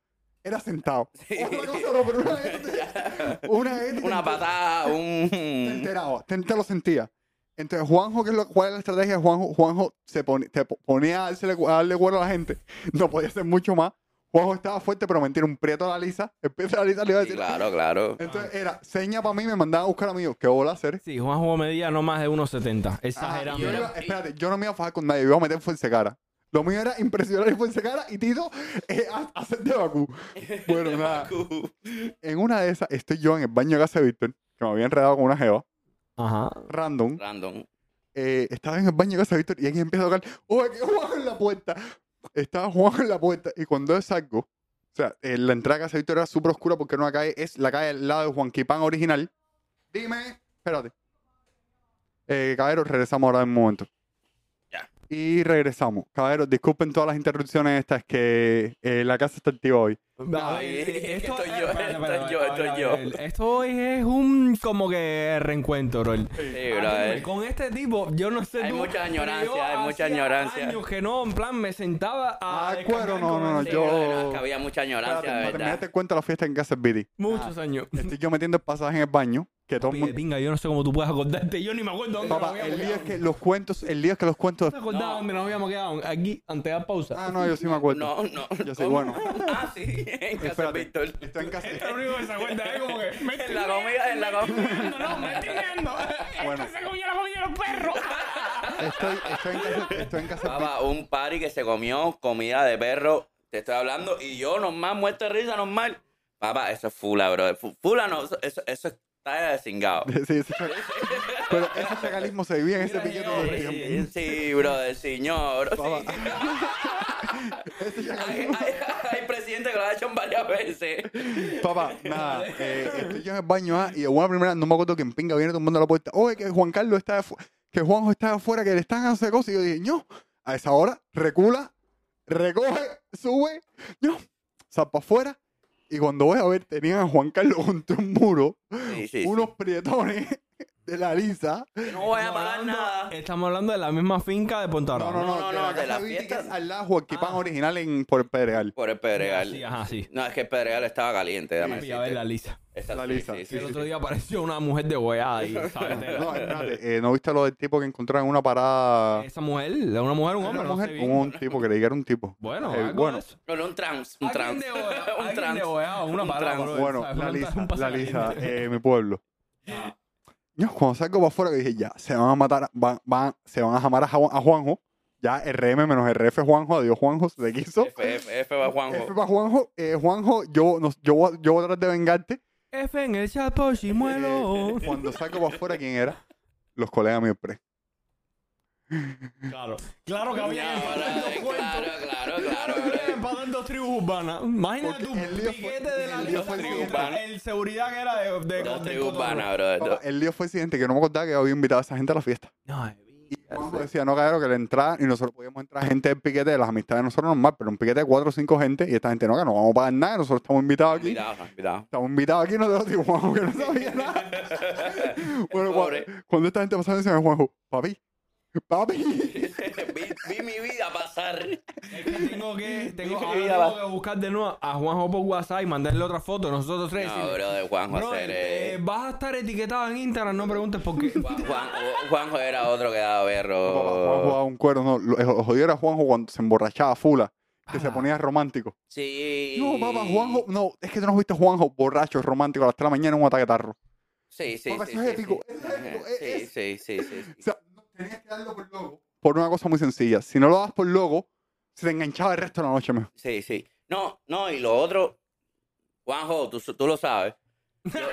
S1: Era sentado. Otra cosa no, pero una
S3: [laughs]
S1: galleta... Una, galleta
S3: Una
S1: sentada.
S3: patada,
S1: Te
S3: un...
S1: enteraba, te, te lo sentía. Entonces, Juanjo, ¿qué es lo- ¿cuál es la estrategia de Juanjo? Juanjo se pone- te po- ponía a, dársele cu- a darle cuero a la gente. [laughs] No podía hacer mucho más. Juanjo estaba fuerte, pero mentira, un prieto a la lisa. [laughs] El prieto a la lisa le iba a
S3: Sí,
S1: decir.
S3: claro,
S1: [laughs]
S3: claro.
S1: Entonces, era seña para mí, me mandaban a buscar a mí. yo, ¿Qué bola hacer?
S2: Sí, Juanjo medía no más de 1.70.
S1: Ajá,
S2: Exagerando.
S3: Ah,
S1: yo iba- espérate, yo no me iba a fajar con nadie, yo iba a meter fuerza cara. Lo mío era impresionar fuerza cara y Tito [laughs] eh, a- hacer de Bakú. Bueno, nada. En una de esas, estoy yo en el baño de casa de Víctor, que me había enredado con una jeva,
S2: Ajá.
S1: random.
S3: Random.
S1: eh, estaba en el baño de casa de Víctor y alguien empieza a tocar, ¡Oh, aquí Juan en la puerta! Estaba Juan en la puerta y cuando yo salgo, o sea, eh, la entrada de casa de Víctor era súper oscura porque era una calle, es la calle al lado de Juan Quipán original. Dime, espérate. Eh, caballeros, regresamos ahora en un momento.
S3: Ya.
S1: Y regresamos. Caballeros, disculpen todas las interrupciones estas, es que eh, la casa está activa hoy.
S3: No, eh, estoy yo,
S2: espérate,
S3: estoy
S2: espérate,
S3: yo,
S2: espérate,
S3: estoy yo.
S2: espérate. Esto hoy es un como que reencuentro, bro.
S3: Sí,
S2: Ah,
S3: brother.
S2: Con este tipo, yo no sé
S3: Hay
S2: tú,
S3: mucha
S2: pero
S3: añorancia,
S2: yo
S3: hay mucha
S2: hacía
S3: añorancia.
S2: años que no, en plan, me sentaba a...
S1: Ah, cuero,
S2: descargar
S1: no,
S2: con
S1: no, no,
S2: él.
S3: Sí,
S1: yo-
S3: bueno, es que había mucha
S1: Espérate,
S3: ignorancia,
S1: para terminar
S3: ¿verdad?
S1: te cuento la fiesta en casa de Vidi.
S3: [laughs]
S2: Muchos años.
S1: Estoy yo metiendo el pasaje en el baño, que todo el
S2: Papi, de
S1: mundo...
S2: pinga, yo no sé cómo tú puedes acordarte. Yo ni me acuerdo dónde nos
S1: Papá,
S2: habíamos
S1: el día es
S2: quedado.
S1: que los cuentos, el día es que los cuentos...
S2: No me acordaba
S3: No.
S2: dónde nos habíamos quedado. Aquí, antes de la pausa.
S1: Ah, no, yo sí me acuerdo.
S3: No, no.
S1: Yo soy
S3: ¿Cómo?
S1: bueno.
S3: Ah, sí, [laughs] en casa
S1: Espérate,
S3: de Víctor.
S1: Estoy en casa.
S2: Lo único que se acuerda es como que... me estoy
S3: En la comida, en la comida.
S2: meando, no, me estoy [laughs] meando.
S1: Bueno.
S2: Este se comió la comida de los perros.
S1: Estoy, estoy en casa. Estoy en casa.
S3: Estaba un party que se comió comida de perro, te estoy hablando, y yo normal, muerto de risa, normal. Papá, eso es fula, bro. Fu- Fula no, eso, eso, eso está
S1: [laughs]
S3: de cingado.
S1: Sí, ese chacal- Pero ese chacalismo se vivía en ese piquete todo el tiempo.
S3: Sí, sí, brother, señor. Sí.
S1: Papá. Ese
S3: Hay,
S1: chacalismo.
S3: hay, hay [laughs] presidente que lo ha hecho varias veces.
S1: Papá, nada. eh, estoy yo en el baño ah, y una primera, no me acuerdo quién pinga viene tumbando a la puerta. Oye, que Juan Carlos está afuera, que Juanjo está afuera, que le están haciendo cosas. Y yo dije, no, a esa hora, recula, recoge, sube, no, sal para afuera. Y cuando voy a ver, tenían a Juan Carlos contra un muro,
S3: Sí, sí, sí.
S1: unos prietones [laughs] de la lisa.
S3: No voy a pagar
S2: Hablando-
S3: nada.
S2: Estamos hablando de la misma finca de Punta
S1: No, no, no,
S3: no,
S1: de
S3: no,
S1: la
S3: de
S1: casa
S3: las
S1: Viti, que
S3: fiestas.
S1: es al lado Joaquipán
S2: Ah.
S1: original en por el Pedregal.
S3: Por el Pedregal.
S2: Sí, ajá, sí.
S3: No, es que el Pedregal estaba caliente. déjame
S2: Fui a ver la
S3: decirte.
S2: lisa.
S3: Esa-
S1: La
S3: sí,
S1: lisa,
S3: sí, sí,
S1: sí,
S2: El
S3: sí.
S2: otro día apareció una mujer de hueá ahí, ¿sabes?
S1: No, espérate, eh, ¿no viste lo del tipo que encontraron en una parada?
S2: Esa mujer, una mujer, un hombre,
S1: Una
S2: no sé
S1: mujer,
S2: bien.
S1: un tipo, que le dijeron un tipo.
S2: Bueno,
S1: Eh,
S2: algo
S1: bueno.
S2: de eso.
S3: No, no, un trans. Un
S2: Alguien
S3: [laughs] trans.
S2: de hueá,
S3: un
S2: alguien
S3: trans.
S2: de hueá, una palabra,
S3: trans.
S2: brother,
S1: Bueno,
S2: ¿sabes?
S1: la
S2: Un Ah. pas-
S1: lisa,
S2: un pasa
S1: la
S2: la
S1: lisa,
S2: gente.
S1: eh, mi pueblo. Yo, cuando salgo para afuera, que dije, ya, se van a matar, a- van, van- se van a jamar a, Ju- a Juanjo. Ya, RM menos RF Juanjo, adiós Juanjo, se te quiso. F,
S3: F, F, F va Juanjo.
S1: para Juanjo, eh, Juanjo, yo, no- yo, voy a- yo voy a tratar de vengarte.
S2: F en el chat por si
S1: Eh,
S2: muero.
S1: [laughs] cuando salgo para afuera, ¿quién era? Los colegas míos pre.
S2: Claro, claro que
S3: No,
S2: había empatado dos
S3: brother,
S2: cuentos.
S3: claro,
S2: Claro [laughs]
S3: claro,
S2: que había
S3: claro.
S2: empatado dos tribus urbanas.
S1: Porque
S2: Imagínate tú,
S1: el lío fue-
S2: piquete de la
S1: el lío
S2: lisa
S1: fue el
S2: tribus
S1: siguiente.
S2: urbana. El seguridad que era de... de-
S3: Dos
S2: de-
S3: tribus urbanas, bro.
S1: Papá, el lío fue el siguiente, que no me acordaba que había invitado a esa gente a la fiesta.
S2: No, eh,
S1: Juanjo decía, no, cabrón, que le entraba y nosotros podíamos entrar gente del piquete de las amistades de nosotros normal, pero un piquete de cuatro o cinco gente y esta gente no, que no vamos a pagar nada, nosotros estamos invitados aquí.
S3: Cuidado, cuidado.
S1: [laughs] Estamos invitados aquí, nosotros digo, Juanjo, que no sabía nada. bueno, cua-
S3: Pobre.
S1: cuando, esta gente pasaba, decía Juanjo, papi, papi.
S3: vi, vi mi vida [laughs] pasar.
S2: Es que tengo
S1: [laughs]
S2: que, tengo,
S3: Dije,
S2: ahora
S3: ya
S2: tengo
S3: va.
S2: que buscar de nuevo a Juanjo por WhatsApp y mandarle otra foto. Nosotros tres.
S3: No,
S2: decirle,
S3: bro, de Juanjo
S2: "Bro,
S3: hacer.
S2: eh,
S3: eh,
S2: vas a estar etiquetado en Instagram, no preguntes por
S3: [laughs]
S2: qué. [laughs]
S3: Juan- Juan- Juanjo era otro que daba
S1: eh,
S3: Oh.
S1: Juanjo
S3: berro.
S1: daba un cuerno, no, lo, lo jodido era Juanjo cuando se emborrachaba fula, que se ponía romántico.
S3: Sí.
S1: No, papá, Juanjo, no, es que tú no has visto a Juanjo borracho, romántico, a las 3 de la mañana en un ataque de tarro.
S3: Sí, sí,
S1: Papá,
S3: sí.
S1: eso es
S3: sí,
S1: épico,
S3: sí.
S1: eso es épico, es-
S3: Sí,
S1: es-
S3: sí, sí, sí, sí.
S1: O sea, no, tenías que darlo por loco. Por una cosa muy sencilla. Si no lo das por loco, se te enganchaba el resto de la noche mejor.
S3: Sí, sí.
S1: [laughs]
S3: No, no, y lo otro, Juanjo, tú, tú lo sabes.
S2: Él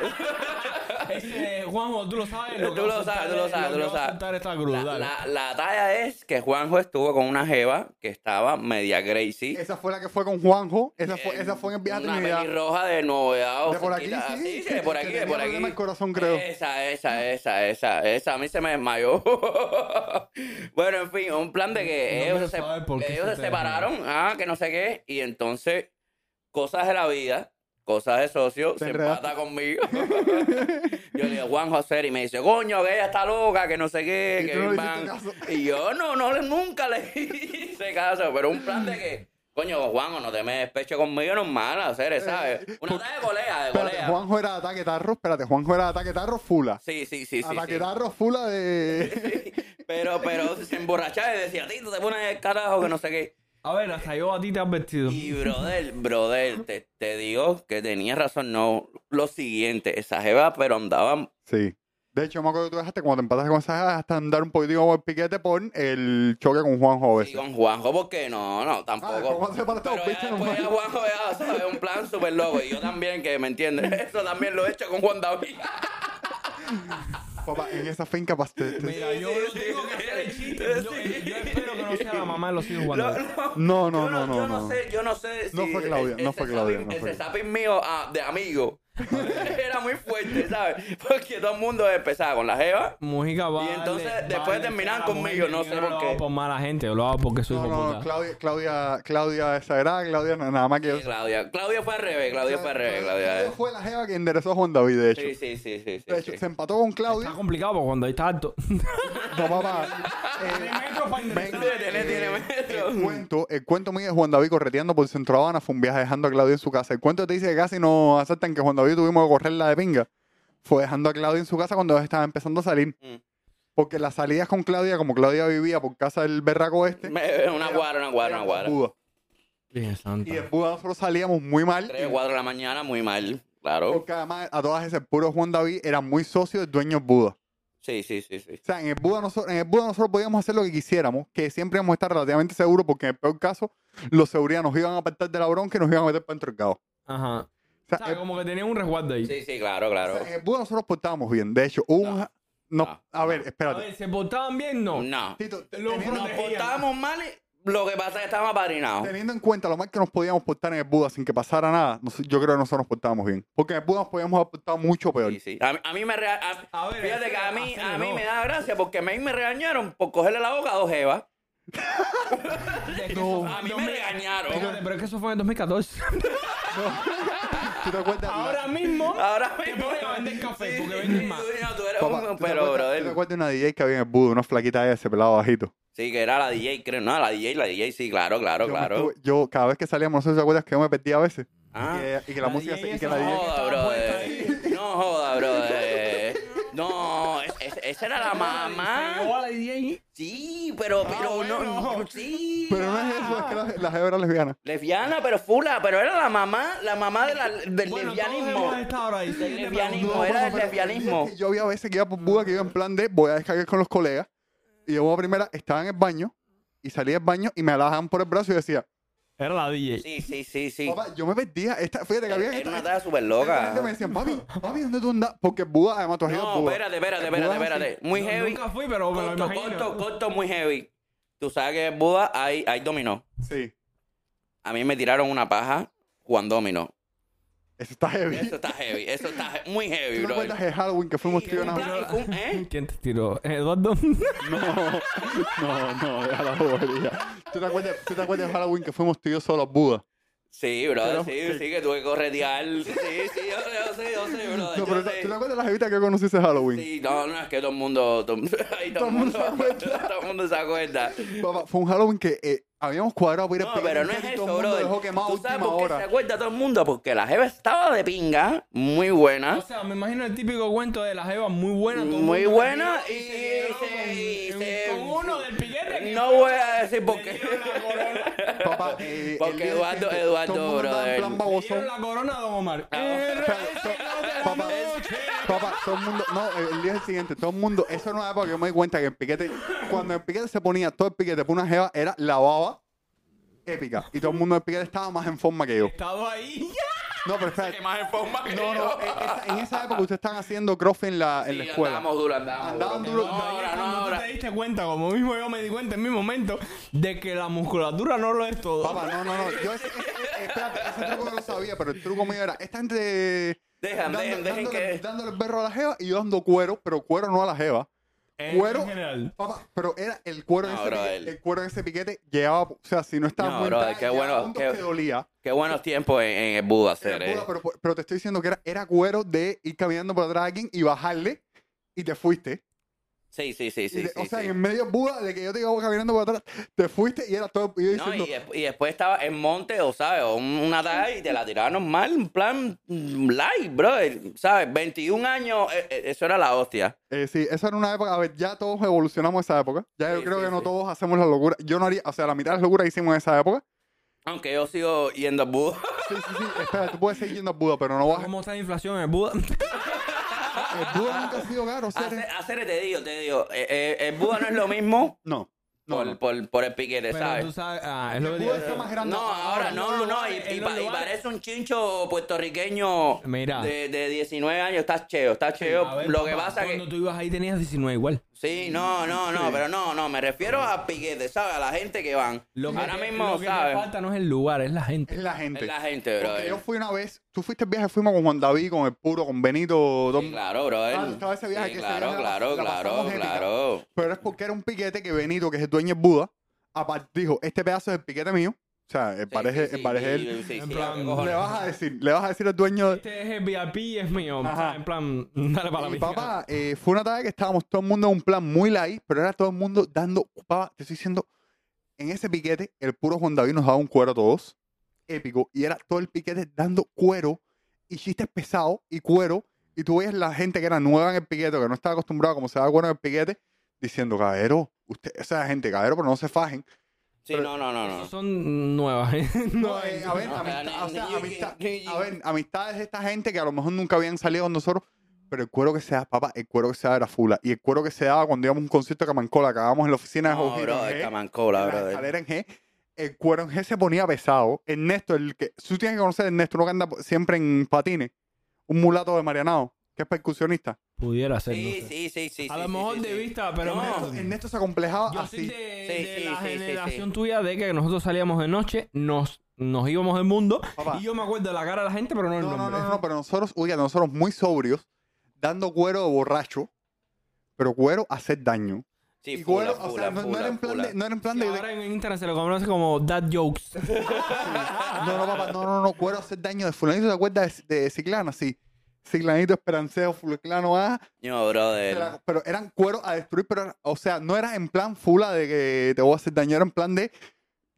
S2: Ese, Juanjo, tú lo sabes.
S3: Tú
S2: que
S3: lo
S2: vas a
S3: sabes,
S2: soltar
S3: tú lo sabes,
S2: es-
S3: tú lo
S2: que vas a
S3: sabes.
S2: soltar está
S3: La,
S2: cruda, dale.
S3: la- la talla es que Juanjo estuvo con una jeva que estaba media crazy.
S1: Esa fue la que fue con Juanjo. Esa fue,
S3: Eh,
S1: esa fue en el viaje de
S3: Una
S1: Trinidad.
S3: pelirroja de novedad.
S1: De por aquí,
S3: cerquita,
S1: sí,
S3: así,
S1: sí,
S3: de por
S1: que
S3: aquí, de
S1: tenía
S3: por
S1: problema
S3: aquí. Eh,
S1: el corazón, creo.
S3: Esa, esa, esa, esa, esa. A mí se me desmayó. [laughs] bueno, en fin, un plan de que
S2: No quiero
S3: ellos, se,
S2: saber por qué
S3: ellos
S2: se
S3: se
S2: te
S3: separaron, ah, que no sé qué, y entonces, cosas de la vida, cosas de socio,
S1: Te
S3: se
S1: enredaste.
S3: empata conmigo. [laughs] yo le digo, Juan José, y me dice, coño, que ella está loca, que no sé qué,
S1: Y
S3: que
S1: tú no
S3: Big
S1: le hiciste
S3: Bang".
S1: caso.
S3: Y yo no, no, le- nunca le [laughs] hice caso, pero un plan de que, coño, Juan, no te me despeche conmigo, normal, hacer, ¿sabes? Una talla de golea, de
S1: Eh, Espérate,
S3: golea.
S1: Juanjo era de ataque tarro. Espérate, Juanjo era de ataque tarro fula.
S3: Sí, sí, sí, sí.
S1: ataque
S3: sí.
S1: tarro fula
S3: [laughs]
S1: de.
S3: Pero, pero se emborrachaba y decía, Tito, te pones el carajo que no sé qué.
S2: A ver, hasta yo a ti te has
S3: [laughs]
S2: vestido.
S3: Y brother, brother, te, te digo que tenías razón, no. Lo siguiente, esa jeva, pero andaba
S1: Sí. De hecho, me acuerdo que tú dejaste cuando te empataste con esa jeva, hasta andar un poquitico por el piquete por el choque con Juanjo a
S3: y
S1: veces.
S3: con Juanjo, porque no, no,
S1: Pues Ah, ¿cómo
S3: tampoco.
S1: se para estos
S3: Pero ya
S1: bichos
S3: después ya
S1: nomás?
S3: Juanjo, ya, ¿sabes? Un plan súper loco. Y yo también, que me entiendes. [laughs] Eso también lo he hecho con Juan David.
S1: Papá, en esa finca pa- te- te-
S2: Mira, yo lo tengo que hacer el chiste. Yo,
S3: [laughs]
S2: eh,
S3: Sí.
S2: yo espero que no sea la mamá de los hijos cuando.
S3: No, no.
S1: No, no, no,
S3: Yo Yo
S1: no,
S3: no
S1: no.
S3: sé, yo no sé si...
S1: No fue Claudia,
S3: ese-
S1: no fue
S3: ese
S1: Claudia,
S3: zapping-
S1: no fue
S3: Ese zapping mío ah, de amigo [laughs] era muy fuerte, ¿sabes? Porque todo el mundo empezaba con la jeva.
S2: Mujica va. a darle-
S3: entonces,
S2: va a
S3: después
S2: darle
S3: terminan
S2: a la
S3: conmigo,
S2: mujer, yo
S3: no sé
S2: lo
S3: por
S2: hago
S3: qué.
S2: por mala gente, yo lo hago porque soy
S1: No,
S2: hijo
S1: no,
S2: puta.
S1: Claudia, Claudia, Claudia exagerada, Claudia, nada más que yo.
S3: Claudia, Claudia fue al revés, Claudia fue al revés,
S1: Claudia
S3: Claudia.
S1: fue la jeva que enderezó a Juan David, de hecho.
S3: Sí, sí, sí, sí,
S1: De
S3: sí,
S1: hecho,
S3: sí.
S1: se empató con
S2: Está
S1: Claudia.
S2: complicado porque cuando ahí está alto.
S1: No, papá. Eh, venga,
S3: Tiene- tiene
S1: eh,
S3: metro.
S1: el cuento, el cuento mío es Juan David correteando por Centro Habana fue un viaje dejando a Claudia en su casa. El cuento te dice que casi no aceptan que Juan David tuvimos que correrla de pinga. Fue dejando a Claudia en su casa cuando estaba empezando a salir.
S3: Mm.
S1: Porque las salidas con Claudia, como Claudia vivía por casa del berraco este,
S3: Me- Una guara, una guara, una
S1: eran
S3: guara.
S1: Buda.
S2: Bien,
S1: Y
S2: santa.
S1: después nosotros salíamos muy mal.
S3: Tres, cuatro de la mañana, muy mal, claro.
S1: Porque además a todas esas, puro Juan David era muy socio del dueño del Buda.
S3: Sí, sí, sí, sí.
S1: O sea, en el, Buda nosotros, en el Buda nosotros podíamos hacer lo que quisiéramos, que siempre íbamos a estar relativamente seguros, porque en el peor caso, los seguridad nos iban a apartar de la bronca y nos iban a meter para dentro del caos.
S2: Ajá. O
S1: O sea,
S2: sea,
S1: el-
S2: como que tenía un resguardo ahí.
S3: Sí, sí, claro, claro.
S1: o sea, en el Buda nosotros portábamos bien. De hecho, hubo un...
S3: No. Ah.
S1: ja- no,
S3: No.
S1: a ver,
S2: A
S1: espérate.
S2: ver, ¿se portaban bien? No.
S3: No.
S1: Tito, te-
S2: Lo
S1: teniendo,
S2: prote-
S3: Nos portábamos mal, lo que pasa es que estábamos apadrinados.
S1: teniendo en cuenta lo mal que nos podíamos portar en el Buda sin que pasara nada, nos- yo creo que nosotros nos portábamos bien. Porque en el Buda nos podíamos haber portado mucho peor.
S3: Sí, sí. A, mí- a mí me rea- a-
S2: A ver,
S3: fíjate que a mí,
S2: hacerle,
S3: a mí
S2: no.
S3: me da gracia porque a mí me regañaron por cogerle la boca a dos jevas.
S2: Ah, No.
S3: A mí me regañaron.
S2: Espérate, pero es que eso fue en el
S3: [laughs]
S2: 2014.
S1: ¿Tú te acuerdas?
S2: Ahora mismo.
S3: Ahora
S2: Te
S3: mismo.
S2: ponen a vender café,
S3: Sí,
S2: porque
S3: sí,
S2: vendes
S3: sí,
S2: más.
S3: tú, no, tú eres
S1: Papá,
S3: un-
S1: ¿tú te
S3: pero,
S1: acuerdas- ¿tú te
S3: brother,
S1: acuerdas de una DJ que había en el Buda, una flaquita ese, pelado bajito?
S3: Sí, que era la DJ, creo. No, la DJ, la DJ, sí, claro, claro,
S1: yo me
S3: claro.
S1: estuve- yo cada vez que salíamos, no sé si te acuerdas que yo me perdía a veces.
S3: Ah.
S1: Y, que, y que la,
S2: La
S1: música
S2: DJ
S1: se, y que
S2: esa
S1: la
S3: No
S1: DJ
S2: joda.
S3: joda,
S2: estaba puesta
S3: brother. No joda, brother. No, es- es- esa era la
S2: Llegó
S3: mamá.
S2: a la DJ.
S3: Sí, pero, pero
S2: Ah, bueno.
S3: no, no, Sí.
S1: Pero no es eso, es que la, la jeva era lesbiana.
S3: Lesbiana, pero fula, pero era la mamá, la mamá de la- del
S2: Bueno,
S3: lesbianismo.
S2: todos hemos estado ahí.
S3: Del lesbianismo,
S1: No,
S3: era
S1: bueno,
S3: el
S1: pero
S3: lesbianismo.
S1: es que Yo había veces que iba por Buda, que iba en plan de voy a descargar con los colegas. Y yo, como primera, estaba en el baño y salía del baño y me alajaban por el brazo y decía,
S2: Era la DJ.
S3: Sí, sí, sí, sí. Eh,
S1: papá, este yo me perdía. Esta, fíjate que había
S3: Era una
S1: esta-
S3: talla súper
S1: esta
S3: loca.
S1: gente me decían, papi, papi, ¿dónde tú andas? Porque Buda, además, tú has ido a
S3: No,
S1: Buda.
S3: espérate, espérate, espérate,
S1: Buda es así.
S3: espérate. Muy
S2: No,
S3: heavy.
S2: Nunca fui, pero me lo
S3: Corto,
S2: imagino.
S3: corto, corto, muy heavy. Tú sabes que en Buda hay, hay dominó.
S1: Sí,
S3: A mí me tiraron una paja jugando dominó.
S1: eso está heavy.
S3: Eso está heavy, eso está he- muy heavy,
S1: ¿Tú te
S3: bro.
S1: acuerdas de Halloween que fuimos tío nada? [laughs]
S3: ¿Eh?
S2: ¿Quién te tiró? ¿Eduardo?
S1: No, no, no, deja la bobería. ¿Tú te acuerdas, tú te acuerdas de Halloween que fuimos tú y yo solos Buda?
S3: Sí, bro,
S1: Pero-
S3: sí, sí, que tuve que corretear. Sí, sí, yo sé, yo sé, yo sé, bro.
S1: No, pero
S3: yo
S1: ¿tú
S3: sé.
S1: te acuerdas de la jevita que conociste en Halloween?
S3: Sí, no, no, es que todo el mundo. [laughs] Todo, ahí todo el mundo se acuerda. Todo el mundo se acuerda.
S1: Papá, fue un Halloween que eh, habíamos cuadrado para ir a
S3: No,
S1: pegar
S3: pero
S1: un
S3: no es
S1: set y
S3: eso,
S1: todo el mundo dejó
S3: bro.
S1: quemado a
S3: ¿Tú sabes
S1: última
S3: por qué se
S1: hora.
S3: acuerda todo el mundo? Porque la jeva estaba de pinga, muy buena.
S2: O sea, me imagino el típico cuento de la jeva muy buena. todo el
S3: ¿Ah? Muy
S2: mundo
S3: buena
S2: metido,
S3: y
S2: se
S3: se-
S2: dieron
S3: se-
S2: con, con uno del piquete. que
S3: No
S2: fue-
S3: voy a decir por
S2: le
S3: qué.
S2: dieron la corona-
S1: Papá, eh, el
S3: Porque
S1: día
S3: Eduardo-
S1: siguiente,
S3: Eduardo,
S1: todo el mundo andaba en
S3: brother.
S1: plan
S2: le
S1: babosón.
S2: dieron la corona a Don Omar.
S3: Ah.
S2: Eh, El
S1: O sea, to- Papá, papá, todo el mundo, no, el día siguiente, todo el mundo, eso no era porque yo me di cuenta que el piquete, cuando el piquete se ponía, todo el piquete por una jeva era la baba épica. Y todo el mundo del piquete estaba más en forma que yo.
S2: Estado ahí.
S1: No,
S3: [laughs]
S1: pero está.
S2: que más en forma que
S1: No,
S2: yo.
S1: no, en esa, en esa época ustedes están haciendo crossfit en la, en la
S3: Sí,
S1: escuela.
S3: Andábamos duro, andábamos
S1: Andaban
S3: duro.
S1: duro.
S3: No,
S1: Ahí
S3: ahora, no,
S2: Cuando tú
S3: ahora.
S2: te diste cuenta, como mismo yo me di cuenta en mi momento, de que la musculatura no lo es todo.
S1: Papá, no, no, no. Yo ese, ese- espérate, ese truco no lo sabía, pero el truco mío era, esta gente
S3: Dejan, dejen, dejen
S1: dándole,
S3: que.
S1: dándole el berro a la jeva y yo dando cuero, pero cuero no a la jeva.
S2: En
S1: cuero.
S2: general.
S1: Papá, pero era el cuero en
S3: No,
S1: ese
S3: bro,
S1: piquete,
S3: él.
S1: el cuero en ese piquete llevaba, o sea, si no estaba
S3: No,
S1: muy
S3: bro,
S1: entrada,
S3: qué
S1: llegaba
S3: bueno,
S1: a puntos
S3: qué-
S1: que dolía.
S3: Qué buenos tiempos en, en el Buda
S1: Era
S3: hacer, eh.
S1: cuero, pero, pero te estoy diciendo que era, era cuero de ir caminando por atrás de alguien y bajarle y te fuiste.
S3: Sí, sí, sí,
S1: Y
S3: sí.
S1: de- o
S3: sí,
S1: sea,
S3: sí.
S1: en medio Buda, de que yo te iba caminando por atrás, te fuiste y era todo. Y yo
S3: No,
S1: diciendo,
S3: y, des- y después estaba en monte, o sabes, o un- una talla y te la tiraban normal, en plan mm, live, bro. ¿Sabes? 21 años, eh, eh, eso era la hostia.
S1: Eh, sí, esa era una época. A ver, ya todos evolucionamos esa época. Ya yo
S3: Sí,
S1: creo
S3: sí,
S1: que no
S3: sí.
S1: todos hacemos la locura. Yo no haría, o sea, la mitad de las locuras que hicimos en esa época.
S3: Aunque yo sigo yendo a Buda. [laughs]
S1: Sí, sí, sí. Espera, tú puedes seguir yendo a Buda, pero no vas.
S2: ¿Cómo está la inflación en el
S3: [laughs]
S2: Buda?
S1: El Buda nunca ha sido caro, o sea,
S3: Hacer,
S1: eres-
S3: hacer, te digo, te digo. eh, eh, el Buda no es lo [laughs] mismo
S1: No, no.
S3: por,
S1: no.
S3: por, por el piquete,
S2: Pero tú
S3: ¿sabes?
S2: sabes, ah, es
S1: El
S2: lo que te iba
S1: Buda
S2: a
S1: está
S2: decir.
S1: más grande.
S3: No, ahora
S2: en los
S3: no, no, y,
S2: lugares,
S3: y
S2: en
S3: pa-
S2: los
S3: y
S2: lugares.
S3: parece un chincho puertorriqueño
S2: Mira.
S3: De, de 19 años, estás cheo, estás cheo.
S2: A ver,
S3: Lo que
S2: papá,
S3: pasa que...
S2: Cuando tú ibas ahí tenías 19 igual.
S1: Mm,
S3: Sí, no, no, no, pero no, no, me refiero a piquete, ¿sabes? A la gente que van.
S2: Lo que
S3: Ahora
S2: te-
S3: mismo,
S2: lo que te
S3: ¿sabes?
S2: falta no es el lugar, es la gente.
S1: Es la
S3: Es
S1: gente.
S3: la gente, bro.
S1: Porque yo fui una vez, tú fuiste el viaje, fuimos con Juan David, con el puro, con Benito. Don-
S3: Claro, bro.
S1: Ah, estaba ese viaje que ese
S3: claro,
S1: viaje la
S3: claro,
S1: pas- la
S3: claro,
S1: pasamos épica.
S3: claro.
S1: Pero es porque era un piquete que Benito, que es el dueño del Buda, aparte dijo: Este pedazo es el piquete mío. O sea, el pareje, el pareje él.
S3: Sí, sí,
S2: En
S3: sí,
S2: plan,
S3: ¿qué
S1: Le
S3: cojones?
S1: vas a decir, le vas a decir al dueño. de-
S2: Este es el VIP, es mío.
S1: Ajá.
S2: O sea, En plan, [laughs] dale para la
S1: Y
S2: vida.
S1: papá, eh, fue una tarde que estábamos todo el mundo en un plan muy light, pero era todo el mundo dando. Papá, te estoy diciendo, en ese piquete, el puro Juan David nos daba un cuero a todos, épico, y era todo el piquete dando cuero y chistes pesados y cuero. Y tú veías la gente que era nueva en el piquete, que no estaba acostumbrada como se da cuero en el piquete, diciendo, cabero, usted, esa gente, cabero, pero no se fajen.
S3: Sí, no, no, no, no.
S2: Son nuevas. ¿eh? [laughs]
S1: No, eh, a ver,
S3: no,
S1: amistad-
S3: no,
S1: o sea,
S3: no, no,
S1: amistad-
S3: no, no,
S1: a ver, amistades de esta gente que a lo mejor nunca habían salido con nosotros, pero el cuero que se daba, papá, el cuero que se daba era fula. Y el cuero que se daba cuando íbamos a un concierto de Camancola, que acabamos en la oficina de
S3: No,
S1: Jorgito
S3: bro,
S1: en
S3: es
S1: G,
S3: camancola,
S1: en la
S3: bro.
S1: escalera en G, el cuero en G se ponía pesado. Ernesto, el que, tú tienes que conocer a Ernesto, uno que anda siempre en patines, un mulato de Marianao, que es percusionista.
S2: Pudiera ser. no
S3: Sí,
S2: sé.
S3: sí, sí, sí.
S2: A
S3: sí,
S2: lo
S3: sí,
S2: mejor
S3: sí,
S2: de
S3: sí.
S2: vista, pero
S3: No,
S2: no.
S1: Ernesto se acomplejaba
S2: Yo soy
S1: así.
S2: de,
S3: Sí,
S2: de
S3: sí,
S2: la
S3: sí, sí,
S2: generación
S3: sí.
S2: tuya de que nosotros salíamos de noche, nos, nos íbamos del mundo
S1: Papá.
S2: y yo me acuerdo de la cara de la gente, pero no el
S1: No, no,
S2: nombre.
S1: no, [laughs] no, pero nosotros, oiga, nosotros muy sobrios, dando cuero de borracho, pero cuero a hacer daño.
S3: Sí,
S1: Y
S3: fula,
S1: cuero, o sea,
S3: fula,
S1: no, no
S3: fula,
S1: era en plan
S3: fula.
S1: de, no era en plan
S2: Y
S1: de,
S2: ahora en Instagram se lo conoce como dad jokes.
S1: [laughs] no, no, papá, no, no, no, cuero a hacer daño de fulanito, ¿te acuerdas de, de Ciclana? Sí, Ciclanito, Esperanceo, Fulano A,
S3: No, brother.
S1: era- pero eran cuero a destruir, pero, era- o sea, no era en plan fula de que te voy a hacer daño, era en plan de,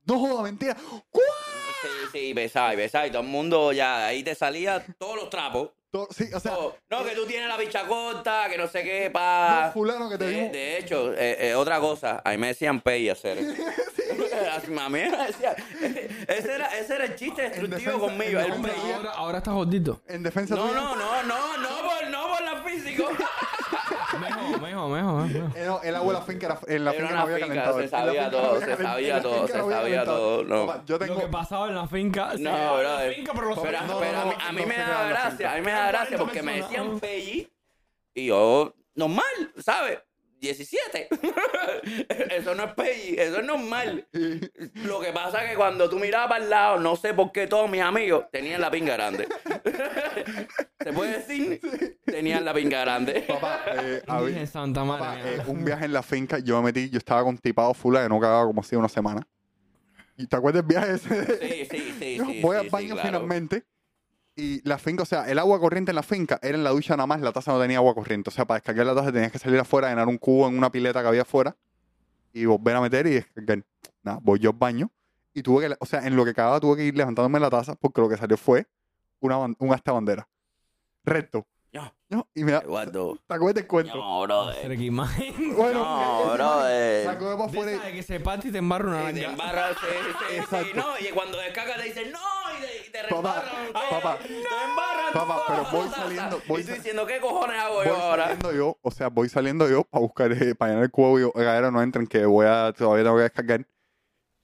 S1: no joda, mentira, ¡cuero!
S3: Sí, sí, besaba y besaba y todo el mundo ya, ahí te salía todos los trapos.
S1: sí, o sea,
S3: Todo. No, que tú tienes la bicha corta, que no sé qué,
S1: no,
S3: pa...
S1: fulano que te
S3: De,
S1: dijo,
S3: de hecho, eh, eh, otra cosa, ahí me decían pey hacer.
S1: [laughs]
S3: A mí me decían, ese era, ese era el chiste destructivo
S1: defensa-
S3: conmigo,
S1: en
S3: el
S1: defensa
S3: pey.
S1: mía.
S2: ahora, ahora estás gordito.
S1: en defensa
S3: No,
S1: tuya,
S3: no, no, no, no por, no por la físico.
S1: [laughs]
S2: Mejor, mejor, mejor. mejor.
S1: Eh, no, el agua de la finca era, en la
S3: Era
S1: finca no
S3: una
S1: había
S3: finca,
S1: calentador.
S3: se
S1: En la
S3: sabía
S1: finca no
S3: todo,
S1: había
S3: se
S1: calentador,
S3: sabía
S1: en la
S3: todo,
S1: finca no
S3: se
S1: había
S3: sabía
S1: calentador.
S3: todo, no.
S1: Papá, yo [laughs] tengo...
S2: Lo que pasaba en la finca. se
S3: No,
S2: quedaba en la
S3: brother.
S2: finca, pero lo
S3: Pero,
S2: sabía.
S1: no,
S3: pero a mí,
S1: no,
S3: a mí
S1: no
S3: me
S1: se
S3: daba
S1: quedan las
S3: gracia, a mí me daba gracia porque me
S2: personas.
S3: decían Pelli y yo, normal, ¿sabes? 17. [laughs] eso no es Pelli, eso es normal. Lo que pasa es que cuando tú mirabas para el lado, no sé por qué todos mis amigos tenían la pinga grande. [laughs] ¿Se puede decir? Tenían la pinga grande.
S1: Papá, eh, a
S2: [laughs] Dije,
S1: ver,
S2: Santa
S1: papá,
S2: madre.
S1: eh,
S2: mía.
S1: un viaje en la finca, yo me metí, yo estaba con tipado fula que no cagaba como si una semana. ¿Y te acuerdas del viaje ese? de-
S3: Sí, sí, sí.
S1: Yo
S3: sí,
S1: voy
S3: sí,
S1: al
S3: sí,
S1: baño
S3: claro.
S1: finalmente y la finca, o sea, el agua corriente en la finca era en la ducha nada más, la taza no tenía agua corriente. O sea, para descargar la taza tenías que salir afuera, llenar un cubo en una pileta que había afuera y volver a meter y descargar. Nada, voy yo al baño y tuve que, le- o sea, en lo que cagaba tuve que ir levantándome la taza porque lo que salió fue una, ban- un hasta bandera. Recto.
S3: No,
S1: ¿no? Y me da,
S3: Eduardo.
S1: ¿Te acuerdas del cuento?
S3: No, brother.
S2: Pero qué imagen.
S1: Bueno,
S3: No,
S1: eh, eh,
S3: brother.
S1: la cogemos
S2: De
S1: fuera
S2: esa
S1: y-
S2: de que se parte y te embarra una
S3: Y te
S2: ganga.
S3: embarra, Eh, sí, sí, sí,
S1: Exacto.
S3: sí, no, y cuando descarga te dicen no, y te, y te
S1: Papá,
S3: reembarran,
S1: papá,
S3: te embarran
S1: papá,
S3: toda
S1: pero
S3: la
S1: voy
S3: taza.
S1: saliendo, voy
S3: y estoy
S1: sal-
S3: diciendo, ¿qué cojones hago yo
S1: voy
S3: ahora?
S1: saliendo yo, o sea, voy saliendo yo para buscar, eh, para llenar el cubo y yo, "Oiga, era, no entren, que voy a, todavía tengo que descargar.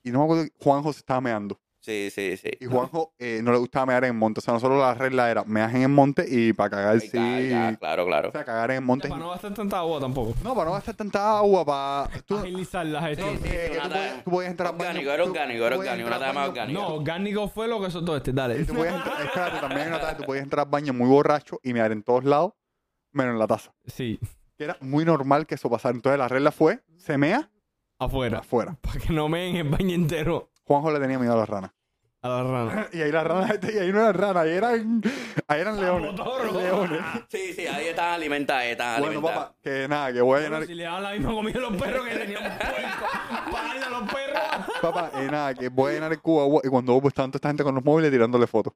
S1: Y no me acuerdo, Juanjo se estaba meando.
S3: Sí, sí, sí.
S1: Y Juanjo eh, no le gustaba mear en el monte. O sea, nosotros la regla era meas en el monte y para cagar
S3: Ahí
S1: sí.
S3: está, ahí está, claro, claro.
S1: O sea, cagar en el monte. es-
S2: Para no gastar tanta agua tampoco.
S1: No, para no gastar tanta agua, para. Tú,
S2: Agilizar la
S3: Sí,
S2: gestión.
S3: sí,
S1: eh,
S3: sí,
S1: que
S3: una
S1: tú,
S3: talla.
S1: podías, tú podías entrar al baño.
S3: Orgánico, era
S1: tú-
S3: orgánico,
S1: tú
S3: era
S1: podías entrar
S3: orgánico, una
S1: al
S3: talla
S1: baño-
S3: más orgánica.
S2: No, orgánico fue lo que soltó este.
S1: Y
S2: Dale.
S1: tú podías
S3: [laughs]
S1: entrar, espérate, también hay una talla, tú podías entrar al baño muy borracho y mear en todos lados, menos en la taza.
S2: Sí,
S1: Que era muy normal que eso pasara. Entonces la regla fue, se mea
S2: afuera.
S1: afuera.
S2: Para que no meen el baño entero
S1: Juanjo le tenía miedo a las ranas.
S2: a la rana.
S1: Y ahí las ranas, y ahí no eran ranas, ahí eran, ahí eran leones.
S2: Motorro.
S1: Leones.
S2: Ah,
S3: Sí, sí, ahí están alimentadas, están
S1: Ah. Bueno,
S3: alimentadas.
S1: papá, que nada, que voy a
S2: Pero
S1: llenar.
S2: si le daban la misma comida a los perros que tenían puerco. Para darle a los
S3: [laughs]
S2: perros.
S1: Papá, eh, nada, que voy a llenar el cubo de agua. Y cuando pues tanto esta gente con los móviles tirándole fotos.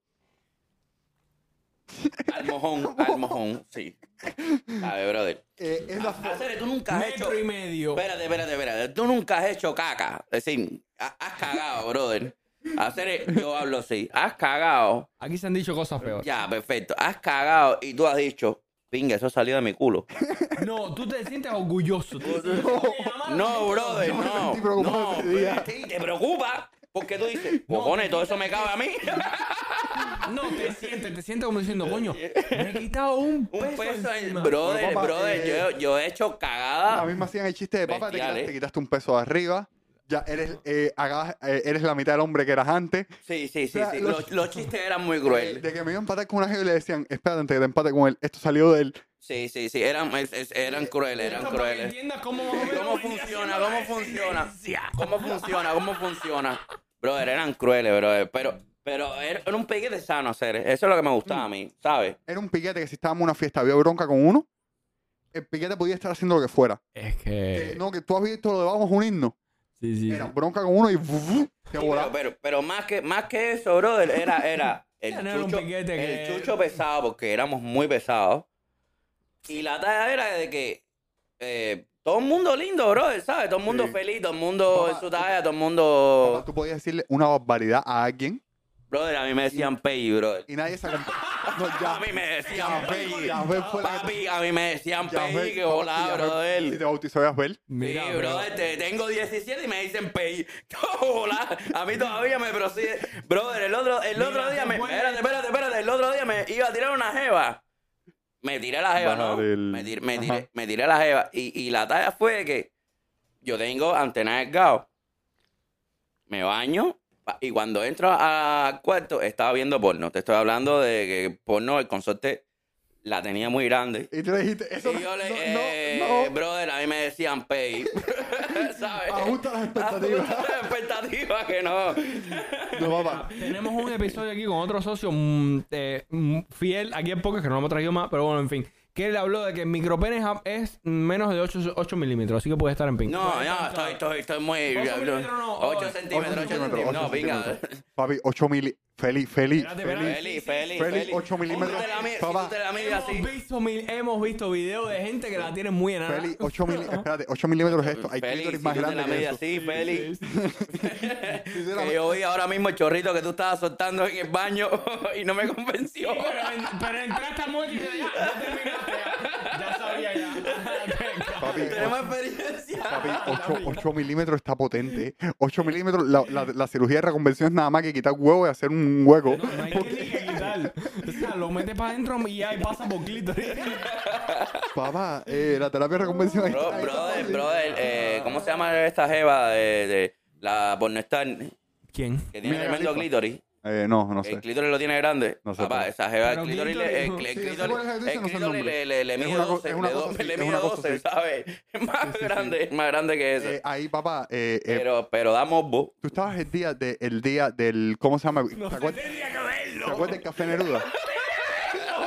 S3: Al mojón, al mojón, sí. A ver, brother.
S1: Eh, es la fo-
S3: Hacer, tú nunca has hecho...
S2: Metro y medio.
S3: Espérate, espérate, espérate. Tú nunca has hecho caca. Es decir, ha- has cagado, brother. Hacer, e- yo hablo así. Has cagado.
S2: Aquí se han dicho cosas peores.
S3: Ya, perfecto. Has cagado y tú has dicho, pinga, eso salió de mi culo.
S2: No, tú te sientes
S3: [laughs]
S2: orgulloso. Tú dices,
S3: No, brother,
S1: me
S3: no.
S1: sentí preocupado
S3: No,
S1: ese día.
S3: sí, te preocupa porque tú dices, cojones, todo eso me cabe a mí.
S2: No, te sientes, te sientes como diciendo, coño, me he quitado un
S3: [laughs] Un
S2: peso,
S3: peso, en-
S2: encima.
S3: brother,
S1: Papá,
S3: brother,
S1: eh,
S3: yo, yo he hecho
S1: A mí
S3: cagada.
S1: me hacían el chiste de papá, te
S3: Bestial,
S1: quitaste,
S3: ¿eh?
S1: te quitaste un peso de arriba. Ya eres, eh, hagas- eh, eres la mitad del hombre que eras antes.
S3: Sí, sí, sí,
S1: O sea,
S3: sí.
S1: los- [laughs]
S3: Los, los chistes eran muy
S1: De,
S3: crueles.
S1: de que me iba a empatar con una jefa y le decían, espérate, antes que te empate con él. Esto salió del.
S3: Sí, sí, sí, eran, es- es- eran crueles, eran
S2: Para que
S3: crueles.
S2: entiendas cómo más o menos
S3: ¿Cómo
S2: venía
S3: funciona?
S2: siendo
S3: ¿Cómo
S2: la
S3: funciona?
S2: exigencia.
S3: ¿Cómo funciona? ¿Cómo funciona? Brother, eran crueles, brother. Pero, pero er, era era un piquete sano hacer. Eso es lo que me gustaba
S1: Mm.
S3: a mí, ¿sabes?
S1: Era un piquete que si estábamos en una fiesta, había bronca con uno. El piquete podía estar haciendo lo que fuera.
S2: Es
S1: Que,
S2: que...
S1: no, que tú has visto lo de vamos a unirnos.
S2: Sí, Eh, sí.
S1: Era bronca con uno y. te
S3: Sí,
S1: volaba.
S3: pero, pero, pero más que más que eso, brother, era, era el,
S2: Ya no era un
S3: chucho,
S2: piquete
S3: el
S2: que-
S3: chucho pesado, porque éramos muy pesados. Y la talla era de que eh, todo el mundo lindo, brother, ¿sabes? Todo el mundo
S1: Sí.
S3: feliz, todo el mundo
S1: Papá,
S3: en
S1: tú-
S3: su talla, todo el mundo.
S1: Papá, tú podías decirle una barbaridad a alguien
S3: Brother, a mí me decían Pei, brother.
S1: y nadie se
S3: [laughs]
S1: acompa- No, ya.
S3: A mí me decían
S1: Ya, ve,
S3: Pei.
S1: ya, ve, fue la-
S3: Papi, a mí me decían
S1: ya, ve,
S3: Pei, que
S1: papá,
S3: volaba,
S1: ya, ve. Y
S3: brother.
S1: te bautizó Yasbel.
S2: Mira,
S3: sí, este
S2: pero-
S3: brother, te- tengo 17 y me dicen pay. [laughs] Hola, a mí todavía me prosigue. Brother, el otro, el
S2: Mira,
S3: otro día me.
S2: qué bueno.
S3: Espérate, espérate, espérate. El otro día me iba a tirar una jeva. Me tiré la jeva, ¿no?
S1: Vale, el-
S3: Me, tir- me
S1: Ajá.
S3: tiré, me tiré la jeva. Y, y la talla fue de que yo tengo antenas delgado. Me baño. pa- Y cuando entro al cuarto, estaba viendo porno. Te estoy hablando de que porno, el consorte la tenía muy grande.
S1: Y tú le dijiste, eso
S3: Y yo le,
S1: [laughs] no,
S3: eh,
S1: no, no,
S3: brother, a mí me decían pay. [laughs] ¿Sabes?
S1: [laughs] ajusta las expectativas.
S3: [laughs] Ajusta las expectativas que no.
S1: No, papá.
S2: Tenemos un episodio aquí con otro socio mm, eh, mm, fiel aquí en Poker, que no lo hemos traído más, pero bueno, en fin. Que le habló de que el micropene ja- es menos de 8, 8 milímetros, así que puede estar en ping.
S3: No, no, estoy, estoy, estoy muy.
S2: Ocho milímetros no,
S3: 8
S2: ocho
S3: centímetros,
S1: centímetros,
S3: 8 centímetros. No,
S1: ocho
S3: venga.
S1: centímetros. Papi, 8 mil. Feliz, feliz.
S2: Espérate,
S1: feliz.
S2: espérate.
S3: Feliz, feliz.
S1: Feli, ocho milímetros.
S3: Si tú te la mides-
S1: Papá.
S3: si tú te la mides así.
S2: Hemos visto, mil- hemos visto videos de gente que la tiene muy enana.
S1: Feli, 8 mil, espérate, 8 milímetros es esto. Hay
S3: Feli,
S1: clítoris
S3: si
S1: más
S3: tú te la
S1: grandes que
S3: mides
S1: eso.
S3: así, Feli.
S1: Si te la
S3: Que
S1: mides-
S3: yo vi ahora mismo el chorrito que tú estabas soltando en el baño [laughs] y no me convenció.
S2: Pero, en- pero entraste a muerte y ya, ya terminaste. Ya, ya sabía ya.
S1: Papi,
S3: Tenemos
S1: [laughs]
S3: experiencia.
S1: Papi, 8, milímetros está potente. 8 milímetros, la, la, la cirugía de reconvención es nada más que quitar huevo y hacer un hueco.
S2: No hay que ni que quitar. O sea, lo metes para adentro y ya y pasa por clítoris.
S1: Papá, eh, la terapia de reconvención ahí
S3: Bro,
S1: está- ahí está
S3: brother,
S1: potente.
S3: brother, eh, ¿cómo se llama esta jeva de, de la pornestar que
S2: ¿Quién?
S3: tiene
S1: Mira,
S3: tremendo
S1: Califa.
S3: clítoris?
S1: Eh, no, no
S3: El
S1: sé.
S3: clítoris lo tiene grande.
S1: No sé,
S3: Papá,
S1: pero-
S3: esa jeva, el
S2: Pero
S3: clítoris
S2: clítoris,
S3: le, el,
S2: sí,
S3: clí-
S1: yo sé
S3: clítoris-
S1: cuál es el que dice,
S3: el
S1: no sé el
S3: clítoris
S1: nombre.
S3: le, le, le
S1: Es
S3: mide
S1: una co-
S3: 12,
S1: es una
S3: le do-
S1: cosa así,
S3: le
S1: es
S3: mide
S1: una cosa
S3: 12,
S1: así. Eh,
S3: ¿sabes? [laughs] Es más
S1: Sí, sí, sí.
S3: grande, es más grande que eso.
S1: Eh, ahí, papá, eh, eh,
S3: pero, pero da morbo.
S1: tú estabas el día, de, el día del. ¿Cómo se llama? ¿Te acuerdas,
S2: Tendría que
S1: ¿te
S2: verlo.
S1: acuerdas del Café Neruda?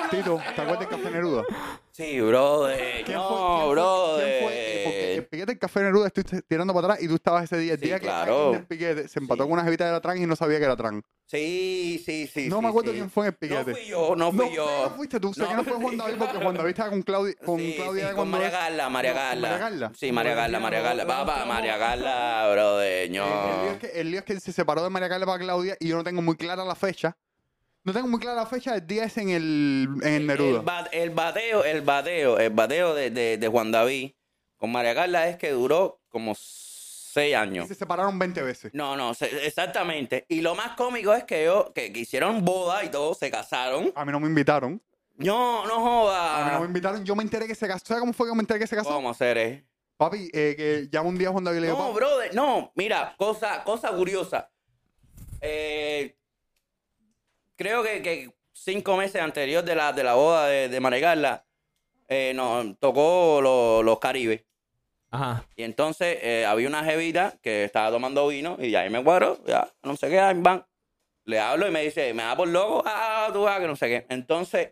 S1: Tito, ¿te acuerdas del Café Neruda?
S3: Sí, brother.
S1: eh, ¿Quién fue-
S3: No,
S1: quién fue- quién fue? Eh, Porque el
S3: brother.
S1: piquete del Café Neruda estoy t- tirando para atrás y tú estabas ese día. El
S3: Sí,
S1: día que
S3: claro.
S1: alguien del piquete se empató con una jevita de la trans y no sabía que era trans.
S3: Sí, sí, sí.
S1: No
S3: sí,
S1: me acuerdo
S3: sí.
S1: quién fue en el
S3: No
S1: piquete.
S3: fui yo, no fui yo.
S1: No fuiste tú, sé que no fue
S3: [laughs] fui
S1: Juan
S3: yo.
S1: David porque Juan David estaba con, Claudia con
S3: sí,
S1: Claudia
S3: sí,
S1: de
S3: con
S1: cuando
S3: María
S1: es-
S3: Gala, María
S1: No,
S3: Gala.
S1: María Gala.
S3: Sí, María Gala, María Gala. Papá, María Gala, brother.
S1: Eh, El, lío
S3: ño.
S1: es que, el lío es que se separó de María Carla para Claudia y yo no tengo muy clara la fecha. No tengo muy clara la fecha del día ese en el, en el Neruda.
S3: El, ba- el bateo, el bateo, el bateo de, de- de Juan David con María Carla es que duró como seis
S1: Y
S3: años.
S1: se separaron 20 veces.
S3: No, no, se- exactamente. Y lo más cómico es que ellos, que, que hicieron boda y todo, se casaron.
S1: A mí no me invitaron.
S3: No, no
S1: A mí Ah, no me
S3: joda.
S1: invitaron. Yo me enteré que se casó. ¿Sabes cómo fue que me enteré que se casó?
S3: ¿Cómo seré?
S1: Papi, eh, que llama un día a Juan David y le digo,
S3: No,
S1: "Papi,
S3: brother, no, mira, cosa, cosa curiosa. Eh, creo que, que cinco meses anterior de la, de la boda de, de Maregarla, eh, nos tocó lo- los Caribes.
S2: Ajá.
S3: Y entonces eh, había una jevita que estaba tomando vino y ahí me guardo, ya, no sé qué, ahí van. Le hablo y me dice, me da por loco, ah, tú vas, que no sé qué. Entonces,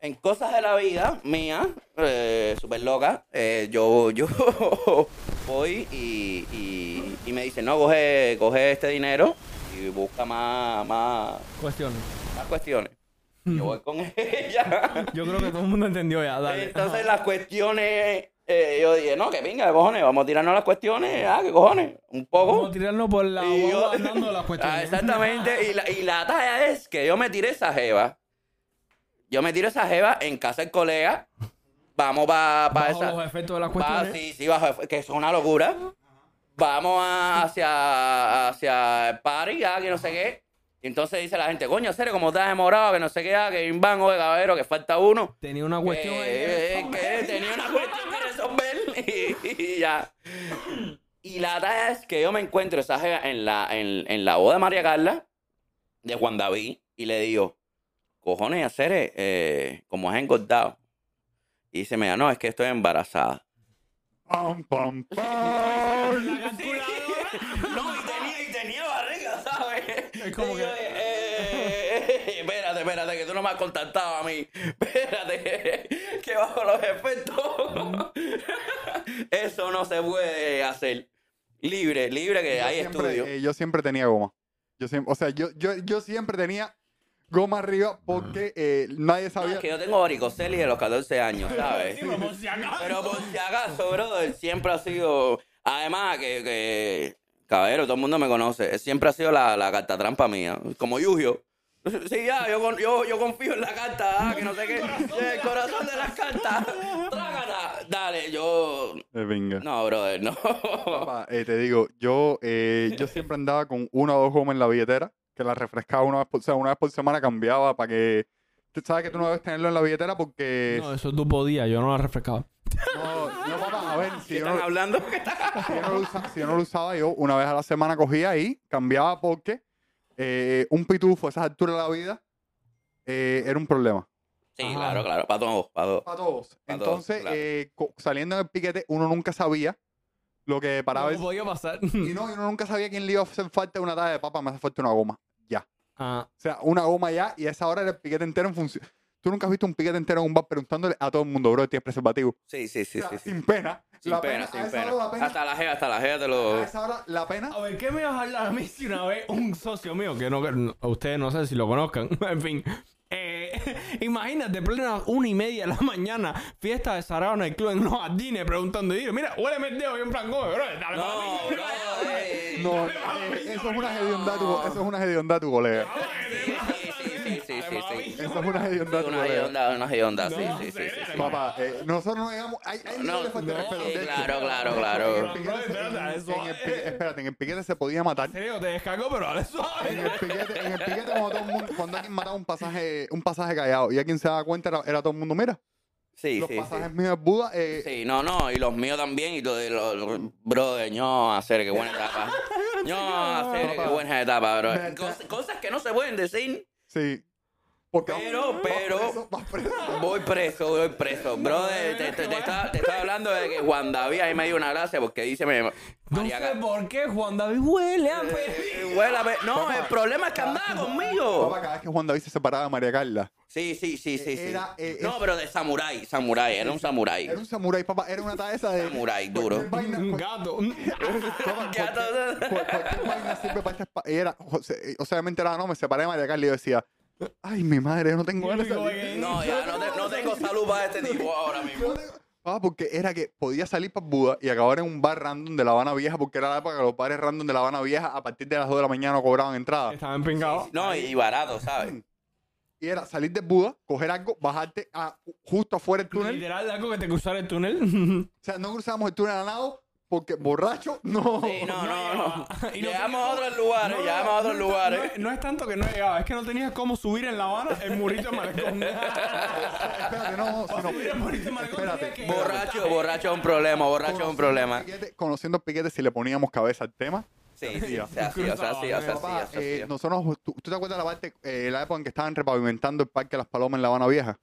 S3: en cosas de la vida mía, eh, súper loca, eh, yo, yo [laughs] voy y, y- y me dice, no, coge, coge este dinero y busca más, más,
S2: Cuestión.
S3: más cuestiones. Yo voy con [laughs] ella.
S2: Yo creo que todo el mundo entendió ya. Dale.
S3: Entonces las cuestiones, eh, yo dije, no, que venga, que cojones, vamos a tirarnos las cuestiones, ah, que cojones, un
S2: Vamos
S3: poco.
S2: a tirarnos por la
S3: Oh. Y yo-
S2: guagua andando las cuestiones.
S3: [laughs]
S2: [laughs]
S3: Ah, exactamente, y la, y la talla es que yo me tiré esa jeva. Yo me tiré esa jeva en casa del colega, vamos para
S2: Bajo
S3: esa...
S2: los efectos de las
S3: Va,
S2: cuestiones.
S3: sí, sí, bajo, que es una locura. Vamos a- hacia, hacia el party, ah, que no sé qué. Y entonces dice la gente, coño, serio, como estás demorado, que no sé qué, ah, que hay un banco de caballero, que falta uno.
S2: Tenía una cuestión ahí.
S3: Eh, eh,
S2: [laughs]
S3: que tenía una cuestión que resolver y, y ya. Y la verdad es que yo me encuentro esa jeva en la, en, en la boda de María Carla, de Juan David, y le digo, cojones, hacer eh, como has engordado. Y dice, mira, no, es que estoy embarazada.
S1: pam,
S3: [laughs]
S1: pam,
S3: Eh,
S1: pam.
S3: No, y tenía, y tenía barriga, ¿sabes?
S2: Es como
S3: Y yo,
S2: que-
S3: eh, eh, [laughs] eh, espérate, espérate, que tú no me has contactado a mí. Espérate, [laughs] que bajo los efectos. [laughs] Eso no se puede hacer. Libre, libre, que
S1: Yo
S3: hay
S1: siempre,
S3: estudio.
S1: eh, yo siempre tenía goma. Yo siempre, o sea, yo, yo, yo siempre tenía goma arriba porque eh, nadie
S3: No, es
S1: sabía.
S3: Ah. que yo tengo varicoceli de los 14 años, ¿sabes?
S2: Sí, vamos, si acaso.
S3: Pero por si acaso, brother, siempre ha sido. Además, que. que... Caballero, todo el mundo me conoce. Siempre ha sido la, la carta trampa mía. Como Yugio. Sí, ya, yo, con- yo, yo confío en la carta, ah, que no sé qué. El corazón de las cartas. Trágata. Dale, yo.
S1: Eh, venga.
S3: No, brother, no.
S1: Papá, eh, te digo, yo, eh, yo [laughs] siempre andaba con una o dos gomas en la billetera, que la refrescaba una vez por, o sea, una vez por semana, cambiaba para que... Tú sabes que tú no debes tenerlo en la billetera porque...
S2: No, eso tú podías, yo no la refrescaba.
S1: No, no, papá, a ver, si
S3: ¿Qué
S1: yo no,
S3: están hablando?
S1: si yo no lo usa- si yo no lo usaba, yo una vez a la semana cogía y cambiaba porque eh, un pitufo a esas alturas de la vida eh, era un problema.
S3: Sí,
S2: Ajá.
S3: claro, claro. Para todos, para todos.
S1: Para todos.
S3: Pa' todos,
S1: Entonces,
S3: claro.
S1: eh, co- saliendo en el piquete, uno nunca sabía lo que paraba
S2: No
S1: el-
S2: podía
S3: [laughs]
S2: pasar.
S1: Y no, y uno nunca sabía quién le iba a hacer falta una talla de papa, me hace falta una goma. Ya.
S2: [laughs] Ah,
S1: O sea, una goma ya y a esa hora era el piquete entero en función. Tú nunca has visto un piquete entero en un bar preguntándole a todo el mundo, bro, tienes preservativo.
S3: Sí, sí, sí,
S1: O sea,
S3: sí. sí.
S1: Sin pena.
S3: Sin
S1: La
S3: pena,
S1: a
S3: sin
S1: esa hora
S3: pena.
S1: la pena-
S3: Hasta la jea, hasta la jea te lo.
S1: A esa hora la pena.
S2: A ver, ¿qué me vas a hablar a mí si una vez un socio mío, que no, que no- ustedes no sé si lo conozcan, [laughs] en fin. eh, [laughs] imagínate, plena una y media de la mañana, fiesta de Sarao en el club en los jardines, preguntando, y digo, mira, huéleme el dedo, y en plan, come, bro, dale,
S3: No,
S2: papi".
S3: bro. eh.
S1: No, eh, eso es una hedionda a tu, eso es una hedionda a tu colega.
S3: Sí, sí, sí, sí, sí, sí.
S1: Eso es una hedionda a tu
S3: Una
S1: colega.
S3: hedionda, una hedionda, sí,
S2: No,
S3: sí, sí, sí, sí.
S1: Papá, eh, nosotros no llegamos. Hay, hay
S3: No,
S1: niveles de falta de
S2: no,
S1: respeto,
S3: sí,
S1: de hecho.
S3: claro, claro,
S1: En el
S3: claro.
S1: piquete se-
S2: Espérate,
S1: en-
S2: eso-
S1: en el piquete- Espérate, en el piquete se podía matar.
S2: En serio, te descargo, pero dale
S1: En
S2: suave.
S1: el piquete, en el piquete cuando, todo el mundo, cuando alguien mataba un pasaje, un pasaje callado y alguien se daba cuenta era, era todo el mundo, mira,
S3: Sí,
S1: los
S3: sí,
S1: pasajes
S3: sí.
S1: míos de Buda, eh,
S3: Sí, no, no, y los míos también, y todo, y los, los- brother, no, hacer qué buena etapa.
S1: [laughs]
S3: No, hacer qué buena etapa, bro.
S1: Me-
S3: Cos- cosas que no se pueden decir.
S1: sí. Porque
S3: Pero, pero-
S1: vas preso,
S3: [laughs]
S1: vas preso.
S3: Voy preso, voy preso. Brother, te, te, te estaba, te estaba hablando de que Juan David ahí me dio una gracia porque dice, me,
S2: No
S3: María
S2: sé
S3: Ga-
S2: por qué Juan David huele a perdido.
S3: Eh, huele a pe- No, el problema es que andaba conmigo.
S1: Papá, cada vez que Juan David se separaba de María Carla,
S3: Sí, sí, sí, sí, sí.
S1: Era, eh,
S3: No,
S1: es-
S3: pero de samurái, samurái, era un samurái.
S1: era un samurái, papá, era una taza de.
S3: Samurái duro.
S1: cualquier vaina-
S2: Un
S3: [laughs]
S1: cual-
S2: gato.
S1: papá,
S3: Ya todo-
S1: cual- cualquier vaina sirve para esta espa- y era, o sea, eh, o sea, me enteraba, no, me separé de María Carla y yo decía, ay, mi madre, yo no tengo ganas de salir".
S3: No, ya no, te- no tengo salud para este tipo ahora mismo.
S1: Ah, porque era que podía salir para Buda y acabar en un bar random de La Habana Vieja, porque era la época que los bares random de La Habana Vieja a partir de las 2 de la mañana no cobraban entrada.
S2: Estaban pingados.
S3: No, y, y barato, ¿sabes?
S1: Y era salir de Buda, coger algo, bajarte a, justo afuera del túnel.
S2: Literal, algo que te cruzara el túnel.
S1: O sea, no cruzábamos el túnel al lado, porque borracho, no.
S3: Sí, no, no, no. [laughs]
S4: Y no
S3: Llegamos a
S4: tenías-
S3: otros lugares,
S4: No,
S3: llegamos a eh. otros
S4: no,
S3: lugares.
S4: No, es- no es tanto que no llegaba, es que no tenías cómo subir en La Habana el murito de malecón.
S1: [laughs] Espérate, no, si nos-
S4: Subir el murito de malecón.
S1: Espérate,
S4: tenías que-
S3: Borracho, borracho es un problema, borracho es un problema.
S1: Piquete- conociendo el piquete, si le poníamos cabeza al tema.
S3: Sí, sí, o sea, sí, o sea, sí, o sea, sí,
S1: Papá,
S3: o sea,
S1: eh,
S3: sí.
S1: nosotros, ¿tú, tú te acuerdas la parte, eh, la época en que estaban repavimentando el Parque Las Palomas en La Habana Vieja?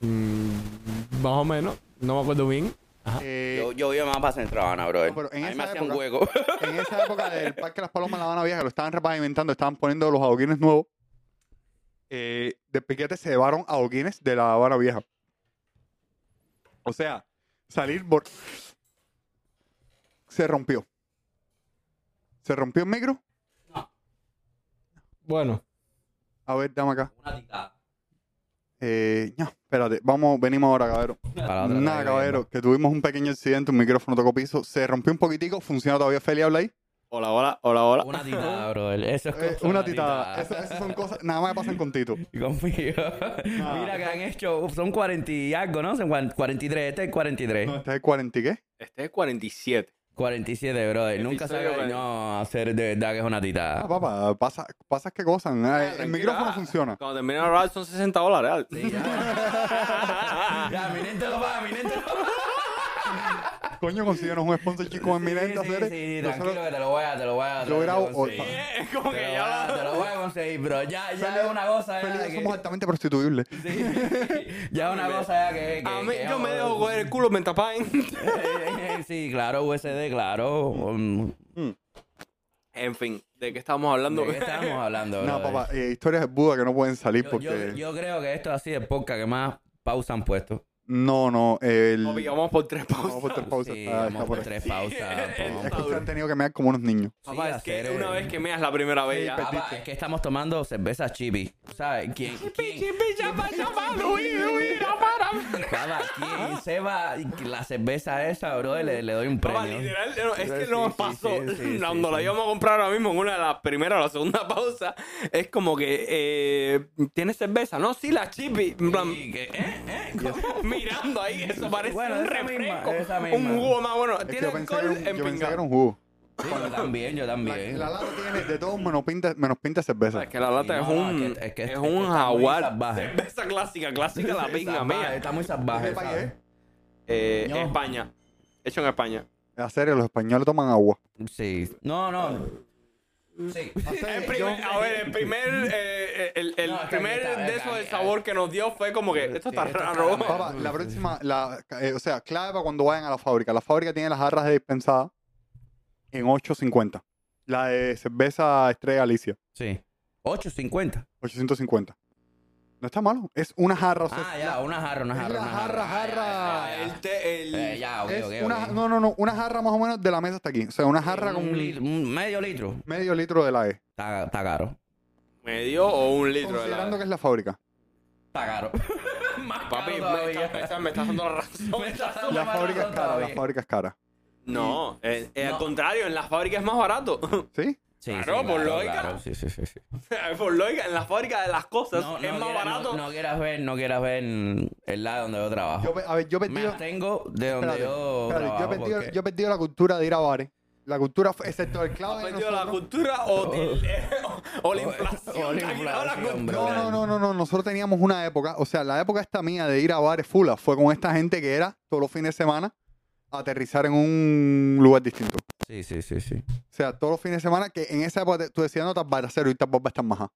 S4: Más o menos, no me acuerdo bien. Ajá.
S1: Eh,
S3: Yo, yo vivo más para Centro Habana, brother.
S1: No, pero en
S3: Ahí me
S1: esa
S3: hacía un
S1: época-
S3: hueco.
S1: En esa época del Parque Las Palomas en La Habana Vieja, que lo estaban repavimentando, estaban poniendo los adoquines nuevos. Eh, de piquete se llevaron adoquines de La Habana Vieja. O sea, salir por... Se rompió. ¿Se rompió el micro?
S4: Bueno,
S1: A ver, dame acá.
S3: [laughs] Una ticada.
S1: Eh, no, espérate, vamos, venimos ahora, caballero.
S3: Para otra,
S1: Nada,
S3: otra,
S1: caballero, que tuvimos un pequeño accidente, un micrófono tocó piso, se rompió un poquitico, funciona todavía, Feli, habla ahí.
S4: hola, hola, hola, hola.
S3: Una titada, bro. Eso es
S1: Eh,
S3: cosa,
S1: una titada. Esas esas son cosas, nada más pasan con Tito.
S3: Conmigo. Mira que han hecho. Son 40 y algo, ¿no? Son cuan- 43. Este es 43.
S1: No, este es el 40 y qué.
S2: Este es 47.
S3: 47, brother. Nunca
S2: Episodio
S3: sabes.
S2: cuarenta.
S3: No, hacer de verdad que es una titada.
S1: Ah, papá, pasa, pasas que cosas. Ah, el
S2: Tranquila.
S1: micrófono funciona.
S2: Cuando termina la ride son 60 dólares. Al. Ah.
S3: Ya, mi nente lo paga, mi nente lo paga.
S1: Coño, consíguenos un sponsor chico en mi neta,
S3: Sí, sí,
S1: seres.
S3: sí,
S1: Nosotros-
S3: tranquilo que te lo voy a, te lo voy a. te
S1: Yo
S3: lo
S1: grabo
S3: voy a conseguir.
S1: hoy,
S4: [laughs]
S1: papá.
S4: Es como
S3: Te
S4: que
S3: lo,
S4: ya
S3: voy a- te lo voy a conseguir, bro. Ya, ya es una cosa.
S1: Feli,
S3: Ya,
S1: yo
S3: Ah, que-
S1: somos altamente prostituibles.
S3: sí, ya es una cosa ya que. que-
S2: A mí,
S3: que
S2: yo me
S3: vamos-
S2: dejo coger el culo mientras paguen.
S3: [laughs] sí, claro, USD, claro. Um,
S2: En fin, ¿de qué estábamos hablando?
S3: ¿De qué estábamos hablando,
S1: No,
S3: brother?
S1: papá, eh, historias de Buda que no pueden salir
S3: Yo, yo-
S1: porque.
S3: yo creo que esto es así de podcast que más pausa han puesto.
S1: No, no, el.
S2: Papi, vamos por tres
S1: Vamos
S2: pausas.
S1: por tres pausas.
S3: Sí,
S1: Ah, está- está
S3: vamos
S1: por
S3: por
S1: ahí.
S3: tres pausas.
S2: Sí,
S3: vamos
S1: Es
S3: por-
S1: que se han tenido que mear como unos niños.
S2: Papá,
S3: Sí,
S2: es que
S3: hacer,
S2: una
S3: eh,
S2: vez que meas la primera vez ya. Ah,
S3: Papá, Ah, es que estamos tomando cerveza chibi. ¿Sabes? ¿Quién, quién, papá,
S1: Ah.
S3: quién se va la cerveza esa, bro? Le, le doy un
S2: Papá,
S3: premio.
S2: literal, no, es que
S3: Sí,
S2: no
S3: sí,
S2: pasó.
S3: sí, sí,
S2: Cuando
S3: sí,
S2: la
S3: sí.
S2: íbamos a comprar ahora mismo en una de las primeras o la segunda pausa, es como que, eh, ¿tienes cerveza? No, sí, la chipi. En plan,
S3: Y que- ¿eh?
S2: [laughs] mirando ahí, eso parece
S3: Bueno,
S2: un
S3: esa misma,
S2: refresco.
S3: esa misma.
S2: un jugo más bueno.
S1: Es que
S2: Tiene
S1: yo pensé que era
S2: alcohol
S1: un,
S2: en
S1: yo pensé que
S2: pinga.
S1: era un jugo.
S3: Sí, yo también, yo
S1: La,
S3: también.
S1: la lata tiene de todo menos pinta, menos pinta de cerveza.
S2: Es que la lata
S3: No,
S2: es
S3: no,
S2: un,
S3: es que- es que-
S2: es
S3: es que
S2: un
S3: está muy
S2: jaguar.
S3: salvaje.
S2: Cerveza clásica, clásica la pinga
S3: Salvaje,
S2: mía.
S3: Está muy salvaje.
S1: ¿Qué Este país
S3: ¿sabes?
S2: Eh,
S3: No.
S2: España. Hecho en España.
S1: A serio, los españoles toman agua.
S3: Sí. No, no. Sí.
S2: El primer- a ver, el primer, eh, el, el
S3: No, está
S2: primer
S3: bien, está bien,
S2: de esos
S3: está
S2: de
S3: bien.
S2: sabor que nos dio fue como que esto está
S3: Sí, esto está
S2: raro. [laughs]
S3: mal.
S1: Papá, la próxima, la, eh, o sea, clave para cuando vayan a la fábrica. La fábrica tiene las jarras de dispensada en 8.50. La de cerveza Estrella Galicia,
S3: Sí. 8.50.
S1: 850. No está malo. Es una jarra, o sea,
S3: Ah, ya, una jarra, una
S1: es
S3: jarra.
S1: la
S3: una
S1: jarra, jarra.
S3: Ah, ya,
S2: El te- Este, el-
S3: ya, ya. Eh, Ya, ok,
S1: es
S3: ok,
S1: una,
S3: ok.
S1: no, no, no, una jarra más o menos de la mesa hasta aquí. O sea, una jarra con
S3: Un litro, un medio litro.
S1: medio litro de la E.
S3: Está, está caro.
S2: medio o un
S3: E.
S2: litro de
S1: Considerando
S2: la...
S1: que es la fábrica.
S3: Está caro. [laughs] Más
S2: Papi,
S3: caro
S2: me
S3: todavía.
S2: estás está, me estás dando la razón.
S3: Me está dando
S1: La
S3: más
S1: fábrica es
S3: razón
S1: cara, la
S3: todavía.
S1: fábrica es cara.
S2: [laughs] No, eh, eh,
S3: No.
S2: al contrario, en las fábricas es más barato.
S1: ¿Sí?
S3: Sí,
S2: Claro, por lógica.
S3: Sí, sí, sí. sí.
S2: [laughs] Por lógica, en la fábrica de las cosas
S3: No, no
S2: es más
S3: quieras-
S2: barato.
S3: No, no quieras ver, no quieras ver el lado donde yo trabajo.
S1: Yo, pe- a ver, yo he
S3: me
S1: perdido,
S3: abstengo de donde
S1: espérate, espérate, yo
S3: yo
S1: he
S3: trabajo.
S1: perdido,
S3: porque-
S1: yo he perdido la cultura de ir a bares. La cultura, fue- excepto el
S3: [laughs]
S1: clavo
S2: ¿Has
S1: de
S2: perdido la
S1: nosotros.
S2: cultura o, del- o la inflación?
S3: [laughs] o la
S2: que ha quitado la
S3: inflación,
S2: cultura?
S3: bro.
S1: No, no, no, no, no. Nosotros teníamos una época, o sea, la época esta mía de ir a bares fula fue con esta gente que era todos los fines de semana aterrizar en un lugar distinto.
S3: Sí, sí, sí, sí.
S1: O sea, todos los fines de semana que en esa época te- tú decías, no, tal bar, cero, hoy tal bar va a estar maja.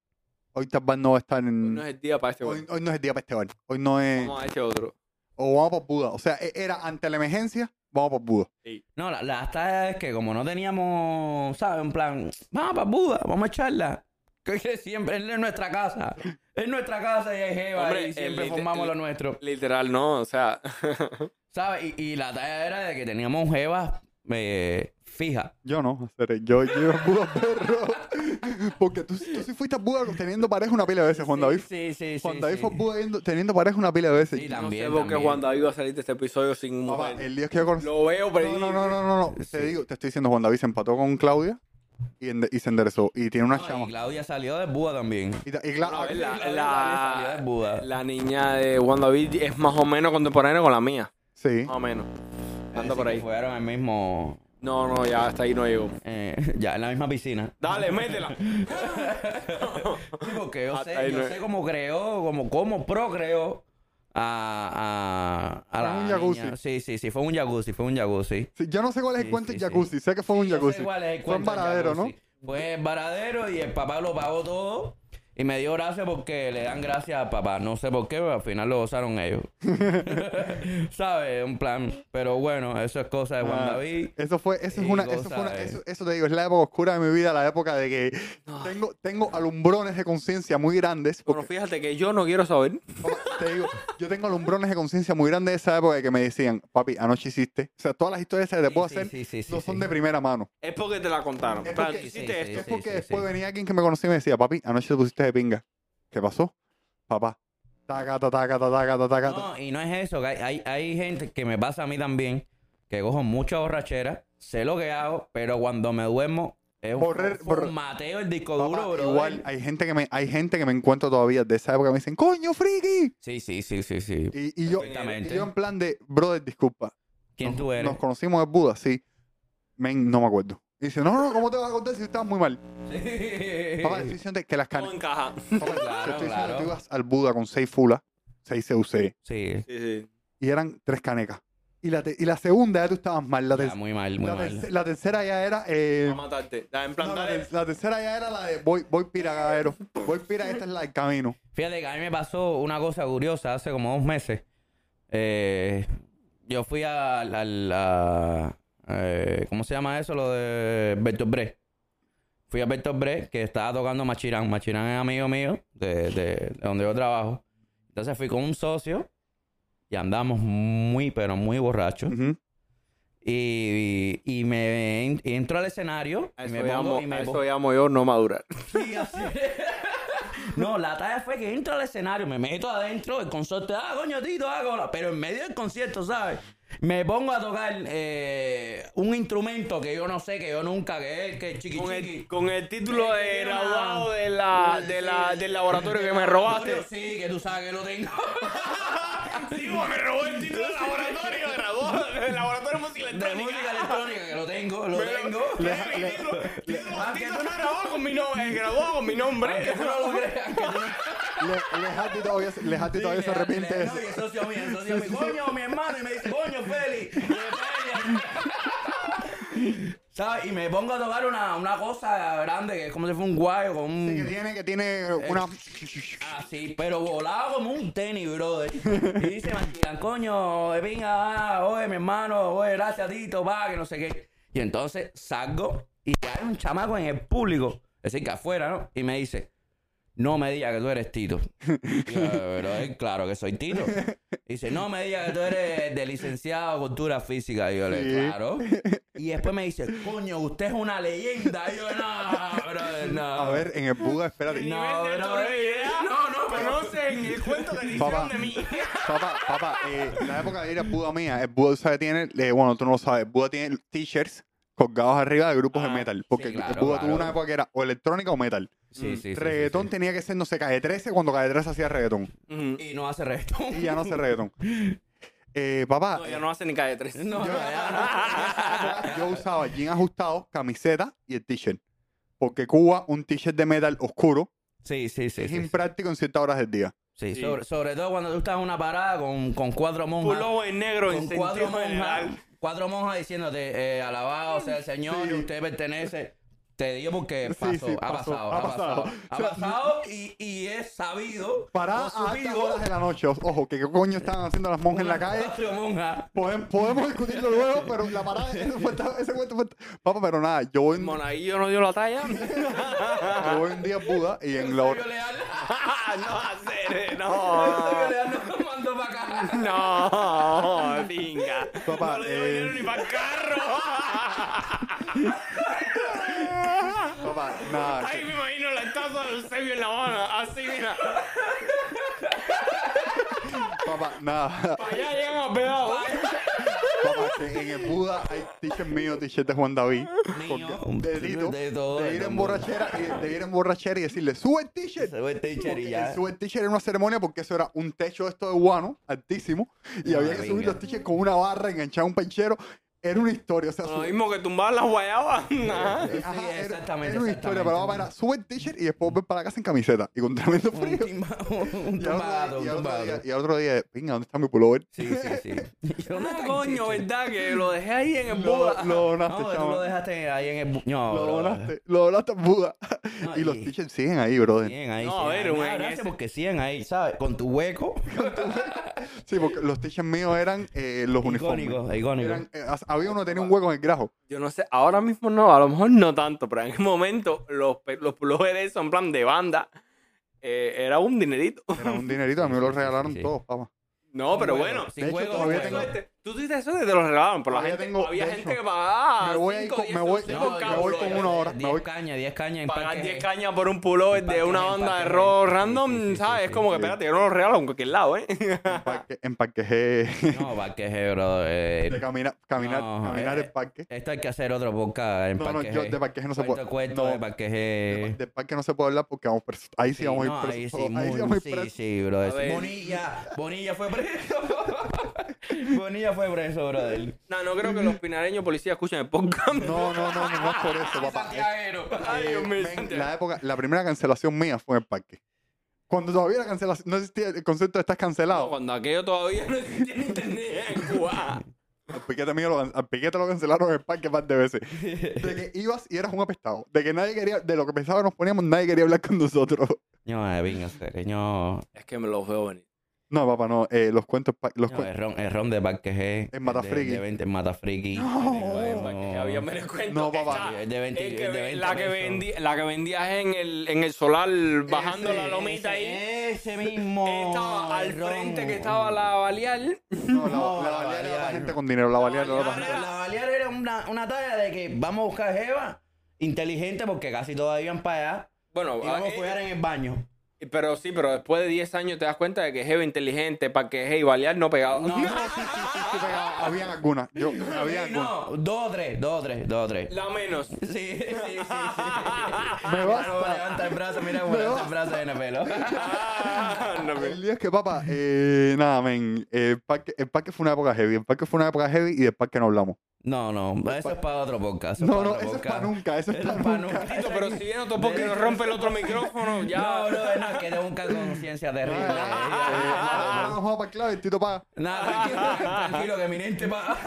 S1: Hoy tal bar no va a estar en...
S2: No es el día para este
S1: Hoy,
S2: bueno.
S1: hoy no es el día para este bar. Hoy no es...
S2: Vamos a este otro.
S1: O vamos por Buda. O sea, e- era ante la emergencia, vamos por Buda.
S3: No, la, la hasta es que como no teníamos, ¿sabes? En plan, vamos para Buda, vamos a echarla. [laughs] Que es que siempre es nuestra casa. Es nuestra casa y hay jeva
S2: Hombre,
S3: y siempre
S2: el-
S3: formamos
S2: el-
S3: lo nuestro.
S2: Literal, no, o sea. [laughs]
S3: ¿Sabes? Y, y la talla era de que teníamos jevas eh, fijas.
S1: Yo no, hacer yo llevo a Buda, perro. [laughs] Porque tú, tú sí fuiste a Buda teniendo pareja una pila de veces, Juan David.
S3: Sí, sí, sí.
S1: Juan
S3: sí,
S1: David
S3: sí.
S1: fue a Buda yendo- teniendo pareja una pila de veces.
S3: Sí,
S2: no sé
S3: también,
S2: por qué
S3: también.
S2: Juan David va a salir de este episodio sin
S1: Papá,
S2: mujer.
S1: el día que yo conocí...
S2: Lo veo perdido.
S1: No, no, no, no, no, no. Te digo, te estoy diciendo, Juan David se empató con Claudia y, ende- y se enderezó. Y tiene una
S3: No,
S1: chama.
S3: y Claudia salió de Buda también.
S1: Y, ta- y Cla-
S2: No, es la,
S3: Claudia
S2: la-
S3: salió de Buda.
S2: la niña de Juan David es más o menos contemporánea con la mía.
S3: Ah.
S1: Sí.
S2: Más o menos.
S5: Anda por
S3: que
S5: ahí.
S3: Fueron el mismo.
S5: No, no, ya hasta ahí no llegó.
S3: eh, [laughs] ya en la misma piscina.
S5: Dale, métela.
S3: Sí, porque yo
S5: Hasta
S3: sé,
S5: Ah, ahí
S3: yo
S5: no
S3: sé
S5: es.
S3: cómo creó, cómo, cómo procreó a, a, a la
S1: Fue un jacuzzi.
S3: niña. Sí, sí, sí, fue un jacuzzi, fue un jacuzzi.
S1: Sí, yo no sé cuál es el
S3: Sí,
S1: cuento
S3: sí,
S1: del
S3: sí.
S1: jacuzzi. Sé que fue un
S3: Yo sé
S1: jacuzzi.
S3: cuál es el
S1: fue un
S3: cuento del
S1: varadero, ¿no?
S3: jacuzzi. Fue en varadero y el papá lo pagó todo. Y me dio gracias porque le dan gracias a papá. No sé por qué, pero al final lo usaron ellos.
S1: [laughs]
S3: [laughs] ¿Sabes? Un plan. Pero bueno, eso es cosa de Juan
S1: Ah,
S3: David.
S1: Eso fue, eso es
S3: Y
S1: una, eso fue una-
S3: goza, eh.
S1: eso, eso te digo, es la época oscura de mi vida, la época de que tengo, tengo alumbrones de conciencia muy grandes.
S5: Bueno,
S1: Porque,
S5: fíjate que yo no quiero saber.
S1: te digo, yo tengo alumbrones de conciencia muy grandes de esa época de que me decían, papi, anoche hiciste. O sea, todas las historias que te
S3: Sí,
S1: puedo
S3: sí,
S1: hacer
S3: sí, sí, sí,
S1: no son
S3: sí.
S1: de primera mano.
S5: Es porque te la contaron.
S1: Es
S5: Claro,
S1: porque-
S5: tú
S3: Sí,
S5: hiciste
S3: sí,
S5: esto.
S1: es porque después venía alguien que me conocía y me decía, papi, anoche te pusiste de pinga. ¿Qué pasó? Papá. Taca, taca, taca, taca, taca, taca.
S3: No, y no es eso. que Hay, hay, hay gente que me pasa a mí también, que cojo mucha borrachera, sé lo que hago, pero cuando me duermo es un,
S1: Borrer-
S3: fue un
S1: borr-
S3: mateo el disco
S1: Papá,
S3: duro, bro. eh.
S1: igual hay gente que me hay gente que me encuentro todavía de esa época me dicen coño friki
S3: Sí, sí, sí, sí, sí.
S1: y, y yo y
S3: Perfectamente.
S1: yo en plan de brother disculpa
S3: ¿Quién
S1: nos,
S3: tú eres?
S1: nos conocimos en Buda sí men no me acuerdo y dice no no cómo te vas a contar si estabas muy mal
S3: [laughs]
S1: papá estoy diciendo que las
S5: No
S1: canicas
S5: encaja.
S1: papá,
S3: Claro,
S1: te estoy diciendo
S3: claro.
S1: que tú ibas al Buda con seis fulas seis CUC
S3: Sí,
S5: Sí, sí.
S1: y eran tres canecas y la, te- y la segunda ya tú estabas mal la,
S3: ya,
S1: ter-
S3: Ah, muy mal, muy
S1: la,
S3: mal. ¿eh?
S1: terce- la tercera ya era eh,
S5: Va a matarte. La en plan,
S1: no, la,
S5: dale.
S1: ter- la tercera ya era la de voy voy piragadero voy pira esta es la del
S3: [laughs]
S1: camino
S3: Fíjate que a mí me pasó una cosa curiosa hace como dos meses. Eh, yo fui a, la... eh, ¿Cómo se llama eso? Lo de Bertolt Brecht. Fui a Bertolt Brecht, que estaba tocando Machirán. Machirán es amigo mío de, de- de donde yo trabajo. Entonces fui con un socio y andamos muy, pero muy borrachos.
S1: Ujú.
S3: Y, y, y me y entro al escenario
S5: A
S3: y
S5: eso,
S3: me
S5: llamo,
S3: pongo... Y
S5: a
S3: me
S5: eso
S3: pongo-
S5: llamo yo no madurar.
S3: Sí, así es. [laughs] No, la talla fue que entro al escenario, me meto adentro, el consorte, ah, coño, tito, hago la-". Pero en medio del concierto, ¿sabes? Me pongo a tocar eh, un instrumento que yo no sé, que yo nunca, que es, que es chiqui
S5: Con
S3: chiqui.
S5: el, con el título
S3: Sí,
S5: de
S3: sí,
S5: graduado
S3: ma.
S5: de la, de la,
S3: Sí.
S5: del laboratorio que me robaste.
S3: Sí, que tú sabes que lo tengo.
S5: me robó el título del laboratorio, graduado del laboratorio de música
S3: [laughs] De música electrónica, que lo tengo,
S5: [laughs]
S3: lo tengo. Aunque tú no-
S5: grabó con mi nombre, graduado con mi nombre.
S3: aunque tú no lo creas, aunque tú no-
S1: Le- Lejati todavía, se- Lejati todavía se arrepiente de
S3: No,
S1: eso.
S3: y el socio mío,
S1: [laughs]
S3: el socio mío, coño, mi hermano, y me dice, coño, Feli. de Feli". [laughs] ¿Sabes? Y me pongo a tocar una, una cosa grande que es como si fuera un guayo con un.
S1: Mm. Que tiene, que tiene una...
S3: Ah, sí, pero volado como un tenis, brother. Y dice, Martín, coño, eh, venga, va, oye, mi hermano, oye, gracias, Tito, va, que no sé qué. Y entonces salgo y hay un chamaco en el público, es decir, que afuera, ¿no? Y me dice, no me digas que tú eres Tito. Y yo, pero es claro que soy Tito. Y dice, no me digas que tú eres de licenciado cultura física. Y yo le,
S1: Sí.
S3: claro. Y después me dice, coño, usted es una leyenda. Y yo, no, brother, no.
S1: A ver, en el Buda, espérate.
S3: No,
S5: Nivel de
S3: bro.
S5: autoridad.
S3: No, no, pero-
S5: Conocen el cuento que le
S1: Papá.
S5: hicieron de
S3: [laughs]
S5: mí.
S1: Papá, papá, eh, la época de ir al Buda mía, el Buda, ¿sabes? Tiene, eh, bueno, tú no lo sabes, el Buda tiene t-shirts colgados arriba de grupos de metal. Porque
S3: Ah, sí, claro,
S1: el Buda tuvo
S3: claro.
S1: una época que era o electrónica o metal.
S3: Sí, sí, sí, sí,
S1: Mm, reggaetón
S3: sí.
S1: tenía que ser, no sé, Calle 13 cuando Calle 13 hacía reggaetón.
S3: Y no hace reggaetón.
S1: Y ya no hace reggaetón. Eh, papá,
S5: No, ya no hacen ni calle 3.
S3: [laughs] No,
S1: Yo-
S3: ya no.
S1: [laughs] yo usaba jean ajustado, camiseta y el t-shirt. Porque Cuba, un t-shirt de metal oscuro,
S3: Sí, sí, sí.
S1: es
S3: sí,
S1: impráctico en ciertas horas del día.
S3: sí.
S5: Sí.
S3: Sobre, sobre todo cuando tú estás en una parada con, con cuatro monjas.
S5: Pulo en negro en
S3: con
S5: sentido
S3: cuatro monjas. [laughs]
S5: general.
S3: Cuatro monjas diciéndote, eh, alabado sea el Señor,
S1: Sí.
S3: usted pertenece. Te digo porque
S1: Sí,
S3: pasó,
S1: sí,
S3: ha
S1: pasó,
S3: pasado,
S1: ha
S3: ha pasado.
S1: pasado.
S3: Ha
S1: O sea,
S3: pasado y, y es sabido.
S1: Para
S3: o
S1: a altas
S3: sabido,
S1: horas de la noche. Ojo, que qué coño estaban haciendo las monjas en la calle.
S3: Cuatro monjas.
S1: Podem- podemos discutirlo luego, pero la parada, ese, cuento- ese cuento fue- Papá, pero nada, yo voy, un-
S5: Monaguillo no dio la talla.
S1: [laughs] yo voy un día a Buda y en la hora.
S3: Leal,
S5: no, hacer, no.
S3: Leal nos mandó para acá.
S5: No, venga.
S1: Papá,
S5: no le dio dinero
S1: eh,
S5: ni para carro.
S1: Papá, nada.
S5: Ay, me imagino la estatua de Eusebio en La Habana. Así, mira.
S1: Papá, nada.
S5: Allá llegamos pegados.
S1: Papá, Este, en el Buda hay t-shirt mío, t-shirt de Juan David. Porque de Tito,
S3: de todo,
S1: de
S3: de
S1: ir
S3: todo.
S1: en borrachera y, de ir en borrachera y decirle, sube el t-shirt.
S3: Se ve el teacher y ya.
S1: El sube el t-shirt en una ceremonia porque eso era un techo de esto de guano, altísimo, y
S3: Una
S1: había que subir
S3: pinga.
S1: los t-shirts con una barra, enganchar un panchero. Era una historia, o sea,
S2: Lo
S1: su-
S2: mismo que tumbaban las guayabas. Ajá.
S1: eh, ajá,
S3: Sí,
S1: era-
S3: exactamente,
S1: Era una historia,
S3: exactamente.
S1: pero vamos a sube el t-shirt y después ven para la casa en camiseta y con tremendo
S3: Un
S1: frío.
S3: timbado, un
S1: Y al otro día-
S3: tumbado, un
S1: y al otro día-
S3: tumbado.
S1: y al otro día, venga, ¿dónde está mi pullover?
S3: Sí, sí, sí.
S2: [laughs]
S3: ¿Y dónde
S2: Ah,
S3: está el
S2: coño,
S3: teacher?
S2: ¿verdad? Que lo dejé ahí en el
S1: Lo,
S2: Buda.
S1: lo
S3: No,
S1: donaste,
S3: pero tú
S1: chamo.
S3: lo dejaste ahí en el... bu- No,
S1: Lo
S3: bro.
S1: donaste, lo donaste en Buda.
S3: No,
S1: y los
S3: y-
S1: t-shirts siguen ahí, brother.
S3: Siguen ahí,
S2: No,
S3: siguen
S2: a ver,
S3: ahí.
S2: un-
S3: Me da
S2: en
S3: gracia
S2: ese-
S3: porque siguen ahí, ¿sabes? Con tu hueco.
S1: Sí, porque los t-shirts míos eran eh, los uniformes.
S3: Icónico, icónico.
S1: Eran, eh, as- había uno que tenía un hueco en el grajo.
S2: Yo no sé, ahora mismo no, a lo mejor no tanto, pero en el momento los, pe- los pulóveres esos en plan de banda eh, era un dinerito. [laughs]
S1: Era
S3: [laughs]
S1: un dinerito, a mí me lo regalaron
S3: Sí, sí.
S1: todos, papá.
S2: No, pero bueno.
S1: De
S3: sin
S1: hecho,
S3: hueco,
S1: todavía
S3: sin
S1: tengo-
S3: hueco.
S2: Suerte. Tú tuviste eso que te lo regalaron, pero la
S1: Todavía
S2: gente,
S1: tengo,
S2: había
S1: de
S2: gente
S1: hecho,
S2: que pagaba.
S1: me voy a ir
S2: cinco,
S1: con-
S2: diez
S1: me voy-
S2: pesos
S1: no,
S2: por
S1: me
S2: cada
S1: voy
S2: pullover.
S1: con uno ahora, me
S3: 10
S1: voy-
S3: cañas, 10 cañas en
S2: Pagar
S3: parque.
S2: 10 cañas por un pullover de
S3: Empaque,
S2: una banda de
S3: empaque,
S2: rock
S3: sí,
S2: random,
S3: sí, sí,
S2: ¿sabes?
S3: sí,
S2: es como que,
S1: sí.
S2: espérate, yo no lo regalo en cualquier lado, ¿eh? [laughs]
S1: En parque, en parque G.
S3: No, parque, eh, bro. eh,
S1: [laughs] De camina- caminar,
S3: No,
S1: caminar
S3: eh,
S1: el parque.
S3: Esto hay que hacer otro podcast en
S1: No, no,
S3: parque.
S1: yo de parque G no se puede.
S3: Cuento, cuento
S1: no,
S3: de parque. G.
S1: de parque no se puede hablar porque vamos presos. Ahí sí, vamos
S3: no,
S1: a ir presos.
S3: ahí sí,
S1: todos. Ahí sí
S3: muy-
S1: vamos a ir
S3: sí,
S1: presos.
S3: sí, bro.
S2: ver.
S3: Bonilla, Bonilla fue preso. [laughs] Bonilla fue preso, brother.
S2: no, no creo que los pinareños policías escuchen el podcast.
S1: No, no, no, no, no es por eso,
S3: [laughs]
S1: papá. Eh,
S3: Santiaguero.
S2: Ay, Dios mío.
S1: Men, la época, la primera cancelación mía fue en el parque. Cuando todavía la cancelación, no existía el concepto de estás cancelado.
S2: Cuando aquello todavía no existía
S1: [laughs]
S2: ni internet en Cuba.
S1: Al piquete mío lo, can- al piquete lo cancelaron en el parque un par de [laughs] veces. De que ibas y eras un apestado. De que nadie quería, de lo que pensábamos nos poníamos, nadie quería hablar con nosotros.
S3: No, eh, venga, serio. No,
S2: Es que me los veo venir.
S1: No, papá, no. eh, los cuentos. pa- Los
S3: no
S1: cuen-
S3: el, ron, el ron de parque G.
S1: En Matafriki.
S3: De, de 20 en Matafriki.
S2: Que había menos cuento.
S1: No, papá.
S2: Esa-
S3: El de 20,
S2: el que
S3: el de
S2: ve-
S3: 20
S2: la, que
S3: pesos.
S2: vendí, la que vendías en el, en el solar bajando
S1: Ese,
S2: la lomita ahí.
S3: Ese, ese mismo.
S2: Estaba al
S3: el ron.
S2: frente que estaba la balear.
S1: No, la,
S3: No,
S1: la
S3: la
S1: balear era la
S3: balear.
S1: gente con dinero. La balear era la
S2: balear
S1: gente.
S2: era-
S3: La Balear era una, una talla de que vamos a buscar Jeva inteligente porque casi todas iban para allá
S2: Bueno,
S3: y vamos
S2: eh,
S3: a follar en el baño.
S2: pero sí, pero después de 10 años te das cuenta de que Jeva inteligente, para que Jeva y balear no pegaban.
S3: No, no,
S1: Habían algunas. Yo, había algunas.
S3: no, dos o tres, dos o tres, dos o tres.
S2: La menos.
S3: Sí, sí, sí. [laughs] sí.
S1: Me
S3: Mira cómo
S1: basta.
S3: levanta el brazo, mira cómo levanta el brazo en el [laughs] pelo.
S2: [laughs] No, me-
S1: El día es que, papá, eh, nada, men. El parque, el parque fue una época heavy. El parque fue una época heavy y del parque no hablamos.
S3: No, no, eso es para otro podcast. eso
S1: No,
S3: pa'
S1: no,
S3: otro
S1: eso es
S3: podcast.
S1: para nunca. Eso es
S3: Eso
S1: para
S3: pa'
S1: nunca.
S2: Tito, pero si viene otro porque nos rompe el otro
S3: [laughs]
S2: micrófono, ya.
S3: No, no, no, es que tengo un cargo de conciencia terrible.
S1: Eh,
S3: [laughs]
S1: eh, Vamos a jugar para clave, Tito pa.
S3: Nada, tranquilo, tranquilo, que mi mente va.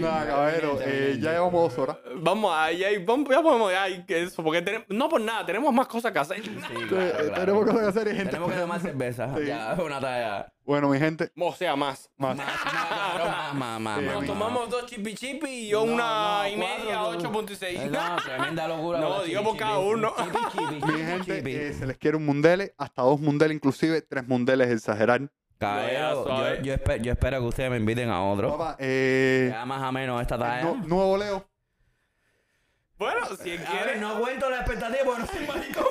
S1: Nada, caballero, eh, ya llevamos dos horas.
S2: Vamos ahí, ahí, vamos, ya podemos, ay, que eso, porque tenemos, no por nada, tenemos más cosas que
S3: [laughs]
S2: hacer.
S3: [laughs] Sí,
S1: Eh,
S3: claro,
S1: eh,
S3: claro.
S1: Tenemos cosas que hacer y gente.
S3: Tenemos que tomar cerveza.
S1: Sí.
S3: Ya, una talla.
S1: Bueno, mi gente,
S2: O sea, más.
S1: más.
S3: Más, más, claro, más, más, más.
S1: Sí,
S3: más,
S1: mi-
S3: más.
S2: Tomamos dos chipi chipi y yo
S3: No,
S2: una
S3: no,
S2: y media,
S3: cuatro, no. Eh,
S2: 8.6.
S3: No, tremenda locura.
S2: No,
S3: con la
S2: digo por
S3: chipi,
S2: cada
S3: chipi,
S2: uno.
S3: chipi, chipi,
S1: Mi
S3: chipi,
S1: gente,
S3: chipi.
S1: eh, se les quiere un mundele, hasta dos mundeles inclusive, tres mundeles exagerar.
S3: Caballero,
S2: Ya, suave.
S3: yo, yo, espe- yo espero que ustedes me inviten a otro.
S1: Papá, eh,
S3: Ya más o menos esta talla.
S1: nu- nuevo Leo.
S2: Bueno, si
S3: A ver,
S2: quieres.
S3: no cuento la expectativa porque no soy maricón.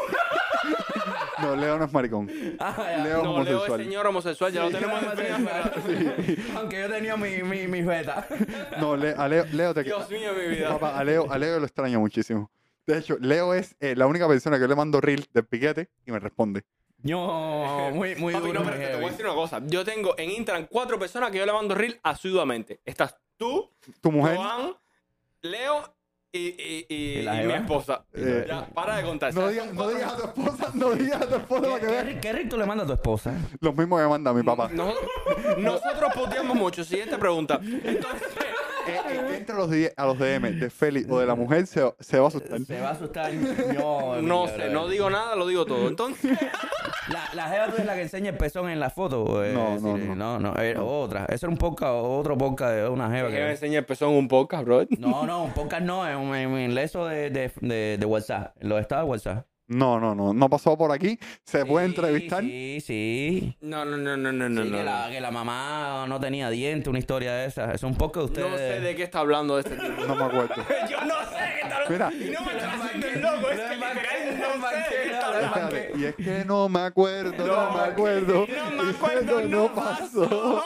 S2: [laughs]
S1: No, Leo no es maricón.
S3: Ah, ya.
S1: Leo es
S2: No, Leo es
S1: homosexual.
S2: señor homosexual, ya lo tenemos
S1: [laughs]
S2: definido.
S3: [laughs] Aunque yo tenía mi, mi, mi beta.
S1: No, Le- a Leo, Leo te
S2: Dios mío, mi vida.
S1: Papá, a Leo, a Leo lo extraño muchísimo. De hecho, Leo es eh, la única persona que yo le mando reel del piquete y me responde.
S2: [laughs]
S3: No, muy, muy
S2: Papi,
S3: duro.
S2: no,
S3: muy
S2: pero te voy a
S3: heavy.
S2: decir una cosa. Yo tengo en Instagram cuatro personas que yo le mando reel asiduamente. Estás tú,
S1: Tu mujer.
S2: Juan, Leo y, y, y-
S3: ¿Y la
S2: y mi
S3: jeva?
S2: esposa.
S1: Eh,
S2: ya, para de contar.
S1: No
S2: ¿sabes?
S1: digas, no
S2: [laughs]
S1: digas a tu esposa, no digas a tu esposa para
S3: ¿Qué,
S1: que
S3: qué,
S1: veas.
S3: ri- qué rico le manda a tu esposa?
S1: Los mismos que manda mi papá.
S2: Nos- nosotros puteamos mucho. Siguiente pregunta. Entonces,
S1: Eh, eh, entre los die- a los DM de Félix o de la mujer se, se va a asustar.
S3: Se va
S2: [laughs]
S3: a asustar. No,
S2: no
S3: mi
S2: sé,
S3: brother.
S2: no digo nada, lo digo todo. Entonces,
S3: La, la jeva tú es la que enseña el pezón en la foto. eh,
S1: No,
S3: sí,
S1: no, no.
S3: no, no, era otra. Eso era un podcast, otro podcast de una jeva
S2: que me
S3: que...
S2: enseña el pezón un podcast, bro.
S3: No, no, un podcast no, es un, un leso de, de, de, de WhatsApp. Lo estaba WhatsApp.
S1: No, no, no. No pasó por aquí. Se puede
S3: Sí,
S1: entrevistar.
S3: Sí, sí.
S2: No, no, no, no, no, no.
S3: Sí,
S2: no,
S3: que, la, que la mamá no tenía diente, una historia de esa. Es un poco de ustedes.
S2: No sé de qué está hablando de este tipo.
S1: No me acuerdo.
S2: [laughs] Yo no sé de qué está hablando.
S1: Mira. [laughs]
S2: [laughs] Y no me estás haciendo el loco, es que literal no sé de qué está hablando.
S1: Espérate, Y es que no me acuerdo, no, me acuerdo.
S2: No me
S1: Y
S2: acuerdo,
S1: eso
S2: no
S1: pasó.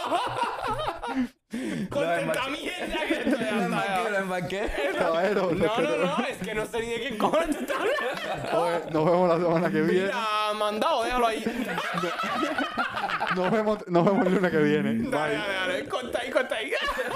S2: Ponte esta mierda que estoy
S6: Lo embarqué, lo
S2: hasta-
S6: embarqué.
S1: [laughs] Caballero,
S2: No, no, no, es que no sé ni de qué cojones te estás hablando.
S1: Oye, nos vemos la semana que viene.
S2: Mira, mandado, déjalo ahí.
S1: Nos vemos, nos vemos el lunes que viene. Bye.
S2: Dale, dale, dale, corta ahí, corta ahí.